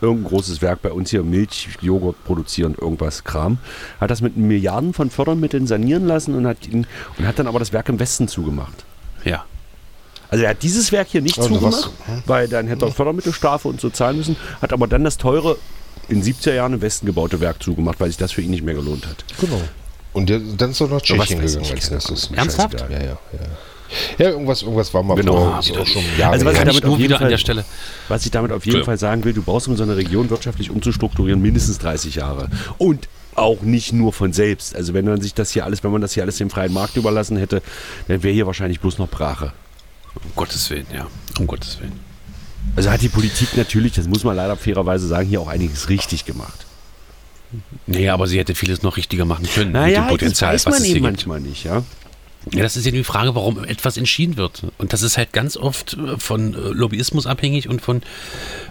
S3: Irgendein großes Werk bei uns hier, Milch, Joghurt produzieren, irgendwas, Kram. Hat das mit Milliarden von Fördermitteln sanieren lassen und hat, ihn, und hat dann aber das Werk im Westen zugemacht.
S2: Ja.
S3: Also er hat dieses Werk hier nicht
S5: Oh, na was.
S3: zugemacht, weil dann hätte er Fördermittelstrafe und so zahlen müssen, hat aber dann das teure, in 70er Jahren im Westen gebaute Werk zugemacht, weil sich das für ihn nicht mehr gelohnt hat.
S5: Genau. Und der, dann ist er nach
S3: was
S5: Tschechien
S3: weiß
S5: gegangen
S3: ich,
S5: als
S3: keine
S5: nächstes.
S3: Ahnung.
S2: Ernsthaft?
S5: Ja, ja, ja. Ja, irgendwas, irgendwas war mal
S3: Genau.
S5: vor, ist auch schon Jahre
S3: Also was
S5: her.
S2: Kann
S3: ich damit
S2: ich nur
S3: auf jeden
S2: wieder an
S3: Fall-
S2: der Stelle.
S3: Was ich damit auf jeden
S2: Entschuldigung.
S3: Fall sagen will, du brauchst, um so eine Region wirtschaftlich umzustrukturieren, mindestens 30 Jahre. Und auch nicht nur von selbst. Also wenn man sich das hier alles, wenn man das hier alles dem freien Markt überlassen hätte, dann wäre hier wahrscheinlich bloß noch Brache.
S2: Um Gottes Willen, ja. Um Gottes Willen.
S3: Also hat die Politik natürlich, das muss man leider fairerweise sagen, hier auch einiges richtig gemacht.
S2: Nee, aber sie hätte vieles noch richtiger machen können. mit dem
S3: Naja, das
S2: Potenzial,
S3: weiß
S2: was
S3: man
S2: es hier
S3: eben
S2: gibt.
S3: manchmal nicht, ja.
S2: Ja, das ist eben die Frage, warum etwas entschieden wird. Und das ist halt ganz oft äh, von äh, Lobbyismus abhängig und von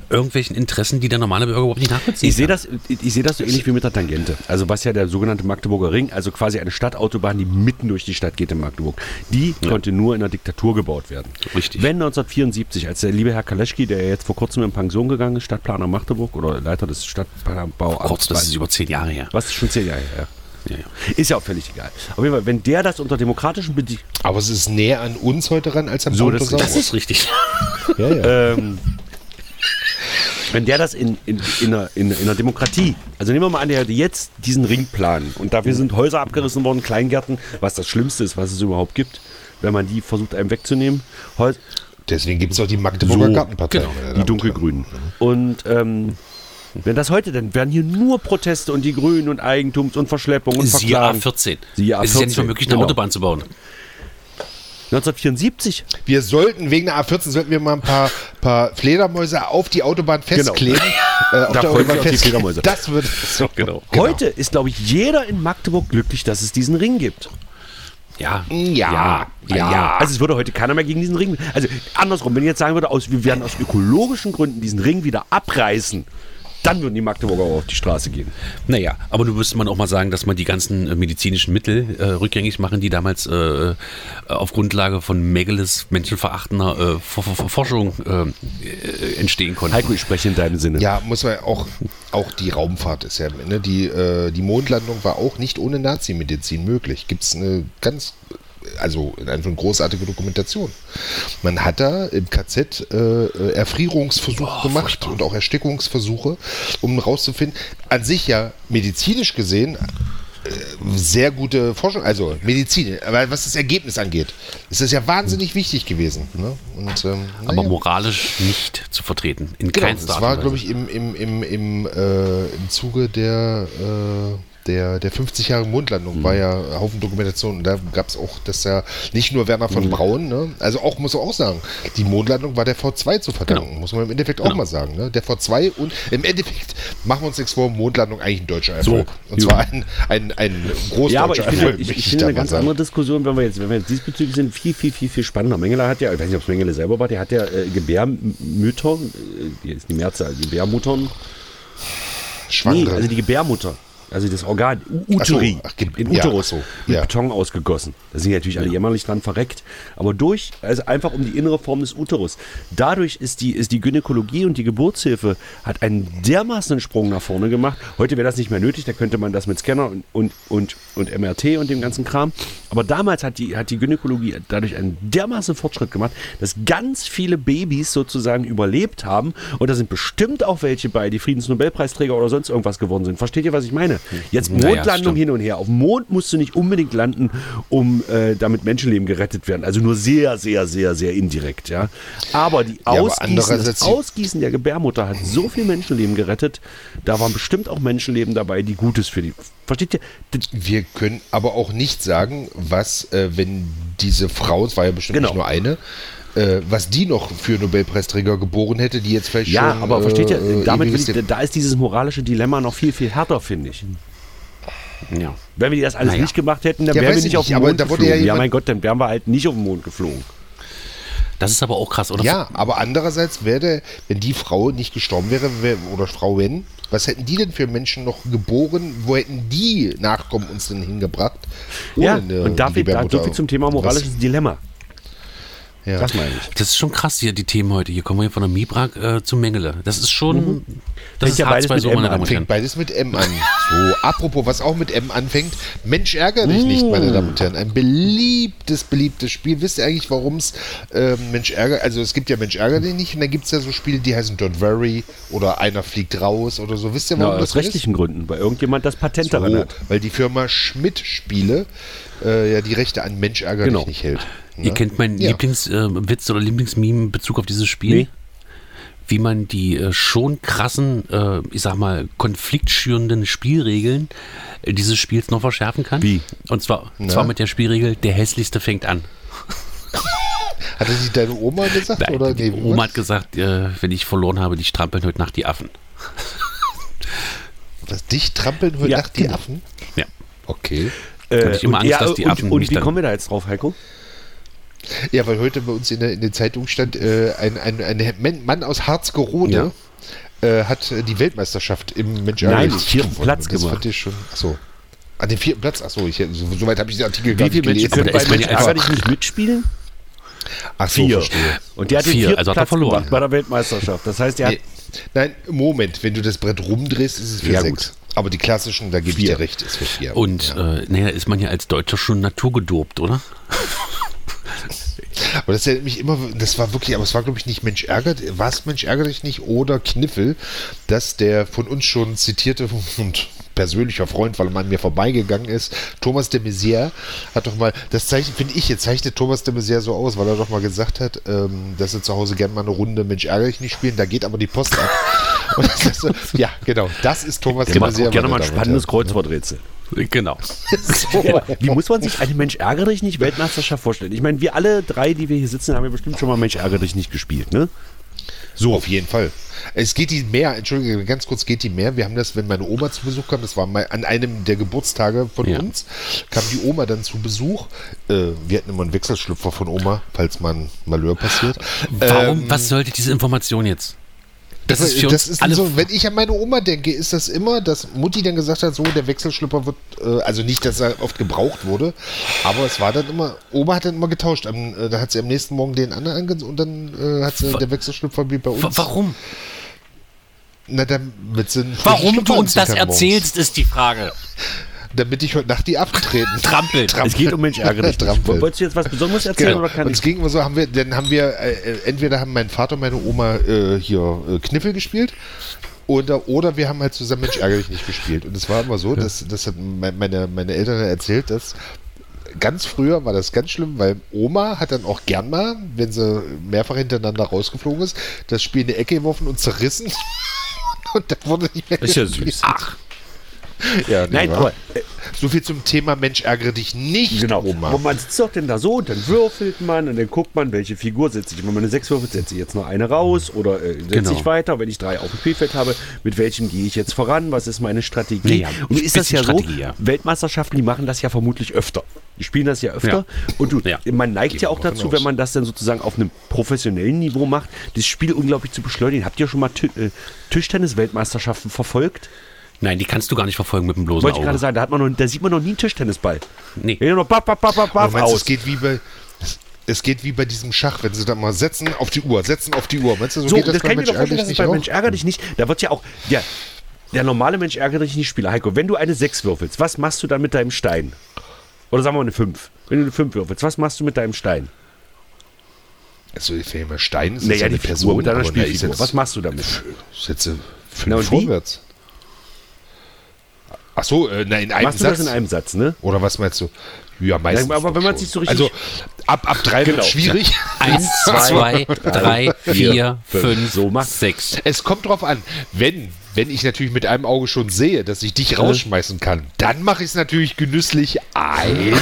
S2: irgendwelchen Interessen, die der normale Bürger überhaupt nicht nachvollziehen
S3: Ich sehe
S2: kann.
S3: das, ich ich sehe das so ähnlich wie mit der Tangente. Also was ja der sogenannte Magdeburger Ring, also quasi eine Stadtautobahn, die mitten durch die Stadt geht in Magdeburg. Die konnte nur in der Diktatur gebaut werden.
S2: Richtig.
S3: Wenn 1974, als der liebe Herr Kaleschki, der ja jetzt vor kurzem in Pension gegangen ist, Stadtplaner Magdeburg oder Leiter des Stadtbauamts.
S2: Kurz, das ist über zehn Jahre her.
S3: was ist schon zehn Jahre her?
S2: Ja, ja.
S3: Ist ja auch völlig egal. Auf jeden Fall, wenn der das unter demokratischen Bedingungen
S5: Aber es ist näher an uns heute ran als am
S3: So, das-
S5: Autosauer.
S2: Das ist richtig.
S5: ja, ja.
S3: ähm, wenn der das in, in, in, einer, in, in einer Demokratie, also nehmen wir mal an, der hätte jetzt diesen Ring planen und dafür sind Häuser abgerissen worden, Kleingärten, was das Schlimmste ist, was es überhaupt gibt, wenn man die versucht einem wegzunehmen, Häus
S5: Deswegen gibt es auch die Magdeburger
S3: So,
S5: Gartenpartei.
S2: genau,
S5: meine Damen
S3: die
S5: und
S3: dunkelgrünen. Und ähm, wenn das heute, dann wären hier nur Proteste und die Grünen und Eigentums und Verschleppung und
S2: Siehe
S3: Verklagen.
S2: A14.
S3: Siehe A14,
S2: Es ist ja nicht mal möglich, eine
S3: genau.
S2: Autobahn zu bauen.
S3: 1974
S5: Herren. Wir sollten wegen der A14 sollten wir mal ein paar, paar Fledermäuse auf die Autobahn festkleben. Äh, auf
S3: Genau. Da
S5: der
S3: freuen sich
S5: Autobahn
S3: auch die
S5: festkleben.
S3: Fledermäuse.
S5: Das wird so.
S2: Genau.
S3: Heute ist, glaube ich, jeder in Magdeburg glücklich, dass es diesen Ring gibt.
S2: Ja.
S3: Genau.
S5: Ja, ja.
S3: Also es würde heute keiner mehr gegen diesen Ring. Also andersrum, wenn ich jetzt sagen würde, aus, wir werden aus ökologischen Gründen diesen Ring wieder abreißen, dann würden die Magdeburger auch auf die Straße gehen.
S2: Naja, aber nun müsste man auch mal sagen, dass man die ganzen äh, medizinischen Mittel äh, rückgängig machen, die damals äh, auf Grundlage von Megeles menschenverachtender äh, For- For- For- Forschung äh, äh, entstehen konnten.
S3: Heiko, ich spreche in deinem Sinne.
S5: Ja, muss man auch, auch die Raumfahrt ist ja, ne, die, äh, die Mondlandung war auch nicht ohne Nazi-Medizin möglich. Gibt es eine ganz, also in einem großartige Dokumentation. Man hat da im KZ äh, äh, Erfrierungsversuche gemacht und auch Erstickungsversuche, um rauszufinden, an sich ja medizinisch gesehen äh, sehr gute Forschung, also Medizin, aber was das Ergebnis angeht, ist das ja wahnsinnig wichtig gewesen. Ne? Und, ähm,
S2: aber
S5: naja.
S2: moralisch nicht zu vertreten. In
S5: Genau,
S2: keinster
S5: das
S2: Art
S5: war,
S2: und
S5: glaube
S2: Weise.
S5: ich, im, im, im, im, äh, im Zuge der äh, der, der 50 Jahre Mondlandung
S3: Mhm.
S5: war ja Haufen Dokumentationen. Und da gab es auch, dass ja nicht nur Werner
S3: Mhm.
S5: von Braun, ne? also auch, muss man auch sagen, die Mondlandung war der V2 zu verdanken,
S2: Genau.
S5: muss man im Endeffekt auch
S2: Genau.
S5: mal sagen. Ne? Der V2 und im Endeffekt machen wir uns nichts vor, Mondlandung eigentlich ein deutscher
S2: So,
S5: Erfolg. und
S2: jo.
S5: zwar ein, ein, ein großdeutscher
S3: Ja, aber ich finde,
S5: Erfolg.
S3: ich,
S5: möchte
S3: ich finde
S5: da
S3: eine
S5: mal
S3: ganz
S5: sagen.
S3: andere Diskussion, wenn wir jetzt, wenn wir jetzt diesbezüglich sind, viel, viel, viel, viel spannender. Mengele hat ja, ich weiß nicht, ob es Mengele selber war, der hat ja äh, Gebärmütter, äh, jetzt die Mehrzahl, Gebärmuttern.
S5: Schwangere.
S3: Nee, also die Gebärmutter. Also das Organ, U Uteri,
S5: Ach so, ach, Ge-
S3: in
S5: ja,
S3: Uterus,
S5: ach so,
S3: mit
S5: ja.
S3: Beton ausgegossen. Da sind die natürlich alle jämmerlich dran verreckt. Aber durch, also einfach um die innere Form des Uterus. Dadurch ist die, ist die Gynäkologie und die Geburtshilfe hat einen dermaßen Sprung nach vorne gemacht. Heute wäre das nicht mehr nötig, da könnte man das mit Scanner und, und, und, und MRT und dem ganzen Kram. Aber damals hat die, hat die Gynäkologie dadurch einen dermaßen Fortschritt gemacht, dass ganz viele Babys sozusagen überlebt haben. Und da sind bestimmt auch welche bei, die Friedensnobelpreisträger oder sonst irgendwas geworden sind. Versteht ihr, was ich meine? Jetzt
S2: Naja,
S3: Mondlandung
S2: stimmt.
S3: hin und her. Auf dem Mond musst du nicht unbedingt landen, um äh, damit Menschenleben gerettet werden. Also nur sehr, sehr, sehr, sehr indirekt. Ja? Aber die
S5: aber
S3: Ausgießen,
S5: andererseits-
S3: das Ausgießen der Gebärmutter hat so viel Menschenleben gerettet. Da waren bestimmt auch Menschenleben dabei, die Gutes für die. Versteht ihr? D-
S5: Wir können aber auch nicht sagen, was, äh, wenn diese Frau, es war ja bestimmt
S3: Genau.
S5: nicht nur eine, äh, was die noch für Nobelpreisträger geboren hätte, die jetzt vielleicht
S3: Ja,
S5: schon.
S3: aber versteht ihr?
S5: äh,
S3: Damit will
S5: ewiges
S3: ich,
S5: Leben-
S3: da ist dieses moralische Dilemma noch viel, viel härter, finde ich.
S2: Ja.
S3: Wenn wir das alles
S2: Naja.
S3: nicht gemacht hätten, dann
S5: Ja,
S3: wären
S5: weiß
S3: wir
S5: ich
S3: nicht auf
S5: nicht,
S3: den
S5: aber
S3: Mond
S5: da wurde ja
S3: geflogen. Ja,
S5: jemand-
S3: mein Gott, dann wären wir halt nicht auf den Mond geflogen.
S2: Das ist aber auch krass, oder?
S5: ja, aber andererseits wäre, wenn die Frau nicht gestorben wäre, wär, oder Frau wenn, was hätten die denn für Menschen noch geboren? Wo hätten die Nachkommen uns denn hingebracht? äh,
S3: Ja,
S5: eine
S3: und dafür da so viel zum Thema moralisches Dilemma.
S5: Was, ja.
S3: Das meine ich.
S2: Das ist schon krass hier, die Themen heute. Hier kommen wir hier von der Mibrak äh, zu Mengele. Das ist schon. Das
S3: Fängt Mhm. ja beides mit M an.
S5: Fängt
S2: Herren.
S5: beides mit M an. So, apropos, was auch mit M anfängt. Mensch, ärgere dich nicht, meine Damen und Herren. Ein beliebtes, beliebtes Spiel. Wisst ihr eigentlich, warum es ähm, Mensch ärger, also es gibt ja Mensch ärgere dich nicht und dann gibt es ja so Spiele, die heißen Don't Worry oder einer fliegt raus oder so. Wisst ihr, warum
S3: Ja,
S5: das
S3: aus
S5: so ist?
S3: rechtlichen Gründen, weil irgendjemand das Patent daran
S5: So,
S3: hat.
S5: weil die Firma Schmidt Spiele äh, ja die Rechte an Mensch ärgere
S3: Genau.
S5: dich nicht hält.
S2: Ihr kennt meinen
S5: Ja.
S2: Lieblingswitz äh, oder Lieblingsmeme in Bezug auf dieses Spiel.
S3: Nee.
S2: Wie man die äh, schon krassen, äh, ich sag mal, konfliktschürenden Spielregeln äh, dieses Spiels noch verschärfen kann.
S3: Wie?
S2: Und zwar, zwar mit der Spielregel, der hässlichste fängt an.
S5: Hat das nicht deine Oma gesagt?
S2: Nein,
S5: oder?
S2: die
S5: Nee,
S2: Oma hat gesagt, äh, wenn ich verloren habe, die strampeln heute Nacht die Affen.
S5: was, dich trampeln heute
S3: Ja,
S5: Nacht die
S3: genau.
S5: Affen?
S2: Ja.
S5: Okay.
S3: Äh,
S2: ich immer Angst, dass die Affen
S3: und, und
S2: mich
S3: wie
S2: dann-
S3: kommen wir da jetzt drauf, Heiko?
S5: Ja, weil heute bei uns in der, in der Zeitung stand, äh, ein, ein, ein Men- Mann aus Harzgerode äh, hat äh, die Weltmeisterschaft im Menschen
S3: Nein, den vierten Platz
S5: das
S3: gemacht.
S5: Fand ich schon, achso. An den vierten Platz, achso, ich, so, so weit habe ich den Artikel
S3: Wie viele Menschen
S5: gelesen.
S3: können
S2: Da
S3: bei
S2: ist man
S3: Mensch
S2: ja
S3: ärger
S2: einfach-
S3: dich nicht mitspielen?
S5: Achso, verstehe.
S3: Und der hat den
S2: Vier,
S3: vierten
S2: also hat er
S3: Platz
S2: verloren.
S3: gemacht bei der Weltmeisterschaft. Das heißt, er hat
S5: Nee. Nein, Moment, wenn du das Brett rumdrehst, ist es für
S3: Ja,
S5: sechs. Aber die klassischen, da gebe ich dir recht, ist für vier.
S2: Und äh, naja, ist man ja als Deutscher schon naturgedopt, oder?
S5: Aber das erinnert mich immer, das war wirklich, aber es war glaube ich nicht Mensch ärgert, war es Mensch ärgert dich nicht oder Kniffel, dass der von uns schon zitierte und persönlicher Freund, weil er mal an mir vorbeigegangen ist, Thomas de Maizière hat doch mal, das Zeichen finde ich, jetzt zeichnet Thomas de Maizière so aus, weil er doch mal gesagt hat, ähm, dass er zu Hause gerne mal eine Runde Mensch ärgere dich nicht spielen, da geht aber die Post ab. Und das ist so, ja, genau, das ist Thomas de
S3: macht
S5: Maizière.
S3: auch gerne mal ein
S5: meine Damen und Herren.
S3: spannendes Kreuzworträtsel.
S2: Genau.
S3: Ja. Wie muss man sich eine Mensch ärgere dich nicht Weltmeisterschaft vorstellen? Ich meine, wir alle drei, die wir hier sitzen, haben ja bestimmt schon mal Mensch ärgere dich nicht gespielt, ne?
S5: So, auf jeden Fall. Es geht die mehr, entschuldige, ganz kurz geht die mehr. Wir haben das, wenn meine Oma zu Besuch kam, das war mal an einem der Geburtstage von
S2: Ja.
S5: uns, kam die Oma dann zu Besuch. Äh, wir hatten immer einen Wechselschlüpfer von Oma, falls mal ein Malheur passiert.
S2: Warum,
S5: Ähm,
S2: was sollte diese Information jetzt? Das ist für
S5: das
S2: uns
S5: ist
S2: alle.
S5: so, wenn ich an meine Oma denke, ist das immer, dass Mutti dann gesagt hat, so der Wechselschlüpper wird, äh, also nicht, dass er oft gebraucht wurde, aber es war dann immer, Oma hat dann immer getauscht. Am, äh, da hat sie am nächsten Morgen den anderen angezogen und dann äh, hat sie,
S2: Wa-
S5: der Wechselschlüpfer blieb bei uns.
S2: Wa- warum?
S5: Na, damit sie einen
S2: Warum
S5: frischen
S2: du uns
S5: Schlüpper
S2: das
S5: anziehen kann morgens.
S2: erzählst, ist die Frage.
S5: Damit ich heute Nacht die abtreten.
S2: Trampeln.
S3: Es geht um Mensch ärgere dich nicht.
S5: Trampel.
S3: Wolltest du jetzt was Besonderes erzählen
S5: Genau.
S3: oder kann
S5: Und es
S3: ich?
S5: ging immer so, haben wir, dann haben wir, äh, äh, entweder haben mein Vater und meine Oma äh, hier äh, Kniffel gespielt oder, oder wir haben halt zusammen Mensch ärgerlich nicht gespielt. Und es war immer so, dass, das hat me- meine, meine Eltern erzählt, dass ganz früher war das ganz schlimm, weil Oma hat dann auch gern mal, wenn sie mehrfach hintereinander rausgeflogen ist, das Spiel in die Ecke geworfen und zerrissen. Und dann wurde nicht mehr
S3: Ist ja süß.
S2: Ach,
S5: Ja, nee,
S1: Nein,
S5: wa?
S1: aber
S5: so viel zum Thema Mensch ärgere dich nicht,
S3: Genau.
S5: Oma.
S3: Aber man sitzt doch denn da so und dann würfelt man und dann guckt man, welche Figur setze ich. Wenn man eine 6 würfelt, setze ich jetzt noch eine raus oder äh, setze
S2: Genau.
S3: ich weiter. Wenn ich drei auf dem Spielfeld habe, mit welchem gehe ich jetzt voran? Was ist meine Strategie?
S2: Ja, ja,
S3: und ist das
S2: bisschen
S3: ja
S2: Strategie,
S3: so,
S2: ja.
S3: Weltmeisterschaften, die machen das ja vermutlich öfter. Die spielen das ja öfter.
S2: Ja.
S3: Und du,
S2: Ja.
S3: man neigt ja auch
S5: davon
S3: dazu,
S5: aus.
S3: wenn man das dann sozusagen auf einem professionellen Niveau macht, das Spiel unglaublich zu beschleunigen. Habt ihr schon mal Ti- äh, Tischtennis-Weltmeisterschaften verfolgt?
S2: Nein, die kannst du gar nicht verfolgen mit dem bloßen
S3: Wollte ich gerade
S2: Auge.
S3: sagen, da, hat man noch, da sieht man noch nie einen Tischtennisball.
S2: Nee.
S3: Ja, nur baff, baff, baff, baff,
S5: Du
S3: baff,
S5: meinst,
S3: aus.
S5: es geht wie bei. Es geht wie bei diesem Schach, wenn sie da mal setzen auf die Uhr, setzen auf die Uhr. Meinst du, so,
S3: So,
S5: geht
S3: das,
S5: das, bei
S3: kann ich mir
S5: Mensch
S3: doch
S5: ärgere
S3: vorstellen, dass es
S5: dich nicht
S3: bei
S5: auch?
S3: Mensch ärger dich nicht, da wird ja auch der, der normale Mensch ärger dich nicht Spieler. Heiko, wenn du eine 6 würfelst, was machst du dann mit deinem Stein? Oder sagen wir mal eine 5. Wenn du eine 5 würfelst, was machst du mit deinem Stein?
S5: Also, ich finde, Stein ist
S3: Naja,
S5: jetzt eine
S3: die Figur
S5: Person,
S3: mit deiner
S5: aber na, ich
S3: Spielfigur.
S5: setz-
S3: Was machst du damit?
S5: ich setze
S3: Na,
S5: äh, fünf
S3: und wie?
S5: vorwärts. Ach so, äh, na, in einem
S3: Machst du
S5: Satz.
S3: das in einem Satz, ne?
S5: Oder was meinst du? Ja, meistens.
S3: Ja, aber wenn
S5: doch
S3: man
S5: schon.
S3: sich so richtig- Genau.
S5: Also, ab, ab drei wird schwierig.
S2: Eins, zwei, drei, vier, fünf,
S3: So macht's.
S2: sechs.
S5: Es kommt drauf an, wenn, wenn ich natürlich mit einem Auge schon sehe, dass ich dich rausschmeißen kann, dann mache ich es natürlich genüsslich eins,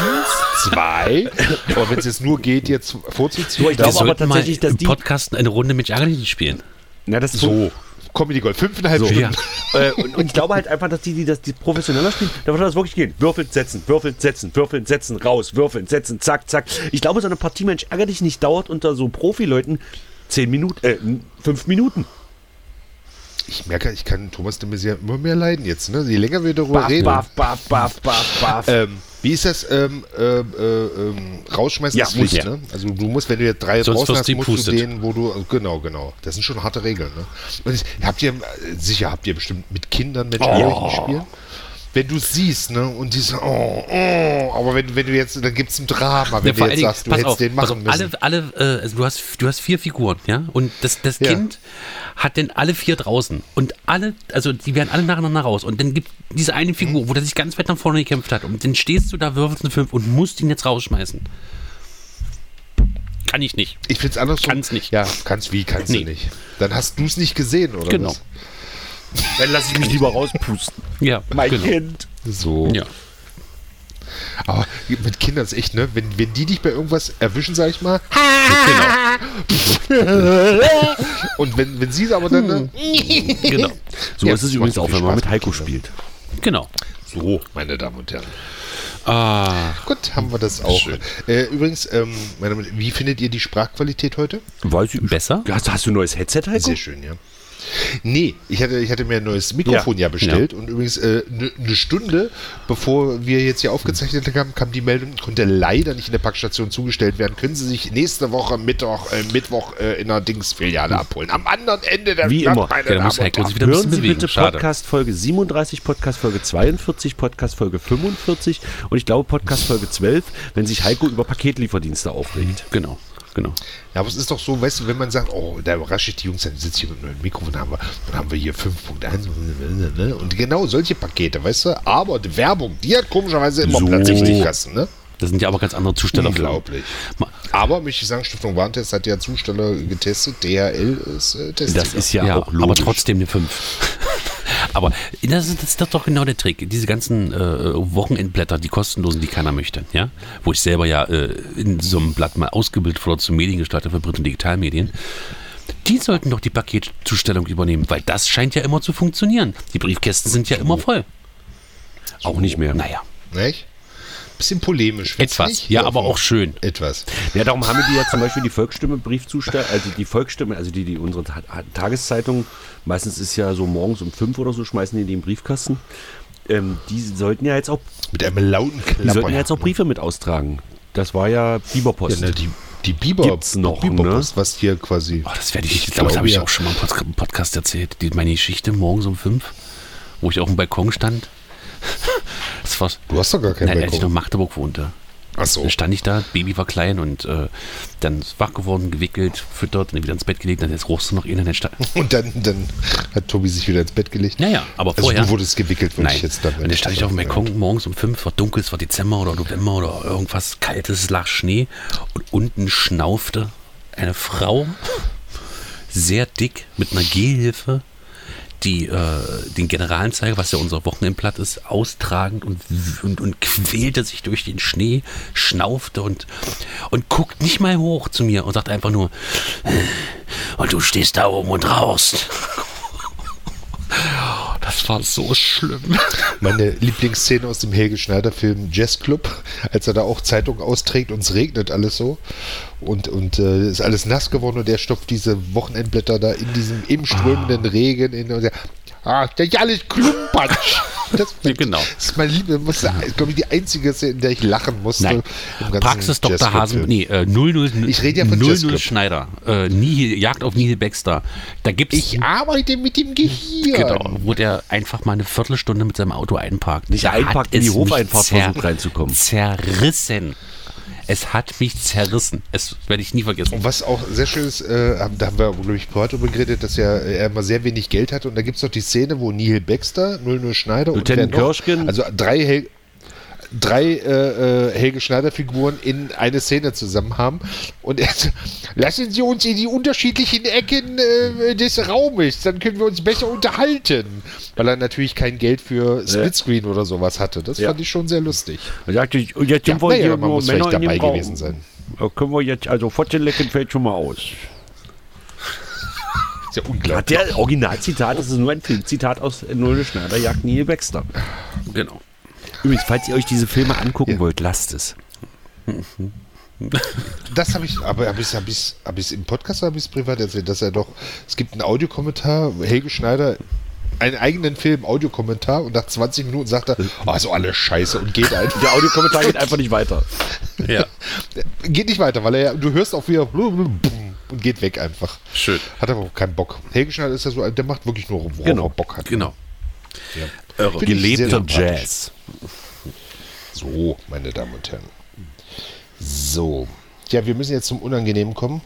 S5: zwei. Aber wenn es jetzt nur geht, jetzt vorzuziehen,
S3: ich
S2: Wir
S5: dann
S3: glaube aber
S2: sollten mal
S3: tatsächlich, dass
S2: im
S3: die-
S2: Podcast eine Runde Mensch ärgere dich nicht spielen.
S3: Na, das ist
S5: so. Comedy Gold, fünfeinhalb Stunden.
S3: äh, und, und ich glaube halt einfach, dass die, die das die professioneller spielen, da wird das wirklich gehen. Würfeln, setzen, würfeln, setzen, würfeln, setzen, raus, würfeln, setzen, zack, zack. Ich glaube, so eine Partie, Mensch, ärger dich nicht, dauert unter so Profileuten 10 Minuten, äh, 5 Minuten.
S5: Ich merke, ich kann Thomas de Maizière immer mehr leiden jetzt. Ne? Je länger wir darüber
S3: Baff,
S5: reden.
S3: baff, baff, baff, baff, baff.
S5: Ähm, wie ist das? Ähm, ähm, äh, ähm, rausschmeißen
S3: Ja,
S5: ist Pflicht,
S3: ja.
S5: ne? Also du musst, wenn du jetzt drei
S2: Sonst
S5: draußen
S2: wirst
S5: hast,
S2: du
S5: musst
S2: gepustet.
S5: du den, wo du. Genau, genau. Das sind schon harte Regeln, ne? Und ich, habt ihr, äh, sicher habt ihr bestimmt mit Kindern Menschen oh. nicht spielen? Wenn du siehst, ne, und die so, oh, oh, aber wenn, wenn du jetzt, dann gibt's ein Drama, wenn
S2: Ja,
S5: du
S2: vor
S5: jetzt
S2: allen Dingen,
S5: sagst, du hättest den machen
S2: pass
S5: müssen.
S2: auf, Alle, alle, äh, also du, hast, du hast vier Figuren, ja? Und das, das
S5: Ja.
S2: Kind hat denn alle vier draußen. Und alle, also die werden alle nacheinander raus. Und dann gibt diese eine Figur, wo der sich ganz weit nach vorne gekämpft hat. Und dann stehst du da, würfelst eine Fünf und musst ihn jetzt rausschmeißen. Kann ich nicht.
S5: Ich find's andersrum.
S2: Kann's nicht.
S5: Ja, kannst wie, kannst
S2: Nee.
S5: du nicht. Dann hast du's nicht gesehen, oder
S2: Genau.
S3: Dann lasse ich mich lieber rauspusten.
S2: Ja,
S3: Mein
S2: genau.
S3: Kind.
S5: was? So.
S2: Ja.
S5: Aber Ah, mit Kindern ist echt, ne? Wenn, wenn die dich bei irgendwas erwischen, sag ich mal. Genau. Und wenn, wenn sie es aber dann. ne?
S2: Genau.
S3: So
S5: Ja,
S3: ist es übrigens
S5: macht
S3: auch,
S5: viel
S3: wenn man
S5: Spaß
S3: mit Heiko
S5: mit Kindern.
S3: spielt.
S2: Genau.
S5: So, meine Damen und Herren.
S2: Ah,
S5: Gut, haben wir das auch. Äh, übrigens, ähm, meine Damen und Herren, wie findet ihr die Sprachqualität heute?
S3: Weiß ich
S2: Besser?
S3: Hast, hast du ein neues Headset, Heiko?
S5: Sehr schön, ja. Nee, ich hatte, ich hatte mir ein neues Mikrofon ja, bestellt und übrigens äh, ne- eine Stunde bevor wir jetzt hier aufgezeichnet haben, kam die Meldung, konnte leider nicht in der Packstation zugestellt werden. Können Sie sich nächste Woche Mittwoch, äh, Mittwoch äh, in der Dings-Filiale abholen? Am anderen Ende der
S3: Wie
S5: Stadt,
S3: immer.
S5: meine
S2: Ja, da muss
S5: Damen und
S2: Heiko sich wieder
S5: Herren.
S2: ein bisschen
S3: Hören Sie
S2: bewegen.
S3: bitte
S2: Schade.
S3: Podcast Folge 37, Podcast Folge 42, Podcast Folge 45 und ich glaube Podcast Folge 12, wenn sich Heiko über Paketlieferdienste aufregt.
S2: Genau. Genau.
S5: Ja, aber es ist doch so, weißt du, wenn man sagt, oh, da überrasche ich die Jungs, dann sitze ich hier mit einem neuen Mikrofon, haben wir, dann haben wir hier 5.1 ne? und genau solche Pakete, weißt du, aber die Werbung, die hat komischerweise immer
S3: So.
S5: Platz in die Kassen, ne?
S2: Das sind ja aber ganz andere Zusteller. für-
S5: Unglaublich.
S2: Ma-
S5: Aber möchte ich sagen, Stiftung Warentest hat ja Zusteller getestet, DHL ist äh, testet.
S3: Das ist ja,
S2: ja,
S3: auch logisch.
S2: aber trotzdem eine 5. aber das ist, das ist doch genau der Trick. Diese ganzen äh, Wochenendblätter, die kostenlosen, die keiner möchte, ja? Wo ich selber ja äh, in so einem Blatt mal ausgebildet wurde zum Mediengestalter für Print- und Digitalmedien. Die sollten doch die Paketzustellung übernehmen, weil das scheint ja immer zu funktionieren. Die Briefkästen sind ja immer voll.
S3: auch nicht mehr.
S2: Naja,
S5: Nicht? Bisschen polemisch. findest du
S2: etwas.
S5: nicht?
S2: Ja, aber auch schön.
S5: Etwas.
S3: Ja, darum haben wir die ja zum Beispiel die Volksstimme Briefzusteller, also die Volksstimme, also die, die unsere Ta Tageszeitung, meistens ist ja so morgens um fünf oder so, schmeißen die in den Briefkasten. Ähm, die sollten ja jetzt auch,
S5: Mit einem lauten Klapper.
S3: die sollten ja jetzt auch Briefe mit austragen. Das war ja
S5: Ja,
S3: Biberpost.
S5: ne, die, die Biber,
S3: Gibt's noch,
S5: Biberpost, was hier quasi.
S2: ne? Oh, das werde ich, ich glaube, das
S5: glaube,
S2: habe ich
S5: ja.
S2: auch schon mal im Podca- im Podcast erzählt. Die, meine Geschichte morgens um fünf, wo ich auf dem Balkon stand. Das war,
S5: Du hast doch gar keinen
S2: nein, als ich noch
S5: Balkon.
S2: in Magdeburg wohnte.
S5: Achso.
S2: Dann stand ich da, Baby war klein und äh, dann ist wach geworden, gewickelt, füttert und dann wieder ins Bett gelegt. Dann jetzt rochst du noch in den Stadt.
S5: Und dann, dann hat Tobi sich wieder ins Bett gelegt.
S2: Naja, aber
S5: also
S2: vorher.
S5: du wurdest gewickelt, würde
S2: Nein.
S5: ich jetzt Also damit.
S2: und dann stand ich auf dem
S5: sagen.
S2: Balkon morgens um fünf, war dunkel, es war Dezember oder November oder irgendwas Kaltes, es lag Schnee und unten schnaufte eine Frau, sehr dick, mit einer Gehhilfe, die, äh, den Generalanzeiger, was ja unser Wochenendblatt ist, austragend und, und, und quälte sich durch den Schnee, schnaufte und, und guckt nicht mal hoch zu mir und sagt einfach nur, "Äh, und du stehst da oben und rauchst. Das war so schlimm.
S5: Meine Lieblingsszene aus dem Helge Schneider-Film Jazzclub, als er da auch Zeitung austrägt und es regnet alles so und, und äh, ist alles nass geworden und er stopft diese Wochenendblätter da in diesem im strömenden Regen in und sagt, ah, der ja alles Klumpatsch. Das,
S2: Ja, genau.
S5: das ist meine Liebe, das ist, glaube ich, die einzige Szene, in der ich lachen musste.
S2: Nein.
S5: im ganzen
S2: Praxis Dr.
S5: Jazzclub-Film.
S2: Hasen, nee, äh, 00,
S5: Ich rede ja von
S2: 00
S5: Jazzclub.
S2: Schneider, äh, Nihil, Jagd auf Nihil Baxter. Da gibt's
S5: Ich arbeite mit dem Gehirn.
S2: genau, wo der einfach mal eine Viertelstunde mit seinem Auto einparkt. Nicht
S1: einparkt, in die Hofeinfahrt versucht reinzukommen.
S2: Zerrissen. Es hat mich zerrissen. Es werde ich nie vergessen.
S5: Und was auch sehr schön ist, äh, haben- da haben wir, glaube ich, vorher drüber geredet, dass ja, äh, er immer sehr wenig Geld hatte. Und da gibt es doch die Szene, wo Neil Baxter, 00 Schneider
S1: Lieutenant
S5: und wer noch?
S1: Kirschgen.
S5: also drei, Hel drei äh, äh, Helge Schneider-Figuren in eine Szene zusammen haben. Und er so, lassen Sie uns in die unterschiedlichen Ecken äh, des Raumes, dann können wir uns besser unterhalten. Weil er natürlich kein Geld für Splitscreen oder sowas hatte. Das fand ich schon sehr lustig.
S1: Er sagte, und jetzt sind wir
S5: naja,
S1: hier nur
S5: man muss
S1: Männer
S5: vielleicht
S1: in dem
S5: dabei
S1: Raum.
S5: gewesen sein.
S1: Da können wir jetzt, also Fotzenlecken fällt schon mal aus.
S5: Ist ja unglaublich.
S1: Hat der Originalzitat, das ist nur ein Filmzitat aus Null Schneider, Jagd Neil Baxter.
S2: Genau.
S1: Übrigens, falls ihr euch diese Filme angucken wollt, lasst es.
S5: Das habe ich, aber habe ich es hab ich's, hab ich's im Podcast oder habe ich es privat erzählt, dass er doch, es gibt einen Audiokommentar, Helge Schneider, einen eigenen Film, Audiokommentar und nach 20 Minuten sagt er, oh, ist doch alles scheiße und geht einfach.
S1: Der Audiokommentar geht einfach nicht weiter.
S2: Ja,
S5: Geht nicht weiter, weil er, du hörst auch wieder blub, blub, bum und geht weg einfach.
S2: schön.
S5: Hat aber auch keinen Bock. Helge Schneider ist ja so, ein- der macht wirklich nur, worauf
S1: Genau.
S5: er Bock hat.
S2: Genau.
S5: Finde ich sehr
S1: Gelebter
S5: sympathisch.
S1: Jazz.
S5: So, meine Damen und Herren. So. Ja, wir müssen jetzt zum Unangenehmen kommen.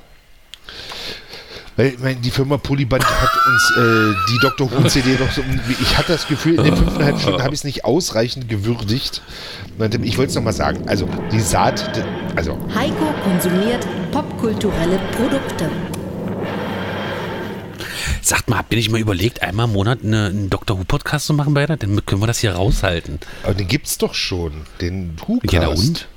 S5: Weil ich meine, die Firma Polyband hat uns äh, die Dr. Who CD doch so. Ich hatte das Gefühl, in den fünfeinhalb Stunden habe ich es nicht ausreichend gewürdigt. Und Ich wollte es nochmal sagen. Also, die Saat. de- Also,
S4: Heiko konsumiert popkulturelle Produkte.
S2: Sagt mal, habt ihr nicht mal überlegt, einmal im Monat eine, einen Dr. Who-Podcast zu machen, beide? Dann können wir das hier raushalten.
S5: aber den gibt's doch schon. Den Who-Cast.
S2: Ja, na und?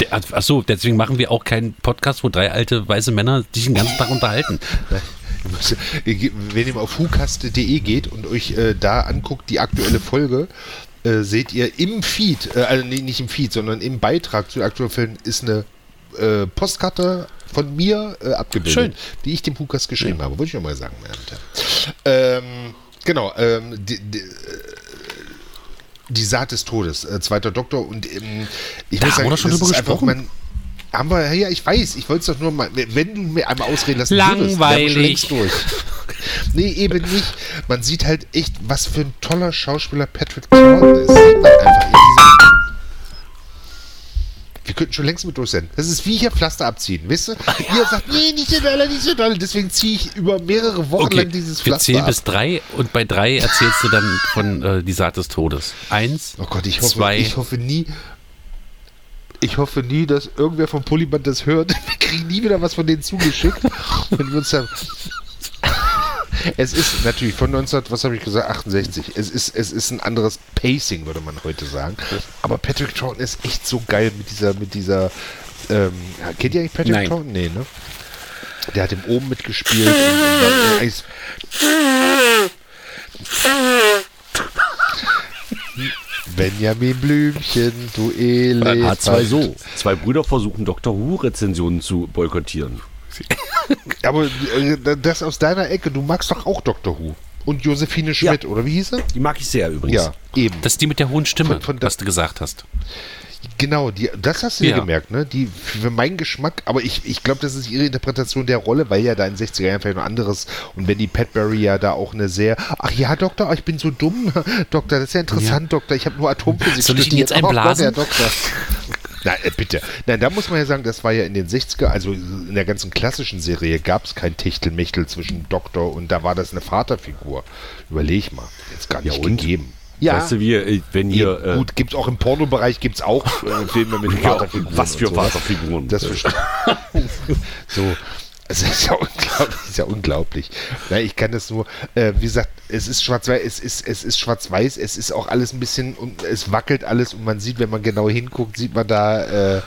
S2: Der- also, ach- ach so, deswegen machen wir auch keinen Podcast, wo drei alte weiße Männer sich den ganzen Tag unterhalten.
S5: Wenn ihr mal auf hukaste.de geht und euch äh, da anguckt, die aktuelle Folge, äh, seht ihr im Feed, äh, also nee, nicht im Feed, sondern im Beitrag zu den aktuellen Fällen ist eine äh, Postkarte von mir äh, abgebildet,
S2: Schön.
S5: die ich dem Hukas geschrieben habe. Wollte ich nochmal sagen, meine Damen und Herren. Ähm, genau, ähm, die, die, äh, die Saat des Todes, äh, zweiter Doktor und ähm, ich
S2: Da
S5: muss
S2: haben wir
S5: sagen,
S2: doch schon
S5: das
S2: drüber
S5: ist einfach
S2: gesprochen.
S5: mein haben wir, ja, ich weiß, ich wollte es doch nur mal, wenn du mir einmal ausreden lassen würdest, wären wir schon
S2: Langweilig.
S5: längst durch. Nee, eben nicht. Man sieht halt echt, was für ein toller Schauspieler Patrick Troughton ist. Sieht man einfach in diesem wir könnten schon längst mit durch sein. Das ist wie hier Pflaster abziehen, wisst ihr? Ihr sagt, nee, nicht so doll, nicht so doll. Deswegen ziehe ich über mehrere Wochen
S2: Okay,
S5: lang dieses
S2: wir
S5: Pflaster
S2: zählen
S5: ab.
S2: bis drei und bei drei erzählst du dann von äh, die Saat des Todes. Eins,
S5: Oh Gott, ich hoffe,
S2: zwei,
S5: ich hoffe nie, ich hoffe nie, dass irgendwer vom Polyband das hört. Wir kriegen nie wieder was von denen zugeschickt. Wenn wir uns dann es ist natürlich von 19, was habe ich gesagt, 68. Es ist, es ist ein anderes Pacing, würde man heute sagen. Aber Patrick Troughton ist echt so geil mit dieser, mit dieser, ähm, ja, kennt ihr eigentlich Patrick
S2: Nein.
S5: Troughton? Nee, ne? Der hat im Oben mitgespielt. und, und, und, Benjamin Blümchen, du
S3: Äh,
S5: Elefant.
S1: H2 so. Zwei Brüder versuchen, Dr. Who-Rezensionen zu boykottieren.
S5: Aber äh, das aus deiner Ecke, du magst doch auch Dr. Who. Und Josephine Schmidt, oder wie hieß sie?
S1: Die mag ich sehr übrigens.
S5: Ja, eben.
S2: das ist die mit der hohen Stimme,
S5: Von- von der-
S2: was du gesagt hast.
S5: Genau, die, das hast du
S2: Ja.
S5: ja gemerkt, ne? Die für meinen Geschmack, aber ich, ich glaube, das ist ihre Interpretation der Rolle, weil ja da in den 60er Jahren vielleicht noch anderes und wenn die Petbury ja da auch eine sehr, ach ja, Doktor, ich bin so dumm, Doktor, das ist ja interessant, Doktor, ich habe nur Atomphysik
S2: Soll ich Ihnen jetzt
S5: Oh Gott,
S2: einblasen?
S5: Herr Doktor. Nein, äh, bitte. Nein, da muss man ja sagen, das war ja in den 60er, also in der ganzen klassischen Serie gab es kein Techtelmechtel zwischen Doktor und da war das eine Vaterfigur. Überleg mal, jetzt gar nicht
S1: und?
S5: gegeben.
S1: Weißt du, wie, äh, wenn hier.
S5: Eben,
S1: äh,
S5: gut, gibt es auch im Pornobereich, gibt es auch äh, Filme mit
S1: Ja,
S5: Vaterfiguren.
S1: was für Äh,
S2: äh.
S5: und sowas.
S1: Vaterfiguren.
S5: Das verstehe So, Also ist ja unglaublich, ist ja unglaublich. Na, ich kann das nur, äh, wie gesagt, es ist schwarz-weiß, es ist, es ist schwarz-weiß, es ist auch alles ein bisschen, und es wackelt alles und man sieht, wenn man genau hinguckt, sieht man da, äh,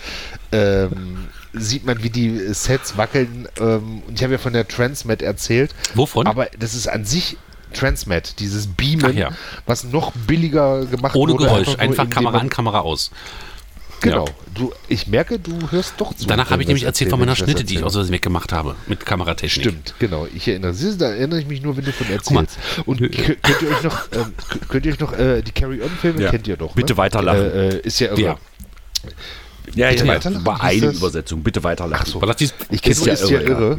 S5: ähm, sieht man, wie die Sets wackeln. Ähm, und ich habe ja von der Transmet erzählt.
S2: Wovon?
S5: Aber das ist an sich Transmet, dieses
S2: Ach
S5: Beamen,
S2: ja.
S5: was noch billiger gemacht
S2: Ohne
S5: wurde.
S2: Geräusch,
S5: nur,
S2: einfach
S5: indem
S2: Kamera
S5: man-
S2: an, Kamera aus.
S5: Genau.
S2: Ja.
S5: Du, ich merke, du hörst doch zu.
S2: Danach habe ich
S5: wenn
S2: nämlich
S5: das
S2: erzählt von meiner
S5: erzählst, wenn
S2: Schnitte, die ich
S5: das
S2: aus Versehen weggemacht habe, mit Kameratechnik.
S5: Stimmt, genau. Ich erinnere. Siehst du, da erinnere ich mich nur, wenn du von
S2: mal.
S5: erzählst. Und k- könnt ihr euch noch, ähm, k- könnt ihr euch noch äh, die Carry-On-Filme
S1: Ja.
S5: kennt ihr doch?
S1: Bitte
S5: ne?
S1: weiterlachen.
S5: Äh, äh, ist ja irre.
S2: Ja.
S1: Ja,
S5: Bitte
S1: ja, ja.
S5: weiterlachen?
S1: Bei
S5: Hieß
S1: einer
S5: das?
S1: Übersetzung, bitte weiterlachen.
S5: so.
S2: War das dies-
S5: Ich kenne
S1: Ist
S5: ist,
S1: ja
S5: ist ja
S1: irre, ja.
S5: irre.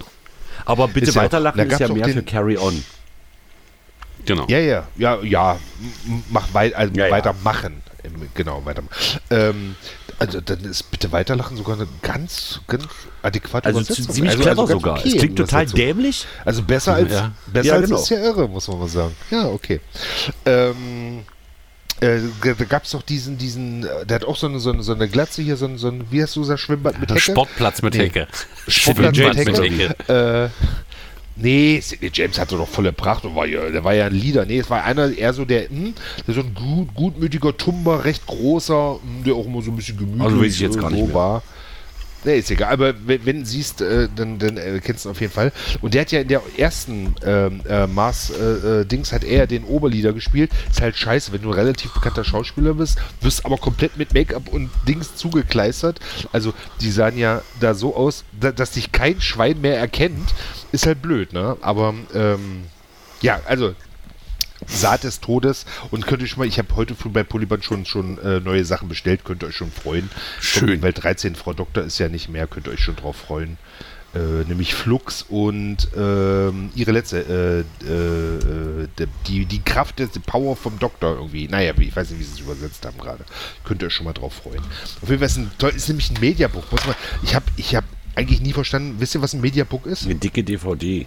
S1: Aber bitte
S5: Ist ja-
S1: weiterlachen
S5: da
S1: ist ja
S5: gab's
S1: mehr
S5: auch den-
S1: für Carry On.
S2: Genau.
S5: Ja, ja, ja, ja. M- Mach wei also
S1: Ja, ja.
S5: weitermachen. Ähm, Genau, weitermachen. Ähm, also dann ist bitte weiterlachen sogar eine ganz, ganz adäquate
S1: Also
S5: Übersetzung.
S1: zu- ziemlich clever
S5: ganz
S1: sogar.
S5: okay
S1: es klingt total
S5: Übersetzung.
S1: dämlich.
S5: Also besser als,
S2: Ja.
S5: besser
S1: Ja, genau.
S5: als ist ja irre, muss man mal sagen. Ja, okay. Ähm, äh, g- da gab es doch diesen, diesen, äh, der hat auch so eine, so eine, so eine Glatze hier, so ein, so ein, wie heißt du das Schwimmbad mit Hecke?
S2: Sportplatz mit
S5: Nee.
S2: Hecke.
S5: Sportplatz mit
S2: Schwimmbad
S5: Hecke. Äh, nee, Sidney James hatte doch volle Pracht und war ja, der war ja ein Leader. Nee, es war einer eher so der, hm, der so ein gut, gutmütiger Tumber, recht großer, hm, der auch immer so ein bisschen gemütlich
S1: Also weiß ich jetzt gar
S5: so
S1: nicht mehr.
S5: war. Nee, ist egal. Aber wenn, wenn du siehst, äh, dann, dann äh, kennst du ihn auf jeden Fall. Und der hat ja in der ersten ähm, äh, Mars-Dings äh, Dings hat er den Oberlieder gespielt. Ist halt scheiße, wenn du ein relativ bekannter Schauspieler bist, wirst aber komplett mit Make-up und Dings zugekleistert. Also die sahen ja da so aus, da, dass dich kein Schwein mehr erkennt. Ist halt blöd, ne? Aber ähm, ja, also Saat des Todes und könnt ihr schon mal, ich habe heute früh bei Polyband schon, schon äh, neue Sachen bestellt, könnt ihr euch schon freuen. Schön. Weil 13 Frau Doktor ist ja nicht mehr, könnt ihr euch schon drauf freuen. Äh, nämlich Flux und ähm, ihre letzte, äh, äh, äh, die, die Kraft, des, die Power vom Doktor irgendwie. Naja, ich weiß nicht, wie sie es übersetzt haben gerade. Könnt ihr euch schon mal drauf freuen. Auf jeden Fall ist, ein, toll- ist nämlich ein Mediabook. Muss man, ich habe ich hab eigentlich nie verstanden, wisst ihr, was ein Mediabook ist?
S1: Eine dicke DVD.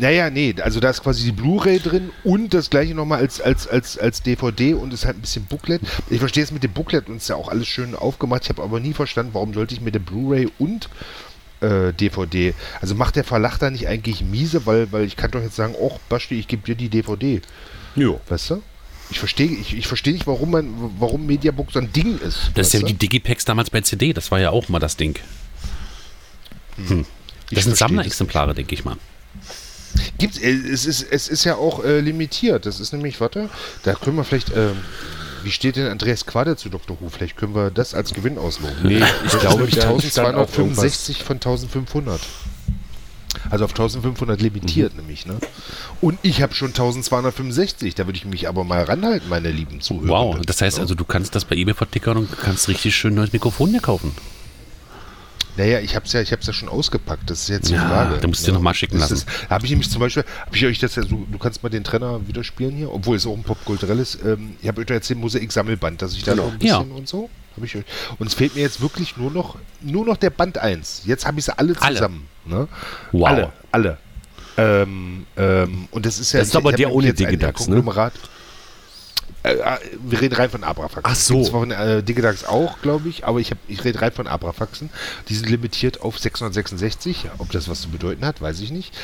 S5: Naja, nee, also da ist quasi die Blu-ray drin und das gleiche nochmal als, als, als, als DVD und ist halt ein bisschen Booklet. Ich verstehe es mit dem Booklet und ist ja auch alles schön aufgemacht. Ich habe aber nie verstanden, warum sollte ich mit der Blu-ray und äh, DVD. Also macht der Verlag da nicht eigentlich miese, weil, weil ich kann doch jetzt sagen, oh Basti, ich gebe dir die DVD.
S1: Jo.
S5: Weißt du? Ich verstehe ich, ich verstehe nicht, warum man, warum Mediabook so ein Ding ist.
S2: Das ist ja
S5: weißt
S2: wie die
S5: du?
S2: Digipacks damals bei CD, das war ja auch mal das Ding.
S5: Ich
S2: Das sind
S5: verstehe
S2: Sammlerexemplare, denke ich mal.
S5: Gibt's, äh, es, ist, es ist ja auch äh, limitiert. Das ist nämlich, warte, da können wir vielleicht, ähm, wie steht denn Andreas Quader zu Dr. Who? Vielleicht können wir das als Gewinn ausloben.
S1: Nee, ich glaube,
S5: nämlich
S1: da stand auch irgendwas.
S5: 1265 von 1500. Also auf 1500 limitiert nämlich, ne? Und ich habe schon 1265, da würde ich mich aber mal ranhalten, meine lieben Zuhörer.
S2: Wow, das heißt also, du kannst das bei eBay vertickern und kannst richtig schön neues Mikrofon dir kaufen.
S5: Naja, ich hab's ja, ich hab's ja schon ausgepackt. Das ist jetzt die
S2: Ja,
S5: Frage. ne?
S2: da musst du dir noch mal schicken lassen.
S5: Habe ich nämlich zum Beispiel, habe ich euch das ja so, du kannst mal den Trainer wieder spielen hier, obwohl es auch ein popkulturelles, ähm, ich habe euch da jetzt den Mosaik-Sammelband, dass ich da noch ein
S2: Genau. Ja.
S5: bisschen und so. Hab ich euch. Und es fehlt mir jetzt wirklich nur noch, nur noch der Band 1. Jetzt habe ich sie alle
S2: Alle.
S5: zusammen. Ne?
S2: Wow.
S5: Alle, alle. Ähm, ähm, und das ist ja
S1: Das ist aber
S5: ich hab
S1: der
S5: nämlich
S1: ohne
S5: jetzt ein
S1: Digidax, ne?
S5: Konglomerat. Äh, äh, wir reden rein von Abrafaxen.
S1: Ach so.
S5: Gibt's von äh, Digidax auch, glaube ich, aber ich, hab- ich rede rein von Abrafaxen. Die sind limitiert auf 666. Ob das was zu bedeuten hat, weiß ich nicht.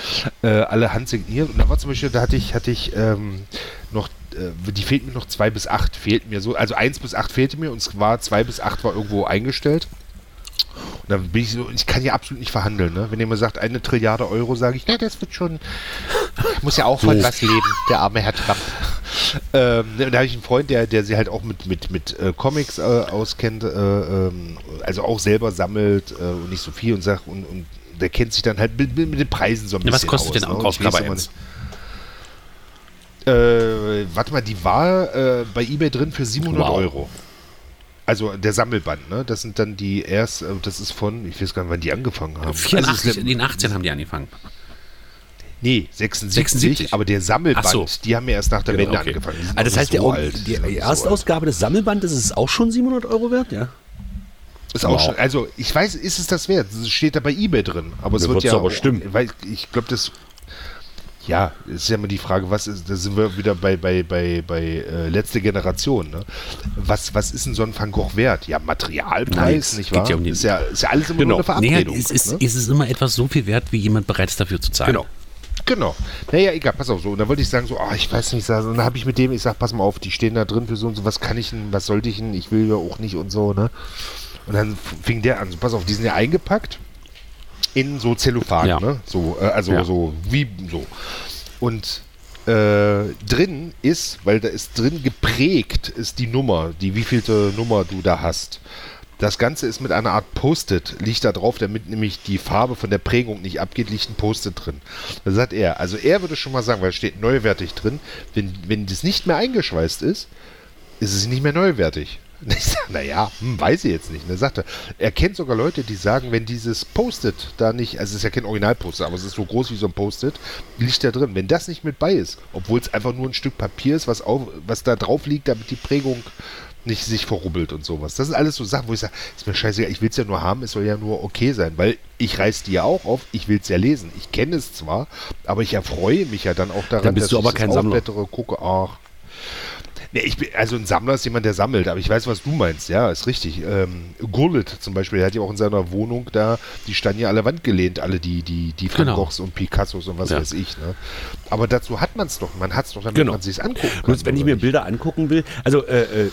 S5: Äh, alle handsigniert. Und da war zum Beispiel, da hatte ich, hatte ich ähm, noch, äh, die fehlten mir noch 2 bis 8, fehlt mir so. Also 1 bis 8 fehlte mir und es war 2 bis 8 war irgendwo eingestellt. Und dann bin ich so, ich kann ja absolut nicht verhandeln, ne? Wenn jemand sagt, eine Trilliarde Euro, sage ich, na, das wird schon, muss ja auch von was leben, der arme Herr Trump. Ähm, ne, da habe ich einen Freund, der, der sie halt auch mit, mit, mit äh, Comics äh, auskennt, äh, ähm, also auch selber sammelt äh, und nicht so viel und sagt, und, und der kennt sich dann halt mit, mit mit den Preisen so ein
S2: Ja, was
S5: bisschen
S2: kostet
S5: aus,
S2: denn
S5: ne? Und ich
S2: Ausgabe
S5: weiß immer
S2: 1?
S5: nicht- Äh, warte mal, die war äh, bei Ebay drin für 700
S2: Wow.
S5: Euro. Also der Sammelband, ne? Das sind dann die erst, äh, das ist von, ich weiß gar nicht, wann die angefangen haben. Also
S2: 84,
S5: es ist-
S2: in den 18 haben die angefangen.
S5: nee, 76,
S2: 76.
S5: aber der Sammelband,
S2: Ach so.
S5: die haben ja erst nach der
S2: Genau,
S5: Wende
S2: okay.
S5: angefangen. Die sind
S1: Also das
S5: noch
S1: heißt,
S5: nicht
S1: der,
S5: so
S1: Or-
S5: alt.
S1: die,
S5: Noch
S1: die
S5: nicht so
S1: Erstausgabe des Sammelbandes ist es auch schon 700 Euro wert, ja?
S5: alt. Ist auch schon, also ich weiß, ist es das wert? Das steht da bei Ebay drin, aber es
S1: Da
S5: wird
S1: wird's
S5: ja
S1: aber stimmen.
S5: Weil ich glaube, das Ja, ist ja immer die Frage, was ist, da sind wir wieder bei, bei, bei, bei äh, letzte Generation, ne? Was, was ist denn so ein Van Gogh wert? Ja, Materialpreis,
S2: Nice.
S5: nicht
S2: Geht
S5: wahr?
S2: ja um die-
S5: ist, ja, ist ja alles immer
S2: Genau.
S5: nur eine
S2: Nee,
S5: Verabredung.
S2: es, ist,
S5: ne?
S2: es ist immer etwas so viel wert, wie jemand bereit ist, dafür zu zahlen.
S5: Genau. Genau. Naja, egal, pass auf so. Und dann wollte ich sagen, so, ah, ich weiß nicht, so, und dann habe ich mit dem, ich sag, pass mal auf, die stehen da drin für so und so, was kann ich denn, was sollte ich denn, ich will ja auch nicht und so, ne? Und dann fing der an, so, pass auf, die sind ja eingepackt in so Zellophan,
S2: Ja.
S5: ne? So, äh, also
S2: Ja.
S5: so, wie so. Und äh, drin ist, weil da ist drin geprägt, ist die Nummer, die wievielte Nummer du da hast. Das Ganze ist mit einer Art Post-it, liegt da drauf, damit nämlich die Farbe von der Prägung nicht abgeht, liegt ein Post-it drin. Das sagt er. Also er würde schon mal sagen, weil es steht neuwertig drin, wenn, wenn das nicht mehr eingeschweißt ist, ist es nicht mehr neuwertig. Und Ich sag, naja, hm, weiß ich jetzt nicht. Und er sagte, er kennt sogar Leute, die sagen, wenn dieses Post-it da nicht, also es ist ja kein Original-Post-it, aber es ist so groß wie so ein Post-it, liegt da drin. Wenn das nicht mit bei ist, obwohl es einfach nur ein Stück Papier ist, was, auf, was da drauf liegt, damit die Prägung nicht sich verrubbelt und sowas. Das sind alles so Sachen, wo ich sage, ist mir scheißegal, ich will es ja nur haben, es soll ja nur okay sein, weil ich reiß die ja auch auf, ich will es ja lesen. Ich kenne es zwar, aber ich erfreue mich ja dann auch daran,
S1: Dann bist du
S5: ich
S1: aber
S5: das
S1: kein Sammler.
S5: aufblättere, gucke, ach, Nee, ich bin, also ein Sammler ist jemand, der sammelt, aber ich weiß, was du meinst, ja, ist richtig. Ähm, Gurlitt zum Beispiel, der hat ja auch in seiner Wohnung da, die standen ja an der Wand gelehnt, alle die, die, die Van
S2: Genau.
S5: Goghs und Picassos und was
S2: Ja.
S5: weiß ich, ne? Aber dazu hat man es doch, man hat es doch, damit
S1: Genau.
S5: man sich's angucken kann.
S1: Bloß wenn ich
S5: oder
S1: mir
S5: nicht?
S1: Bilder angucken will, also äh, äh,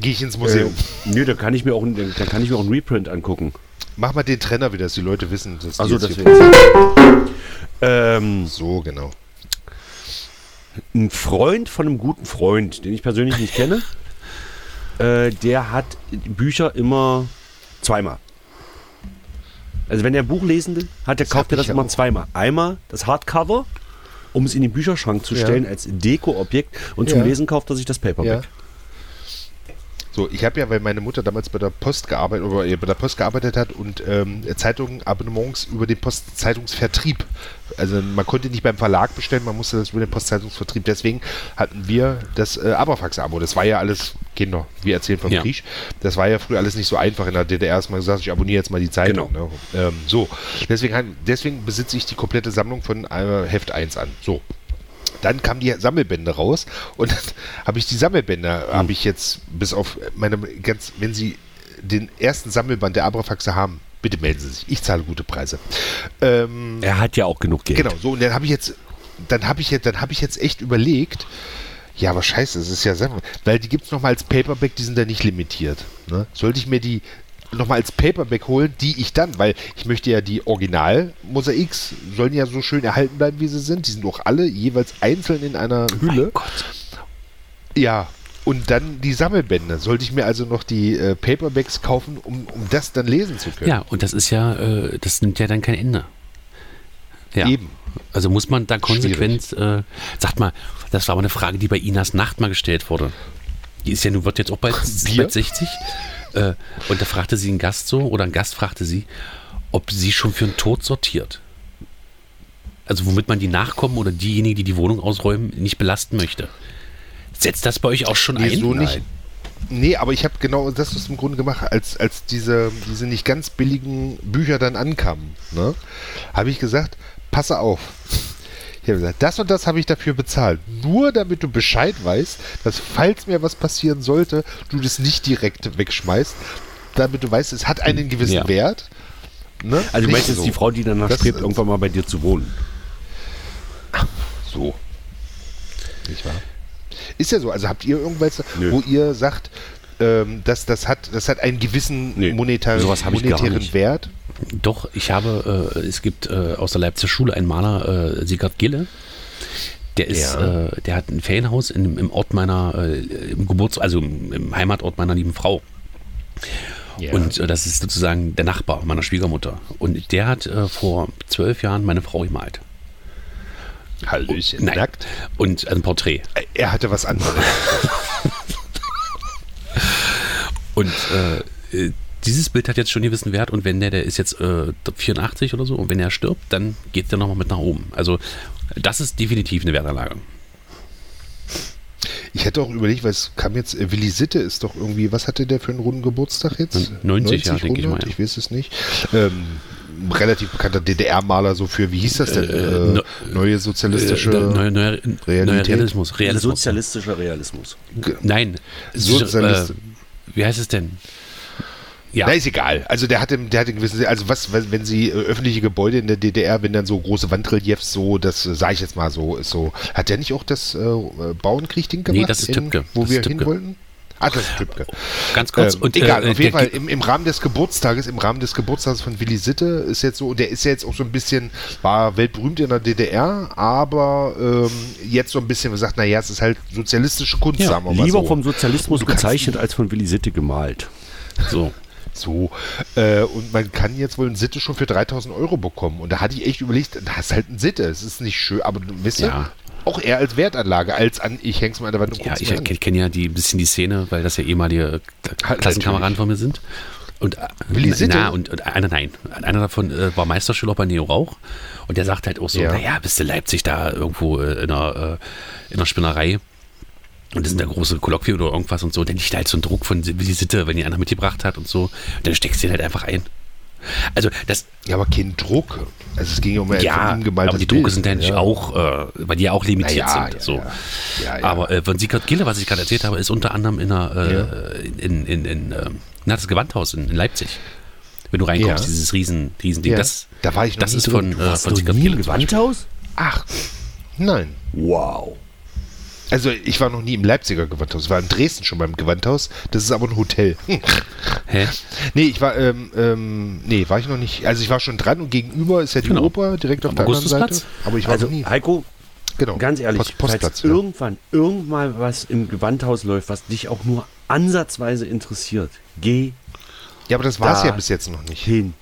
S5: Geh ich ins
S1: äh,
S5: Museum.
S1: nö, da kann ich mir auch, ein- da kann ich mir auch einen Reprint angucken.
S5: Mach mal den Trenner wieder, dass die Leute wissen, dass die
S1: Also
S5: jetzt
S1: das
S5: hier-
S1: ähm,
S5: So, genau.
S1: ein Freund von einem guten Freund, den ich persönlich nicht kenne, äh, der hat Bücher immer zweimal. Also wenn er ein Buch lesen will, hat der, kauft er
S5: hab
S1: das
S5: ich ja
S1: immer
S5: auch.
S1: zweimal. Einmal das Hardcover, um es in den Bücherschrank zu
S5: Ja.
S1: stellen als Dekoobjekt und zum
S5: Ja.
S1: Lesen kauft er sich das Paperback.
S5: Ja. So, ich habe ja, weil meine Mutter damals bei der Post gearbeitet oder äh, bei der Post gearbeitet hat und ähm, Zeitungen, Abonnements über den Postzeitungsvertrieb. Also man konnte nicht beim Verlag bestellen, man musste das über den Postzeitungsvertrieb. Deswegen hatten wir das äh, Abrafax-Abo. Das war ja alles, Kinder, wir erzählen von
S2: Ja.
S5: Krieg. Das war ja früher alles nicht so einfach in der DDR. Erstmal gesagt, ich abonniere jetzt mal die Zeitung. Ne? Ähm, so, deswegen, han- deswegen besitze ich die komplette Sammlung von äh, Heft 1 an. So, dann kamen die Sammelbände raus und dann habe ich die Sammelbände, habe ich jetzt bis auf meine ganz, wenn Sie den ersten Sammelband der Abrafaxe haben, bitte melden Sie sich. Ich zahle gute Preise. Ähm,
S1: Er hat ja auch genug Geld.
S5: genau, so und dann habe ich jetzt, dann habe ich jetzt, dann habe ich jetzt echt überlegt, ja, aber scheiße, es ist ja Sammel, weil die gibt es nochmal als Paperback, die sind da nicht limitiert. Ne? Sollte ich mir die nochmal als Paperback holen, die ich dann, weil ich möchte ja die Original-Mosaiks sollen ja so schön erhalten bleiben, wie sie sind. Die sind auch alle jeweils einzeln in einer Hülle.
S2: Mein Gott.
S5: Ja, und dann die Sammelbände. Sollte ich mir also noch die äh, Paperbacks kaufen, um, um das dann lesen zu können?
S2: Ja, und das ist ja, äh, das nimmt ja dann kein Ende. Ja.
S5: Eben.
S2: Also muss man da konsequent, äh, sagt mal, das war aber eine Frage, die bei Inas Nacht mal gestellt wurde. Die ist ja nun, wird jetzt auch bald,
S5: Bier?
S2: bald 60. Äh, und da fragte sie einen Gast so, oder ein Gast fragte sie, ob sie schon für einen Tod sortiert. Also womit man die Nachkommen oder diejenigen, die die Wohnung ausräumen, nicht belasten möchte. Setzt das bei euch auch schon ein?
S5: Wieso Also nicht?
S2: Nein.
S5: Nee, aber ich habe genau das ist im Grunde gemacht, als, als diese, diese nicht ganz billigen Bücher dann ankamen, ne, habe ich gesagt, passe auf. Ich habe gesagt, das und das habe ich dafür bezahlt. Nur damit du Bescheid weißt, dass falls mir was passieren sollte, du das nicht direkt wegschmeißt, damit du weißt, es hat einen gewissen
S2: Ja.
S5: Wert. Ne?
S1: Also du
S5: Nicht
S1: meinst jetzt
S5: so.
S1: die Frau, die danach
S5: Das
S1: strebt,
S5: ist-
S1: irgendwann mal bei dir zu wohnen.
S5: So. Nicht wahr? Ist ja so. Also habt ihr irgendwas,
S1: Nö.
S5: wo ihr sagt, ähm, das, das, hat, das hat einen gewissen
S1: Nee,
S5: monetar
S1: sowas hab ich gar
S5: monetären
S1: nicht.
S5: Wert?
S2: Doch, ich habe, äh, es gibt äh, aus der Leipziger Schule einen Maler, äh, Sigurd Gille. Der ist, äh, der hat ein Ferienhaus in, im Ort meiner, äh, im Geburts-, also im, im Heimatort meiner lieben Frau. Und äh, das ist sozusagen der Nachbar meiner Schwiegermutter. Und der hat äh, vor zwölf Jahren meine Frau gemalt.
S5: Hallöchen.
S2: Nein.
S5: Nackt.
S2: Und ein Porträt.
S5: Äh, Er hatte was anderes.
S2: Und äh, äh, dieses Bild hat jetzt schon einen gewissen Wert und wenn der, der ist jetzt äh, 84 oder so und wenn er stirbt, dann geht der nochmal mit nach oben. Also das ist definitiv eine Wertanlage.
S5: Ich hätte auch überlegt, weil es kam jetzt, äh, Willi Sitte ist doch irgendwie, was hatte der für einen runden Geburtstag jetzt?
S2: 90, ja, denke ich
S5: Runde?
S2: mal, ja.
S5: Ich weiß es nicht. Ähm, ein relativ bekannter DDR-Maler so für, wie hieß das denn? Äh,
S2: ne- äh,
S5: neue sozialistische.
S2: Neuer neuer neuer Realismus. Realismus.
S3: Sozialistischer Realismus.
S2: Nein.
S5: Sozialist-
S2: Äh, wie heißt es denn? Ja.
S5: Na, ist egal. Also der hat im, der hat einen gewissen, also was, wenn wenn sie äh, öffentliche Gebäude in der DDR, wenn dann so große Wandreliefs so, das sage ich jetzt mal so, ist so. Hat der nicht auch das äh, Bauenkrieg-Ding gemacht?
S2: Nee, das ist Tübke.
S5: Wo
S2: Das
S5: wir
S2: ist Tübke.
S5: hin wollten? Ah, das ist Tübke.
S2: Ganz kurz.
S5: Ähm,
S2: und äh,
S5: egal, auf jeden
S2: der-
S5: Fall im, im Rahmen des Geburtstages, im Rahmen des Geburtstages von Willi Sitte ist jetzt so, der ist ja jetzt auch so ein bisschen, war weltberühmt in der DDR, aber ähm, jetzt so ein bisschen gesagt, naja, es ist halt sozialistische Kunst, sagen wir mal
S3: Lieber
S5: so.
S3: vom Sozialismus
S5: Du kannst-
S3: gezeichnet als von Willi Sitte gemalt.
S2: So.
S5: So, äh, und man kann jetzt wohl ein Sitte schon für 3000 Euro bekommen. Und da hatte ich echt überlegt, das ist halt ein Sitte, es ist nicht schön, aber du wisst
S2: Ja.
S5: ja, auch eher als Wertanlage, als an, ich häng's mal an der Wand und
S2: Ja,
S5: guck's
S2: ich
S5: mir an.
S2: kenne kenn ja die ein bisschen die Szene, weil das ja ehemalige K- Klassenkameraden
S5: natürlich.
S2: von mir sind. Und, äh,
S5: Willi
S2: na-
S5: Sitte?
S2: Na, und, und einer, nein, einer davon äh, war Meisterschüler bei Neo Rauch und der sagt halt auch so,
S5: Ja.
S2: naja, bist du Leipzig da irgendwo äh, in einer, äh, in einer Spinnerei und das sind da große Kolloquien oder irgendwas und so, dann liegt da halt so ein Druck von Willi Sitte, wenn die einer mitgebracht hat und so, und dann steckst du den halt einfach ein. Also das,
S5: Ja, aber kein Druck. Also es ging ja um ein
S2: ja,
S5: von ihm gemaltes
S2: aber die
S5: Bild.
S2: Drucke sind ja nicht auch, äh, weil die ja auch limitiert
S5: Na ja,
S2: sind.
S5: ja,
S2: so.
S5: Ja, ja.
S2: Aber äh, von Sigurd Gille, was ich gerade erzählt habe, ist unter anderem in, einer, äh, in, in, in ähm, na, das Gewandhaus in, in Leipzig. Wenn du reinkommst,
S5: Ja.
S2: dieses riesen, riesen Ding.
S5: Ja.
S2: Das,
S5: Da war ich noch
S2: das
S5: nie
S2: ist
S5: drin.
S2: von,
S5: Du
S2: äh,
S5: warst
S2: von Sigurd Gille. zum Beispiel.
S3: Wandhaus?
S5: Ach, nein.
S3: Wow.
S5: Also ich war noch nie im Leipziger Gewandhaus. Ich war in Dresden schon beim Gewandhaus. Das ist aber ein Hotel. Hm.
S2: Hä?
S5: nee, ich war, ähm, ähm, nee, war ich noch nicht. Also ich war schon dran und gegenüber ist ja die
S2: Genau.
S5: Oper direkt auf
S2: Am
S5: der anderen Seite.
S2: Augustusplatz?
S5: Aber ich war
S3: Also
S5: noch nie.
S3: Heiko,
S5: Genau.
S3: ganz ehrlich,
S5: Post Postplatz.
S3: falls
S5: ja.
S3: irgendwann irgendwann was im Gewandhaus läuft, was dich auch nur ansatzweise interessiert, geh
S5: ja, aber das war es
S3: da-
S5: ja bis jetzt noch nicht.
S3: hin.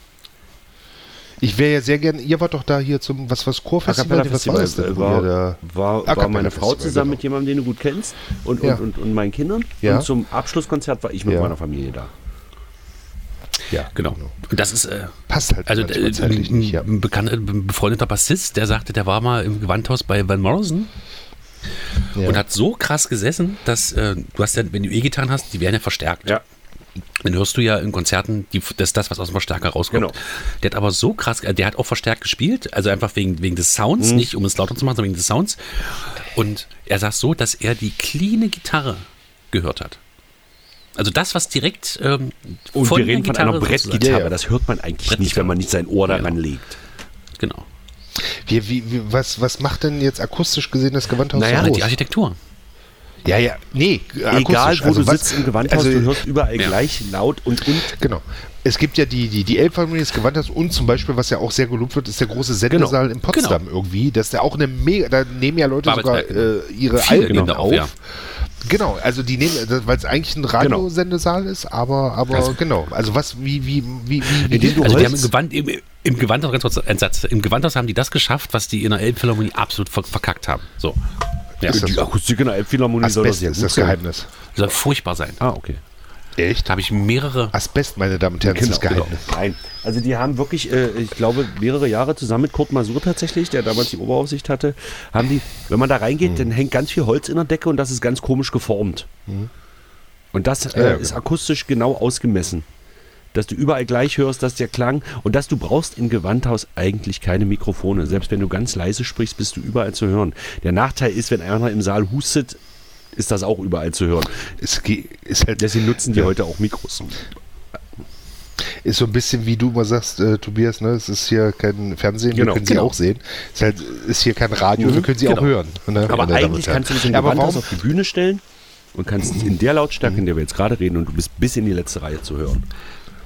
S5: Ich wäre ja sehr gerne, ihr wart doch da hier zum, was was Chorfestival?
S3: Acapella
S5: Was war das denn?
S3: Festival
S5: wo
S3: war,
S5: wir da-
S3: war, war
S5: Acapella
S3: meine Frau
S5: Festival,
S3: zusammen
S5: genau.
S3: mit jemandem, den du gut kennst und,
S5: Ja.
S3: und, und, und meinen Kindern.
S5: Ja.
S3: Und zum Abschlusskonzert war ich mit
S5: Ja.
S3: meiner Familie da.
S5: Ja,
S2: Genau. Und das ist, äh,
S5: Passt halt
S2: also
S5: manchmal
S2: äh,
S5: zeitlich
S2: ein,
S5: nicht, ja.
S2: ein bekannter, ein befreundeter Bassist, der sagte, der war mal im Gewandhaus bei Van Morrison
S5: ja.
S2: und hat so krass gesessen, dass äh, du hast ja, wenn du E-Gitarren hast, die werden ja verstärkt.
S3: Ja.
S2: Dann hörst du ja in Konzerten die, das, das, was aus dem Verstärker rauskommt.
S3: Genau.
S2: Der hat aber so krass, äh, der hat auch verstärkt gespielt, also einfach wegen, wegen des Sounds,
S3: Mhm.
S2: nicht um es lauter zu machen, sondern wegen des Sounds. Und er sagt so, dass er die cleane Gitarre gehört hat. Also das, was direkt ähm,
S3: Und
S2: von
S3: wir reden
S2: der
S3: von einer
S2: Gitarre sozusagen-
S3: Brettgitarre.
S5: Ja, ja.
S3: Das hört man eigentlich nicht, wenn man nicht sein Ohr daran legt.
S2: Genau.
S5: Wie, wie, wie, was, was macht denn jetzt akustisch gesehen das Gewandhaus
S2: Naja,
S5: so
S2: die
S5: groß?
S2: Architektur.
S5: Ja, ja, nee,
S3: Egal,
S5: akustisch,
S3: wo
S5: also
S3: du
S5: was-
S3: sitzt im Gewandhaus,
S5: also,
S3: du hörst überall
S2: Ja.
S3: gleich laut und, und
S5: Genau. Es gibt ja die, die, die Elbphilharmonie des Gewandhaus und zum Beispiel, was ja auch sehr gelobt wird, ist der große Sendesaal in Potsdam irgendwie. Das ist ja auch eine mega, da nehmen ja Leute sogar
S2: Babelsberg,
S5: äh, ihre
S2: Viele
S5: Alben
S2: nehmen da auf,
S5: auf.
S2: ja.
S5: Genau, also die nehmen, weil es eigentlich ein Radiosendesaal ist, aber, aber genau. Also was, wie, wie, wie, wie, wie
S3: dem du
S2: Also die haben im,
S3: Holz?
S2: Gewand, im, im Gewandhaus, ganz kurz ein Satz, im Gewandhaus haben die das geschafft, was die in der Elbphilharmonie absolut ver verkackt haben. So. Ja.
S5: Ist das
S3: die
S5: so?
S3: Akustik in der Elbphilharmonie soll doch
S5: Asbest
S3: sehr
S5: ist
S3: gut
S5: das
S3: sein.
S5: Geheimnis.
S2: Soll furchtbar sein.
S3: Ah, okay.
S5: Echt?
S2: Da habe ich mehrere
S3: Ah.
S5: Asbest, meine Damen und Herren, ist das Geheimnis.
S3: Genau, Nein. Also die haben wirklich, äh, ich glaube, mehrere Jahre zusammen mit Kurt Masur tatsächlich, der damals die Oberaufsicht hatte, haben die, wenn man da reingeht,
S5: Mhm.
S3: dann hängt ganz viel Holz in der Decke und das ist ganz komisch geformt. Und das äh,
S5: Ja, ja,
S3: ist
S5: genau.
S3: akustisch genau ausgemessen. Dass du überall gleich hörst, dass der Klang und dass du brauchst im Gewandhaus eigentlich keine Mikrofone. Selbst wenn du ganz leise sprichst, bist du überall zu hören. Der Nachteil ist, wenn einer im Saal hustet, ist das auch überall zu hören.
S5: Es ge- ist halt
S3: Deswegen nutzen die heute auch Mikros.
S5: Ist so ein bisschen wie du immer sagst, äh, Tobias, ne? Es ist hier kein Fernsehen, wir
S3: Genau,
S5: können sie
S3: genau.
S5: auch sehen. Ist, halt, ist hier kein Radio, wir können sie auch hören. Ne?
S3: Aber
S5: meine Damen
S3: eigentlich
S5: und Herren.
S3: kannst du dich in ja,
S5: ja, aber warum,
S3: auf die also- Bühne stellen und kannst in der Lautstärke, in der wir jetzt gerade reden, und du bist bis in die letzte Reihe zu hören.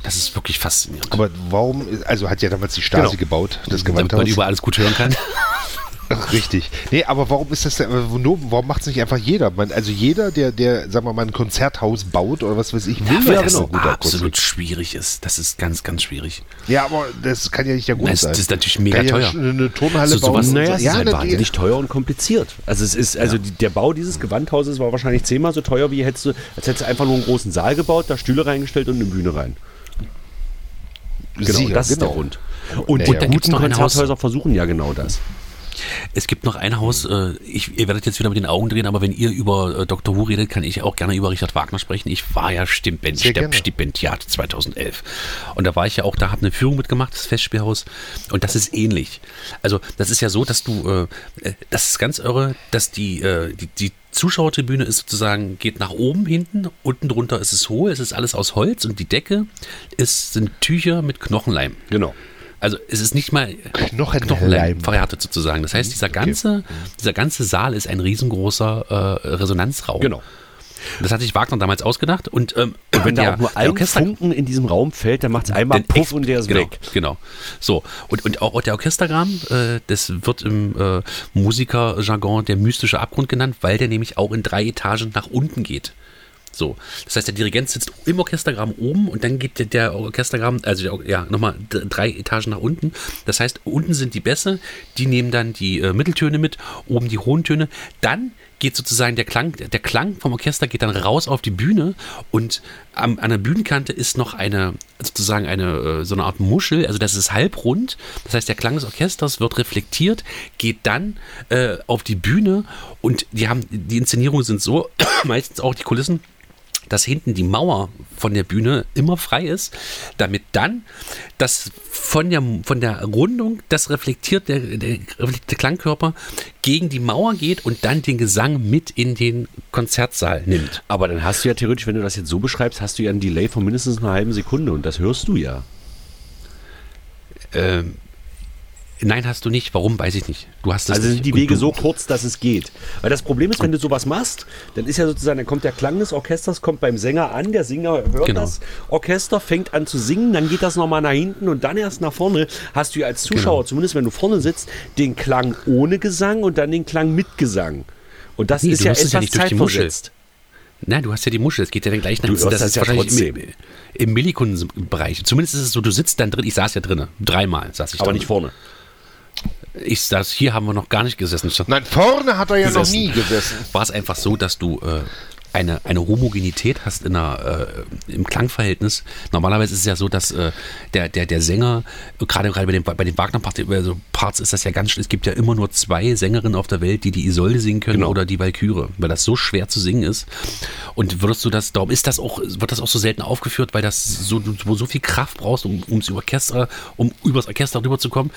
S2: Das ist wirklich faszinierend.
S5: aber warum, also hat ja damals die Stasi
S3: Genau.
S5: gebaut, das
S2: Damit man
S5: Gewandhaus.
S2: überall alles gut hören kann.
S5: Ach, Richtig. Nee, aber warum ist das denn, äh, nur, warum macht es nicht einfach jeder? Man, also jeder, der, der, sagen wir mal, ein Konzerthaus baut oder was weiß ich, will
S2: Weil
S5: ja
S2: das
S5: genau gut
S2: absolut schwierig ist. Das ist ganz, ganz schwierig.
S5: Ja, aber das kann ja nicht der Grund
S2: Das-
S5: sein.
S2: das ist natürlich mega
S5: kann
S2: teuer.
S5: Ja schon eine Turnhalle
S2: So- sowas-
S5: bauen. und
S2: naja,
S5: so. Oh, ja, ne,
S3: halt
S5: natürlich.
S3: wahnsinnig teuer und kompliziert. Also es ist, also die, der Bau dieses Gewandhauses war wahrscheinlich zehnmal so teuer, wie hättest du, als hättest du einfach nur einen großen Saal gebaut, da Stühle reingestellt und eine Bühne rein. Genau,
S5: Sicher,
S3: das ist der
S5: genau.
S3: Grund. Und
S5: Ja,
S3: die
S5: ja.
S2: Dann gibt's
S3: guten
S2: noch ein Haus.
S3: Konzerthäuser versuchen ja genau das.
S2: Es gibt noch ein Haus, äh, ich, ihr werdet jetzt wieder mit den Augen drehen, aber wenn ihr über äh, Dr. Who redet, kann ich auch gerne über Richard Wagner sprechen. Ich war ja Stipend,
S5: Sehr
S2: Step,
S5: gerne.
S2: Stipendiat 2011. Und da war ich ja auch, da habe eine Führung mitgemacht, das Festspielhaus. Und das ist ähnlich. Also das ist ja so, dass du, äh, äh, das ist ganz irre, dass die, äh, die, die Zuschauertribüne ist sozusagen, geht nach oben hinten, unten drunter ist es hohl, es ist alles aus Holz und die Decke ist, sind Tücher mit Knochenleim.
S3: Genau.
S2: Also es ist nicht mal
S5: Knochenleim.
S2: Knochenleim verhärtet sozusagen. Das heißt, dieser
S3: Mhm,
S2: ganze, dieser ganze Saal ist ein riesengroßer äh, Resonanzraum.
S3: Genau.
S2: Das hatte sich Wagner damals ausgedacht und, ähm,
S3: Und wenn da
S2: der-
S3: auch nur
S2: der
S3: ein
S2: Orchester-
S3: Funken in diesem Raum fällt, dann macht es einmal
S2: den
S3: Puff
S2: Ex-
S3: und der ist
S2: genau,
S3: weg.
S2: Genau. So. Und, und auch der Orchestergraben, äh, das wird im äh, Musikerjargon der mystische Abgrund genannt, weil der nämlich auch in drei Etagen nach unten geht. So. Das heißt, der Dirigent sitzt im Orchestergraben oben und dann geht der, der Orchestergraben, also der, Or- ja, nochmal d- drei Etagen nach unten. Das heißt, unten sind die Bässe, die nehmen dann die äh, Mitteltöne mit, oben die hohen Töne. Dann geht sozusagen der Klang, der Klang vom Orchester geht dann raus auf die Bühne und am, an der Bühnenkante ist noch eine, sozusagen eine, äh, so eine Art Muschel, also das ist halbrund. Das heißt, der Klang des Orchesters wird reflektiert, geht dann äh, auf die Bühne und die haben, die Inszenierungen sind so, meistens auch die Kulissen, dass hinten die Mauer von der Bühne immer frei ist, damit dann das von der, von der Rundung, das reflektiert der, der, reflektierte Klangkörper gegen die Mauer geht und dann den Gesang mit in den Konzertsaal nimmt.
S3: Aber dann hast du ja theoretisch, wenn du das jetzt so beschreibst, hast du ja einen Delay von mindestens einer halben Sekunde und das hörst du ja.
S2: Ähm, nein, hast du nicht. Warum, weiß ich nicht. Du hast es
S3: Also
S2: nicht.
S3: sind die
S2: Und
S3: Wege
S2: du,
S3: so kurz, dass es geht. Weil das Problem ist, wenn du sowas machst, dann ist ja sozusagen, dann kommt der Klang des Orchesters, kommt beim Sänger an, der Sänger hört
S2: Genau.
S3: das, Orchester fängt an zu singen, dann geht das nochmal nach hinten und dann erst nach vorne hast du ja als Zuschauer,
S2: Genau.
S3: zumindest wenn du vorne sitzt, den Klang ohne Gesang und dann den Klang mit Gesang. Und das
S2: Nee,
S3: ist
S2: du
S3: ja
S2: hörst
S3: etwas
S2: es ja nicht durch die Muschel.
S3: zeitversetzt.
S2: Nein, du hast ja die Muschel. Es geht ja dann gleich nach
S3: Du hörst das ja
S2: wahrscheinlich im, im Millikundenbereich. Zumindest ist es so, du sitzt dann drin. Ich saß ja drin. Dreimal saß ich
S3: Aber
S2: drin.
S3: nicht vorne.
S2: Ich saß, hier haben wir noch gar nicht gesessen. Ich saß-
S5: Nein, vorne hat er ja noch
S2: gesessen.
S5: nie gesessen.
S2: War es einfach so, dass du äh, eine, eine Homogenität hast in einer, äh, im Klangverhältnis. Normalerweise ist es ja so, dass äh, der, der, der Sänger, gerade gerade bei den, bei den Wagner-Parts also Parts ist das ja ganz schlimm. Es gibt ja immer nur zwei Sängerinnen auf der Welt, die die Isolde singen können
S5: Genau.
S2: oder die Walküre, weil das so schwer zu singen ist. Und würdest du das, darum ist das auch, wird das auch so selten aufgeführt, weil das so, du wo so viel Kraft brauchst, um ums Orchester, um übers Orchester rüberzukommen,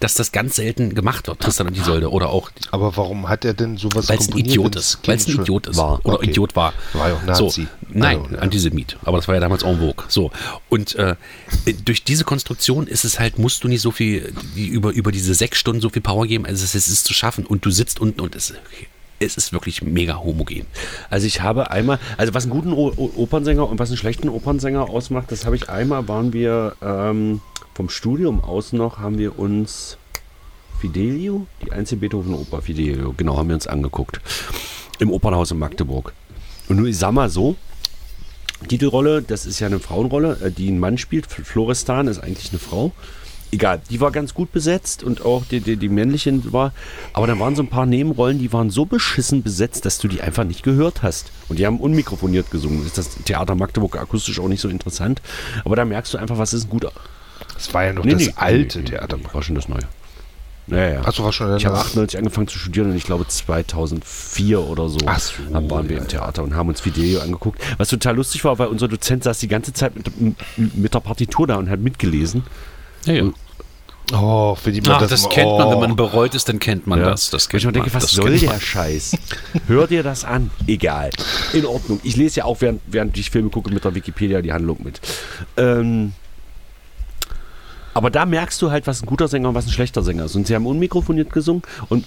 S2: dass das ganz selten gemacht wird, Tristan und Isolde oder auch
S5: Aber warum hat er denn sowas
S2: weil es ein
S5: komponiert,
S2: Idiot
S5: wenn's
S2: ist. Weil es ein
S5: schon Ah,
S2: Idiot ist. Oder
S5: Okay.
S2: Idiot war.
S5: War ja auch Nazi.
S2: So. Nein,
S5: Also, ja.
S2: Antisemit. Aber das war ja damals en vogue. So. Und äh, durch diese Konstruktion ist es halt, musst du nicht so viel, die, über, über diese sechs Stunden so viel Power geben. Also es ist, es ist zu schaffen. Und du sitzt unten und es, es ist wirklich mega homogen.
S3: Also ich habe einmal, also was einen guten o o Opernsänger und was einen schlechten Opernsänger ausmacht, das habe ich einmal, waren wir ähm, vom Studium aus noch, haben wir uns Fidelio, die einzige Beethoven-Oper, Fidelio, genau, haben wir uns angeguckt. Im Opernhaus in Magdeburg. Und nur, ich sag mal so, Titelrolle, das ist ja eine Frauenrolle, äh, die ein Mann spielt. Fl- Florestan ist eigentlich eine Frau. Egal, die war ganz gut besetzt und auch die, die, die männlichen war. Aber da waren so ein paar Nebenrollen, die waren so beschissen besetzt, dass du die einfach nicht gehört hast. Und die haben unmikrofoniert gesungen. Ist das Theater Magdeburg akustisch auch nicht so interessant. Aber da merkst du einfach, was ist ein guter.
S5: Das war ja noch das alte Theater.
S3: War schon das neue. Naja, ja.
S5: Ach so, war schon
S3: Ich habe
S5: danach.
S3: 98 angefangen zu studieren und ich glaube 2004 oder so,
S5: Ach so,
S3: dann waren wir im Theater und haben uns Fidelio angeguckt. Was total lustig war, weil unser Dozent saß die ganze Zeit mit, mit der Partitur da und hat mitgelesen.
S2: Ja, ja.
S5: Oh, für die
S2: Ach,
S5: das
S2: Ah, das,
S5: mal-
S2: kennt man.
S5: oh.
S2: Wenn man bereut ist, dann kennt man
S3: Ja.
S2: das. Das
S3: Und
S2: kennt
S3: ich mir denke,
S2: man.
S3: was
S2: das
S3: soll
S2: kennt
S3: der
S2: man.
S3: Scheiß? Hör dir das an. Egal. In Ordnung. Ich lese ja auch, während, während ich Filme gucke, mit der Wikipedia die Handlung mit. Ähm, aber da merkst du halt, was ein guter Sänger und was ein schlechter Sänger ist. Und sie haben unmikrofoniert gesungen und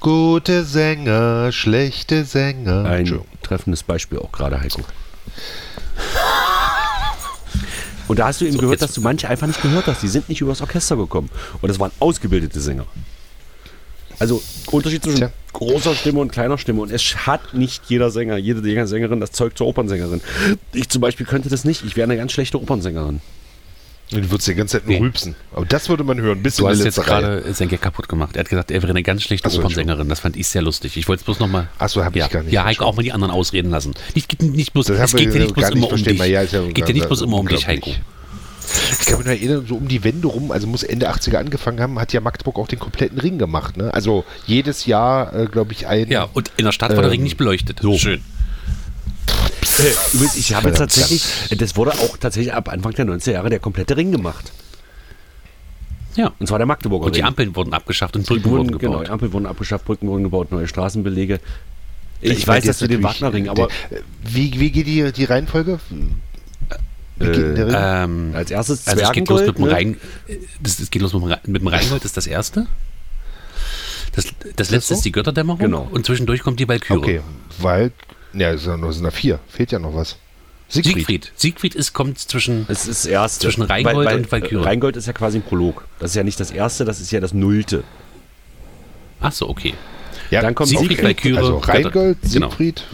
S5: Gute Sänger, schlechte Sänger.
S3: Ein
S5: Entschuldigung.
S3: treffendes Beispiel auch gerade, Heiko. Und da hast du eben
S2: So,
S3: gehört,
S2: jetzt-
S3: dass du manche einfach nicht gehört hast. Die sind nicht übers Orchester gekommen. Und das waren ausgebildete Sänger. Also Unterschied zwischen
S5: Tja.
S3: großer Stimme und kleiner Stimme. Und es hat nicht jeder Sänger, jede jede Sängerin das Zeug zur Opernsängerin. Ich zum Beispiel könnte das nicht. Ich wäre eine ganz schlechte Opernsängerin.
S5: Du würdest die ganze Zeit nur
S2: Nee.
S5: rülpsen. Aber das würde man hören, bis
S2: Du
S5: in
S2: hast
S5: die
S2: jetzt
S5: letzte Reihe.
S2: gerade Senke kaputt gemacht. Er hat gesagt, er wäre eine ganz schlechte
S5: Ach so,
S2: Opernsängerin. Das fand ich sehr lustig. Ich wollte es bloß nochmal.
S5: Ach so, hab ich
S2: ja.
S5: gar nicht
S2: Ja, Heiko,
S5: verstanden.
S2: auch mal die anderen ausreden lassen. Nicht, nicht bloß,
S5: Das
S2: es
S5: hab ich
S2: geht ja nicht
S5: gar
S2: bloß
S5: nicht
S2: immer um
S5: verstehen,
S2: dich.
S5: weil ja, ist ja
S2: geht ja nicht bloß immer um dich, Heiko.
S5: unglaublich. kann mich noch erinnern, so um die Wende rum, also muss Ende 80er angefangen haben, hat ja Magdeburg auch den kompletten Ring gemacht. Ne? Also jedes Jahr, äh, glaube ich, ein.
S2: Ja, und in der Stadt war der
S5: Ähm,
S2: Ring nicht beleuchtet. So. Schön.
S3: Äh, übrigens, ich habe jetzt tatsächlich, äh, das wurde auch tatsächlich ab Anfang der 90er Jahre der komplette Ring gemacht.
S2: Ja.
S3: Und zwar der Magdeburger
S2: Und die
S3: Ring.
S2: Ampeln wurden abgeschafft und Brücken wurden gebaut.
S3: Genau, die Ampeln wurden abgeschafft, Brücken wurden gebaut, neue Straßenbelege. Ich,
S5: meine,
S3: weiß,
S5: der
S3: dass
S5: ist
S3: du den
S5: natürlich-
S3: Wagnerring, aber
S5: der- Wie, wie geht die, die Reihenfolge? Wie geht der Ring?
S2: Ähm,
S3: als erstes
S2: also es geht los mit
S3: Zwergengold,
S2: dem
S3: ne?
S2: Rhein, das, das geht los mit dem, Rhein- mit dem Rheingold, das ist das erste. Das, das letzte
S5: so?
S2: ist die Götterdämmerung
S3: Genau.
S2: und zwischendurch kommt die Walküre.
S5: Okay, weil. Ja, es sind ja nur- es sind da vier. Fehlt ja noch was. Siegfried.
S2: Siegfried. Siegfried ist, kommt zwischen.
S3: Es ist das erste.
S2: Zwischen Rheingold
S3: Weil- weil,
S2: und Walküre.
S3: äh, Rheingold ist ja quasi ein Prolog. Das ist ja nicht das erste, das ist ja das nullte.
S2: Achso, okay.
S5: Ja,
S3: Dann kommt
S2: Siegfried,
S5: Siegfried,
S2: Walküre,
S5: Also Rheingold,
S2: Göttert. Genau.
S5: Siegfried,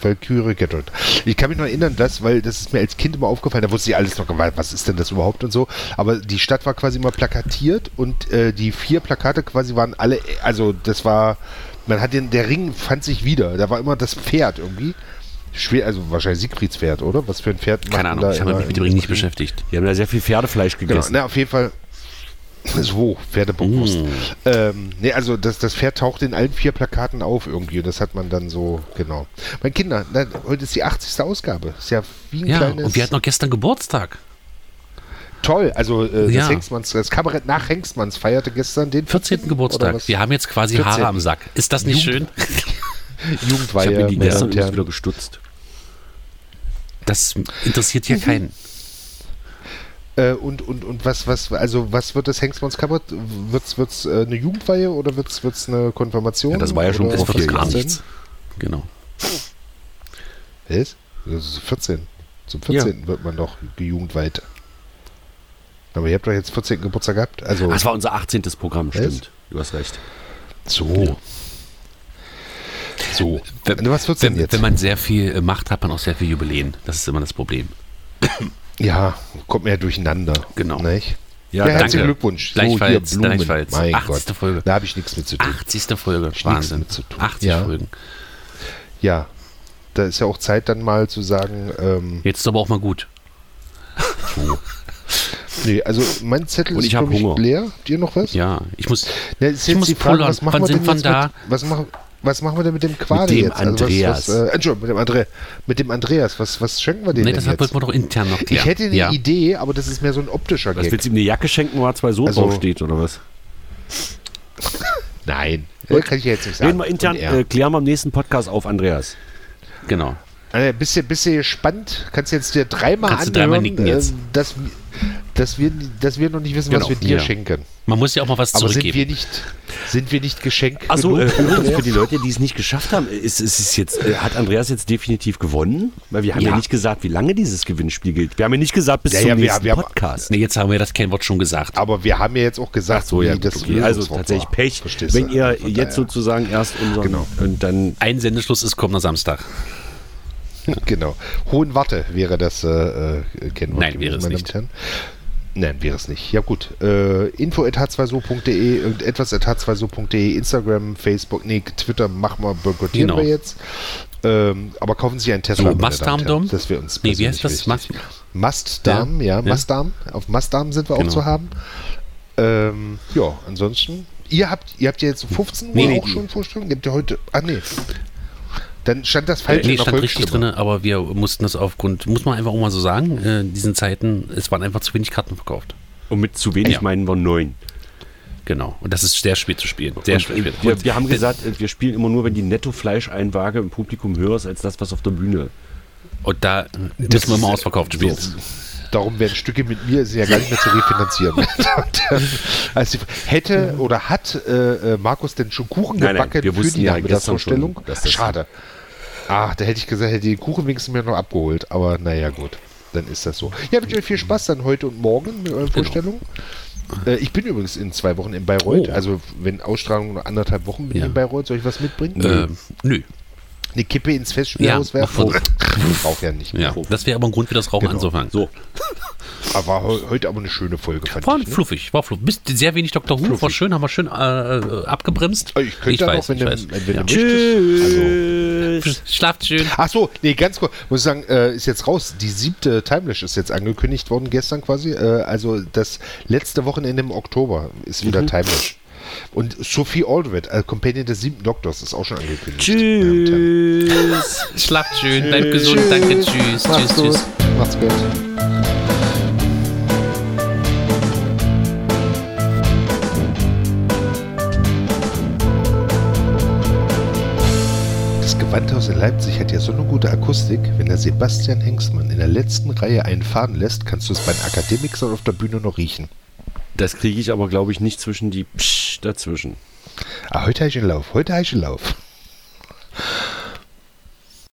S5: Walküre, Gettert. Ich kann mich noch erinnern, das, weil das ist mir als Kind immer aufgefallen, da wusste ich alles noch, weil was ist denn das überhaupt und so. Aber die Stadt war quasi immer plakatiert und äh, die vier Plakate quasi waren alle, also das war, man hat den, der Ring fand sich wieder, da war immer das Pferd irgendwie. Schwer, also wahrscheinlich Siegfrieds Pferd, oder? Was für ein Pferd macht
S2: Keine
S5: denn
S2: Ahnung, ich habe
S5: immer
S2: mich mit dem Ring nicht
S5: irgendwie-
S2: beschäftigt.
S3: Die haben da sehr viel Pferdefleisch
S5: Genau,
S3: gegessen.
S5: na, auf jeden Fall. So,
S3: Mm.
S5: Pferdebockwurst. Ähm, nee, also das, das Pferd taucht in allen vier Plakaten auf irgendwie. Und das hat man dann so, genau. Meine Kinder, na, heute ist die 80. Ausgabe. Ist ja wie ein
S2: Ja,
S5: kleines...
S2: und wir hatten noch gestern Geburtstag.
S5: toll, also äh,
S2: Ja.
S5: das, Hengstmanns, das Kabarett nach Hengstmanns feierte gestern den
S2: 14.
S5: oder
S2: Geburtstag.
S5: was?
S2: Wir haben jetzt quasi
S5: 14..
S2: Haare am Sack. Ist das nicht schön?
S5: Jugendweihe.
S3: Ich habe
S5: meine
S3: gestern
S5: und
S3: übrigens
S5: Herren.
S3: wieder gestutzt.
S2: Das interessiert
S5: Mhm.
S2: hier keinen.
S5: Äh, und, und, und was, was, also was wird das Hengstmanns Kabarett? Wird's, wird's äh, eine Jugendweihe oder wird's, wird's eine Konfirmation?
S3: Ja, das war ja schon
S5: oder
S3: vor
S2: Das wird
S3: vier
S2: gar
S3: Jahren.
S2: nichts. Genau.
S5: Was? Das ist 14. Zum 14. wird man doch gejugendweiht. Aber ihr habt doch jetzt 14. Geburtstag gehabt. Also,
S2: Oh.
S3: Ach, Das war unser 18. Programm,
S5: Was?
S3: stimmt. Du hast recht.
S5: so. So. Also,
S2: Wenn-
S5: Was wird's
S2: wenn,
S5: denn jetzt?
S2: wenn man sehr viel äh, macht, hat man auch sehr viel Jubiläen. Das ist immer das Problem.
S5: ja, kommt mir ja durcheinander.
S2: Genau.
S5: Nicht?
S3: Ja,
S5: herzlichen
S2: danke.
S5: Glückwunsch.
S2: Gleichfalls,
S5: hier Blumen.
S2: gleichfalls.
S5: Mein
S2: 80.
S5: Gott.
S2: Folge.
S5: Da habe ich nichts mit zu tun.
S2: 80. Folge.
S5: nichts
S2: Wahnsinn.
S5: mit zu tun.
S2: 80
S5: Ja.
S2: Folgen.
S5: Ja. Da ist ja auch Zeit, dann mal zu sagen, ähm,
S2: Jetzt ist aber auch mal gut.
S5: nee, also mein Zettel
S3: Und
S5: ist
S3: ich hab
S5: glaub
S3: Hunger.
S5: leer. Dir noch was?
S2: Ja, ich muss.
S5: Na, ist
S2: Ich
S5: jetzt
S2: muss
S5: die Frage,
S2: pullern.
S5: was machen
S2: Wann
S5: wir
S2: sind
S5: denn
S2: wir
S5: jetzt
S2: da?
S5: Mit, was, machen, was machen wir denn mit dem Quadri
S3: dem
S5: jetzt? Also
S3: Andreas.
S5: Was, was, äh, Entschuldigung, mit dem André, mit dem Andreas, was, was schenken wir dem
S2: Nee,
S5: denn
S2: das wollten
S5: jetzt?
S2: wir doch intern noch klären.
S5: Ich hätte eine
S2: ja.
S5: Idee, aber das ist mehr so ein optischer
S3: Was
S5: Gag.
S3: willst du ihm eine Jacke schenken, wo er zwei so
S5: Also-
S3: draufsteht, oder was?
S5: Nein, das kann ich ja jetzt nicht sagen.
S3: Reden wir intern,
S5: Und er.
S3: äh, klären wir im nächsten Podcast auf, Andreas.
S2: Genau.
S5: Alter, also, bist, du, bist du gespannt? Kannst du jetzt dir dreimal
S2: Kannst du
S5: anhören,
S2: dreimal nicken
S5: äh,
S2: jetzt.
S5: Dass, dass, wir, dass wir noch nicht wissen, was
S2: Genau,
S5: wir dir
S2: ja.
S5: schenken.
S2: Man muss ja auch mal was
S5: Aber sind
S2: zurückgeben.
S5: wir nicht, sind wir nicht geschenkt
S3: Achso, äh,
S5: genug?
S3: übrigens für die Leute, die es nicht geschafft haben, ist, ist es jetzt, äh, hat Andreas jetzt definitiv gewonnen? Weil wir haben ja,
S2: Ja.
S3: nicht gesagt, wie lange dieses Gewinnspiel gilt. Wir haben ja nicht gesagt, bis
S5: Ja,
S3: zum
S5: ja, wir-
S3: nächsten
S5: wir haben-
S3: Podcast.
S2: nee, jetzt haben wir das Kennwort schon gesagt.
S5: aber wir haben ja jetzt auch gesagt,
S3: So, ja,
S5: wie das
S3: gut, okay. also
S5: Lösungswort
S3: tatsächlich
S5: war.
S3: Pech.
S5: Verstehst
S3: Wenn
S5: du?
S3: ihr
S5: Von
S3: jetzt
S5: daher.
S3: sozusagen erst unseren
S5: Genau.
S3: und dann
S2: Ein Sendeschluss ist kommender Samstag.
S5: Genau. Hohenwarte wäre das äh, äh, Kennwort.
S2: Nein,
S5: gewesen,
S2: wäre es
S5: meine
S2: nicht.
S5: Damen und Herren. Nein, wäre es nicht. Ja gut. Äh, info at h2so.de, irgendetwas at h2so.de, Instagram, Facebook, nee, Twitter machen wir, boykottieren
S2: Genau.
S5: wir jetzt. Ähm, aber kaufen Sie einen Tesla.
S2: So,
S5: meine Damen und
S2: Mastdarmdom?
S5: Herren, Dass wir uns
S2: Nee, wie
S5: persönlich
S2: heißt das?
S5: wichtig-
S2: Mas-
S5: Mastdarm, ja,
S2: Ja, ja.
S5: Mastdarm. Auf Mastdarm sind wir
S2: Genau.
S5: auch zu haben. Ähm, ja, ansonsten. Ihr habt, ihr habt ja jetzt 15 Uhr
S2: Nee, nee,
S5: auch
S2: die-
S5: schon Vorstellungen? Ihr habt ja heute. Ah, nee. Dann stand das falsch
S2: Äh, Nee,
S5: in der
S2: stand richtig
S5: Volksstimme.
S2: drin, aber wir mussten das aufgrund, muss man einfach auch mal so sagen, äh, in diesen Zeiten, es waren einfach zu wenig Karten verkauft.
S3: und mit zu wenig
S2: Ja.
S3: meinen wir neun.
S2: Genau. Und das ist sehr spät zu spielen. Sehr
S3: Und,
S2: schwer
S3: äh,
S2: zu spielen.
S3: wir, wir haben gesagt, äh, wir spielen immer nur, wenn die Netto-Fleischeinwaage im Publikum höher ist als das, was auf der Bühne.
S2: Und da müssen wir immer ausverkauft spielen.
S5: Darum werden Stücke mit mir sind ja gar nicht mehr zu refinanzieren. also hätte oder hat äh, äh, Markus denn schon Kuchen
S3: Nein, nein,
S5: gebacken
S3: wir
S5: für
S3: wussten
S5: die
S3: ja
S5: Nachmittagsvorstellung?
S3: gestern schon, dass das-
S5: Schade. Ach, da hätte ich gesagt, hätte ich den Kuchen wenigstens mir noch abgeholt. Aber naja, gut. Dann ist das so. Ja, wünsche euch
S3: Mhm.
S5: viel Spaß dann heute und morgen mit euren
S3: Genau.
S5: Vorstellungen. Äh, ich bin übrigens in zwei Wochen in Bayreuth.
S2: Oh.
S5: Also, wenn Ausstrahlung noch anderthalb Wochen bin ich
S2: Ja.
S5: in Bayreuth, soll ich was mitbringen?
S3: Äh.
S2: Ähm, nö.
S5: Eine Kippe ins Festspielhaus
S2: Ja,
S5: werfen?
S2: mach vor.
S5: Oh, ich brauche ja nicht.
S2: Ja, das wäre aber ein Grund für das Rauchen anzufangen. So,
S5: Aber war heu- heute aber eine schöne Folge, fand
S2: war
S5: ich. Ne?
S2: fluffig, war fluffig. Bist sehr wenig Dr. Who, war schön, haben wir schön äh, äh, abgebremst.
S5: Ich könnte dann auch, wenn du- wenn du
S2: ja.
S5: möchtest. Also,
S3: Tschüss.
S1: Tschüss.
S2: Schlaft schön.
S5: Ach so, nee, ganz kurz, muss ich sagen, äh, ist jetzt raus. Die siebte Timelash ist jetzt angekündigt worden, gestern quasi. Äh, also das letzte Wochenende im Oktober ist wieder Timelash. Und Sophie Aldred, äh, Companion des siebten Doktors, ist auch schon angekündigt. Tschüss.
S2: Schlaft schön. Bleibt gesund. Danke. Tschüss. Tschüss. Tschüss.
S5: Macht's gut. Das Gewandhaus in Leipzig hat ja so eine gute Akustik, wenn der Sebastian Hengstmann in der letzten Reihe einen fahren lässt, kannst du es bei den Akademikern auf der Bühne noch riechen.
S1: Das kriege ich aber, glaube ich, nicht zwischen die Psch dazwischen.
S5: Ah, heute habe ich einen Lauf, heute habe ich einen Lauf.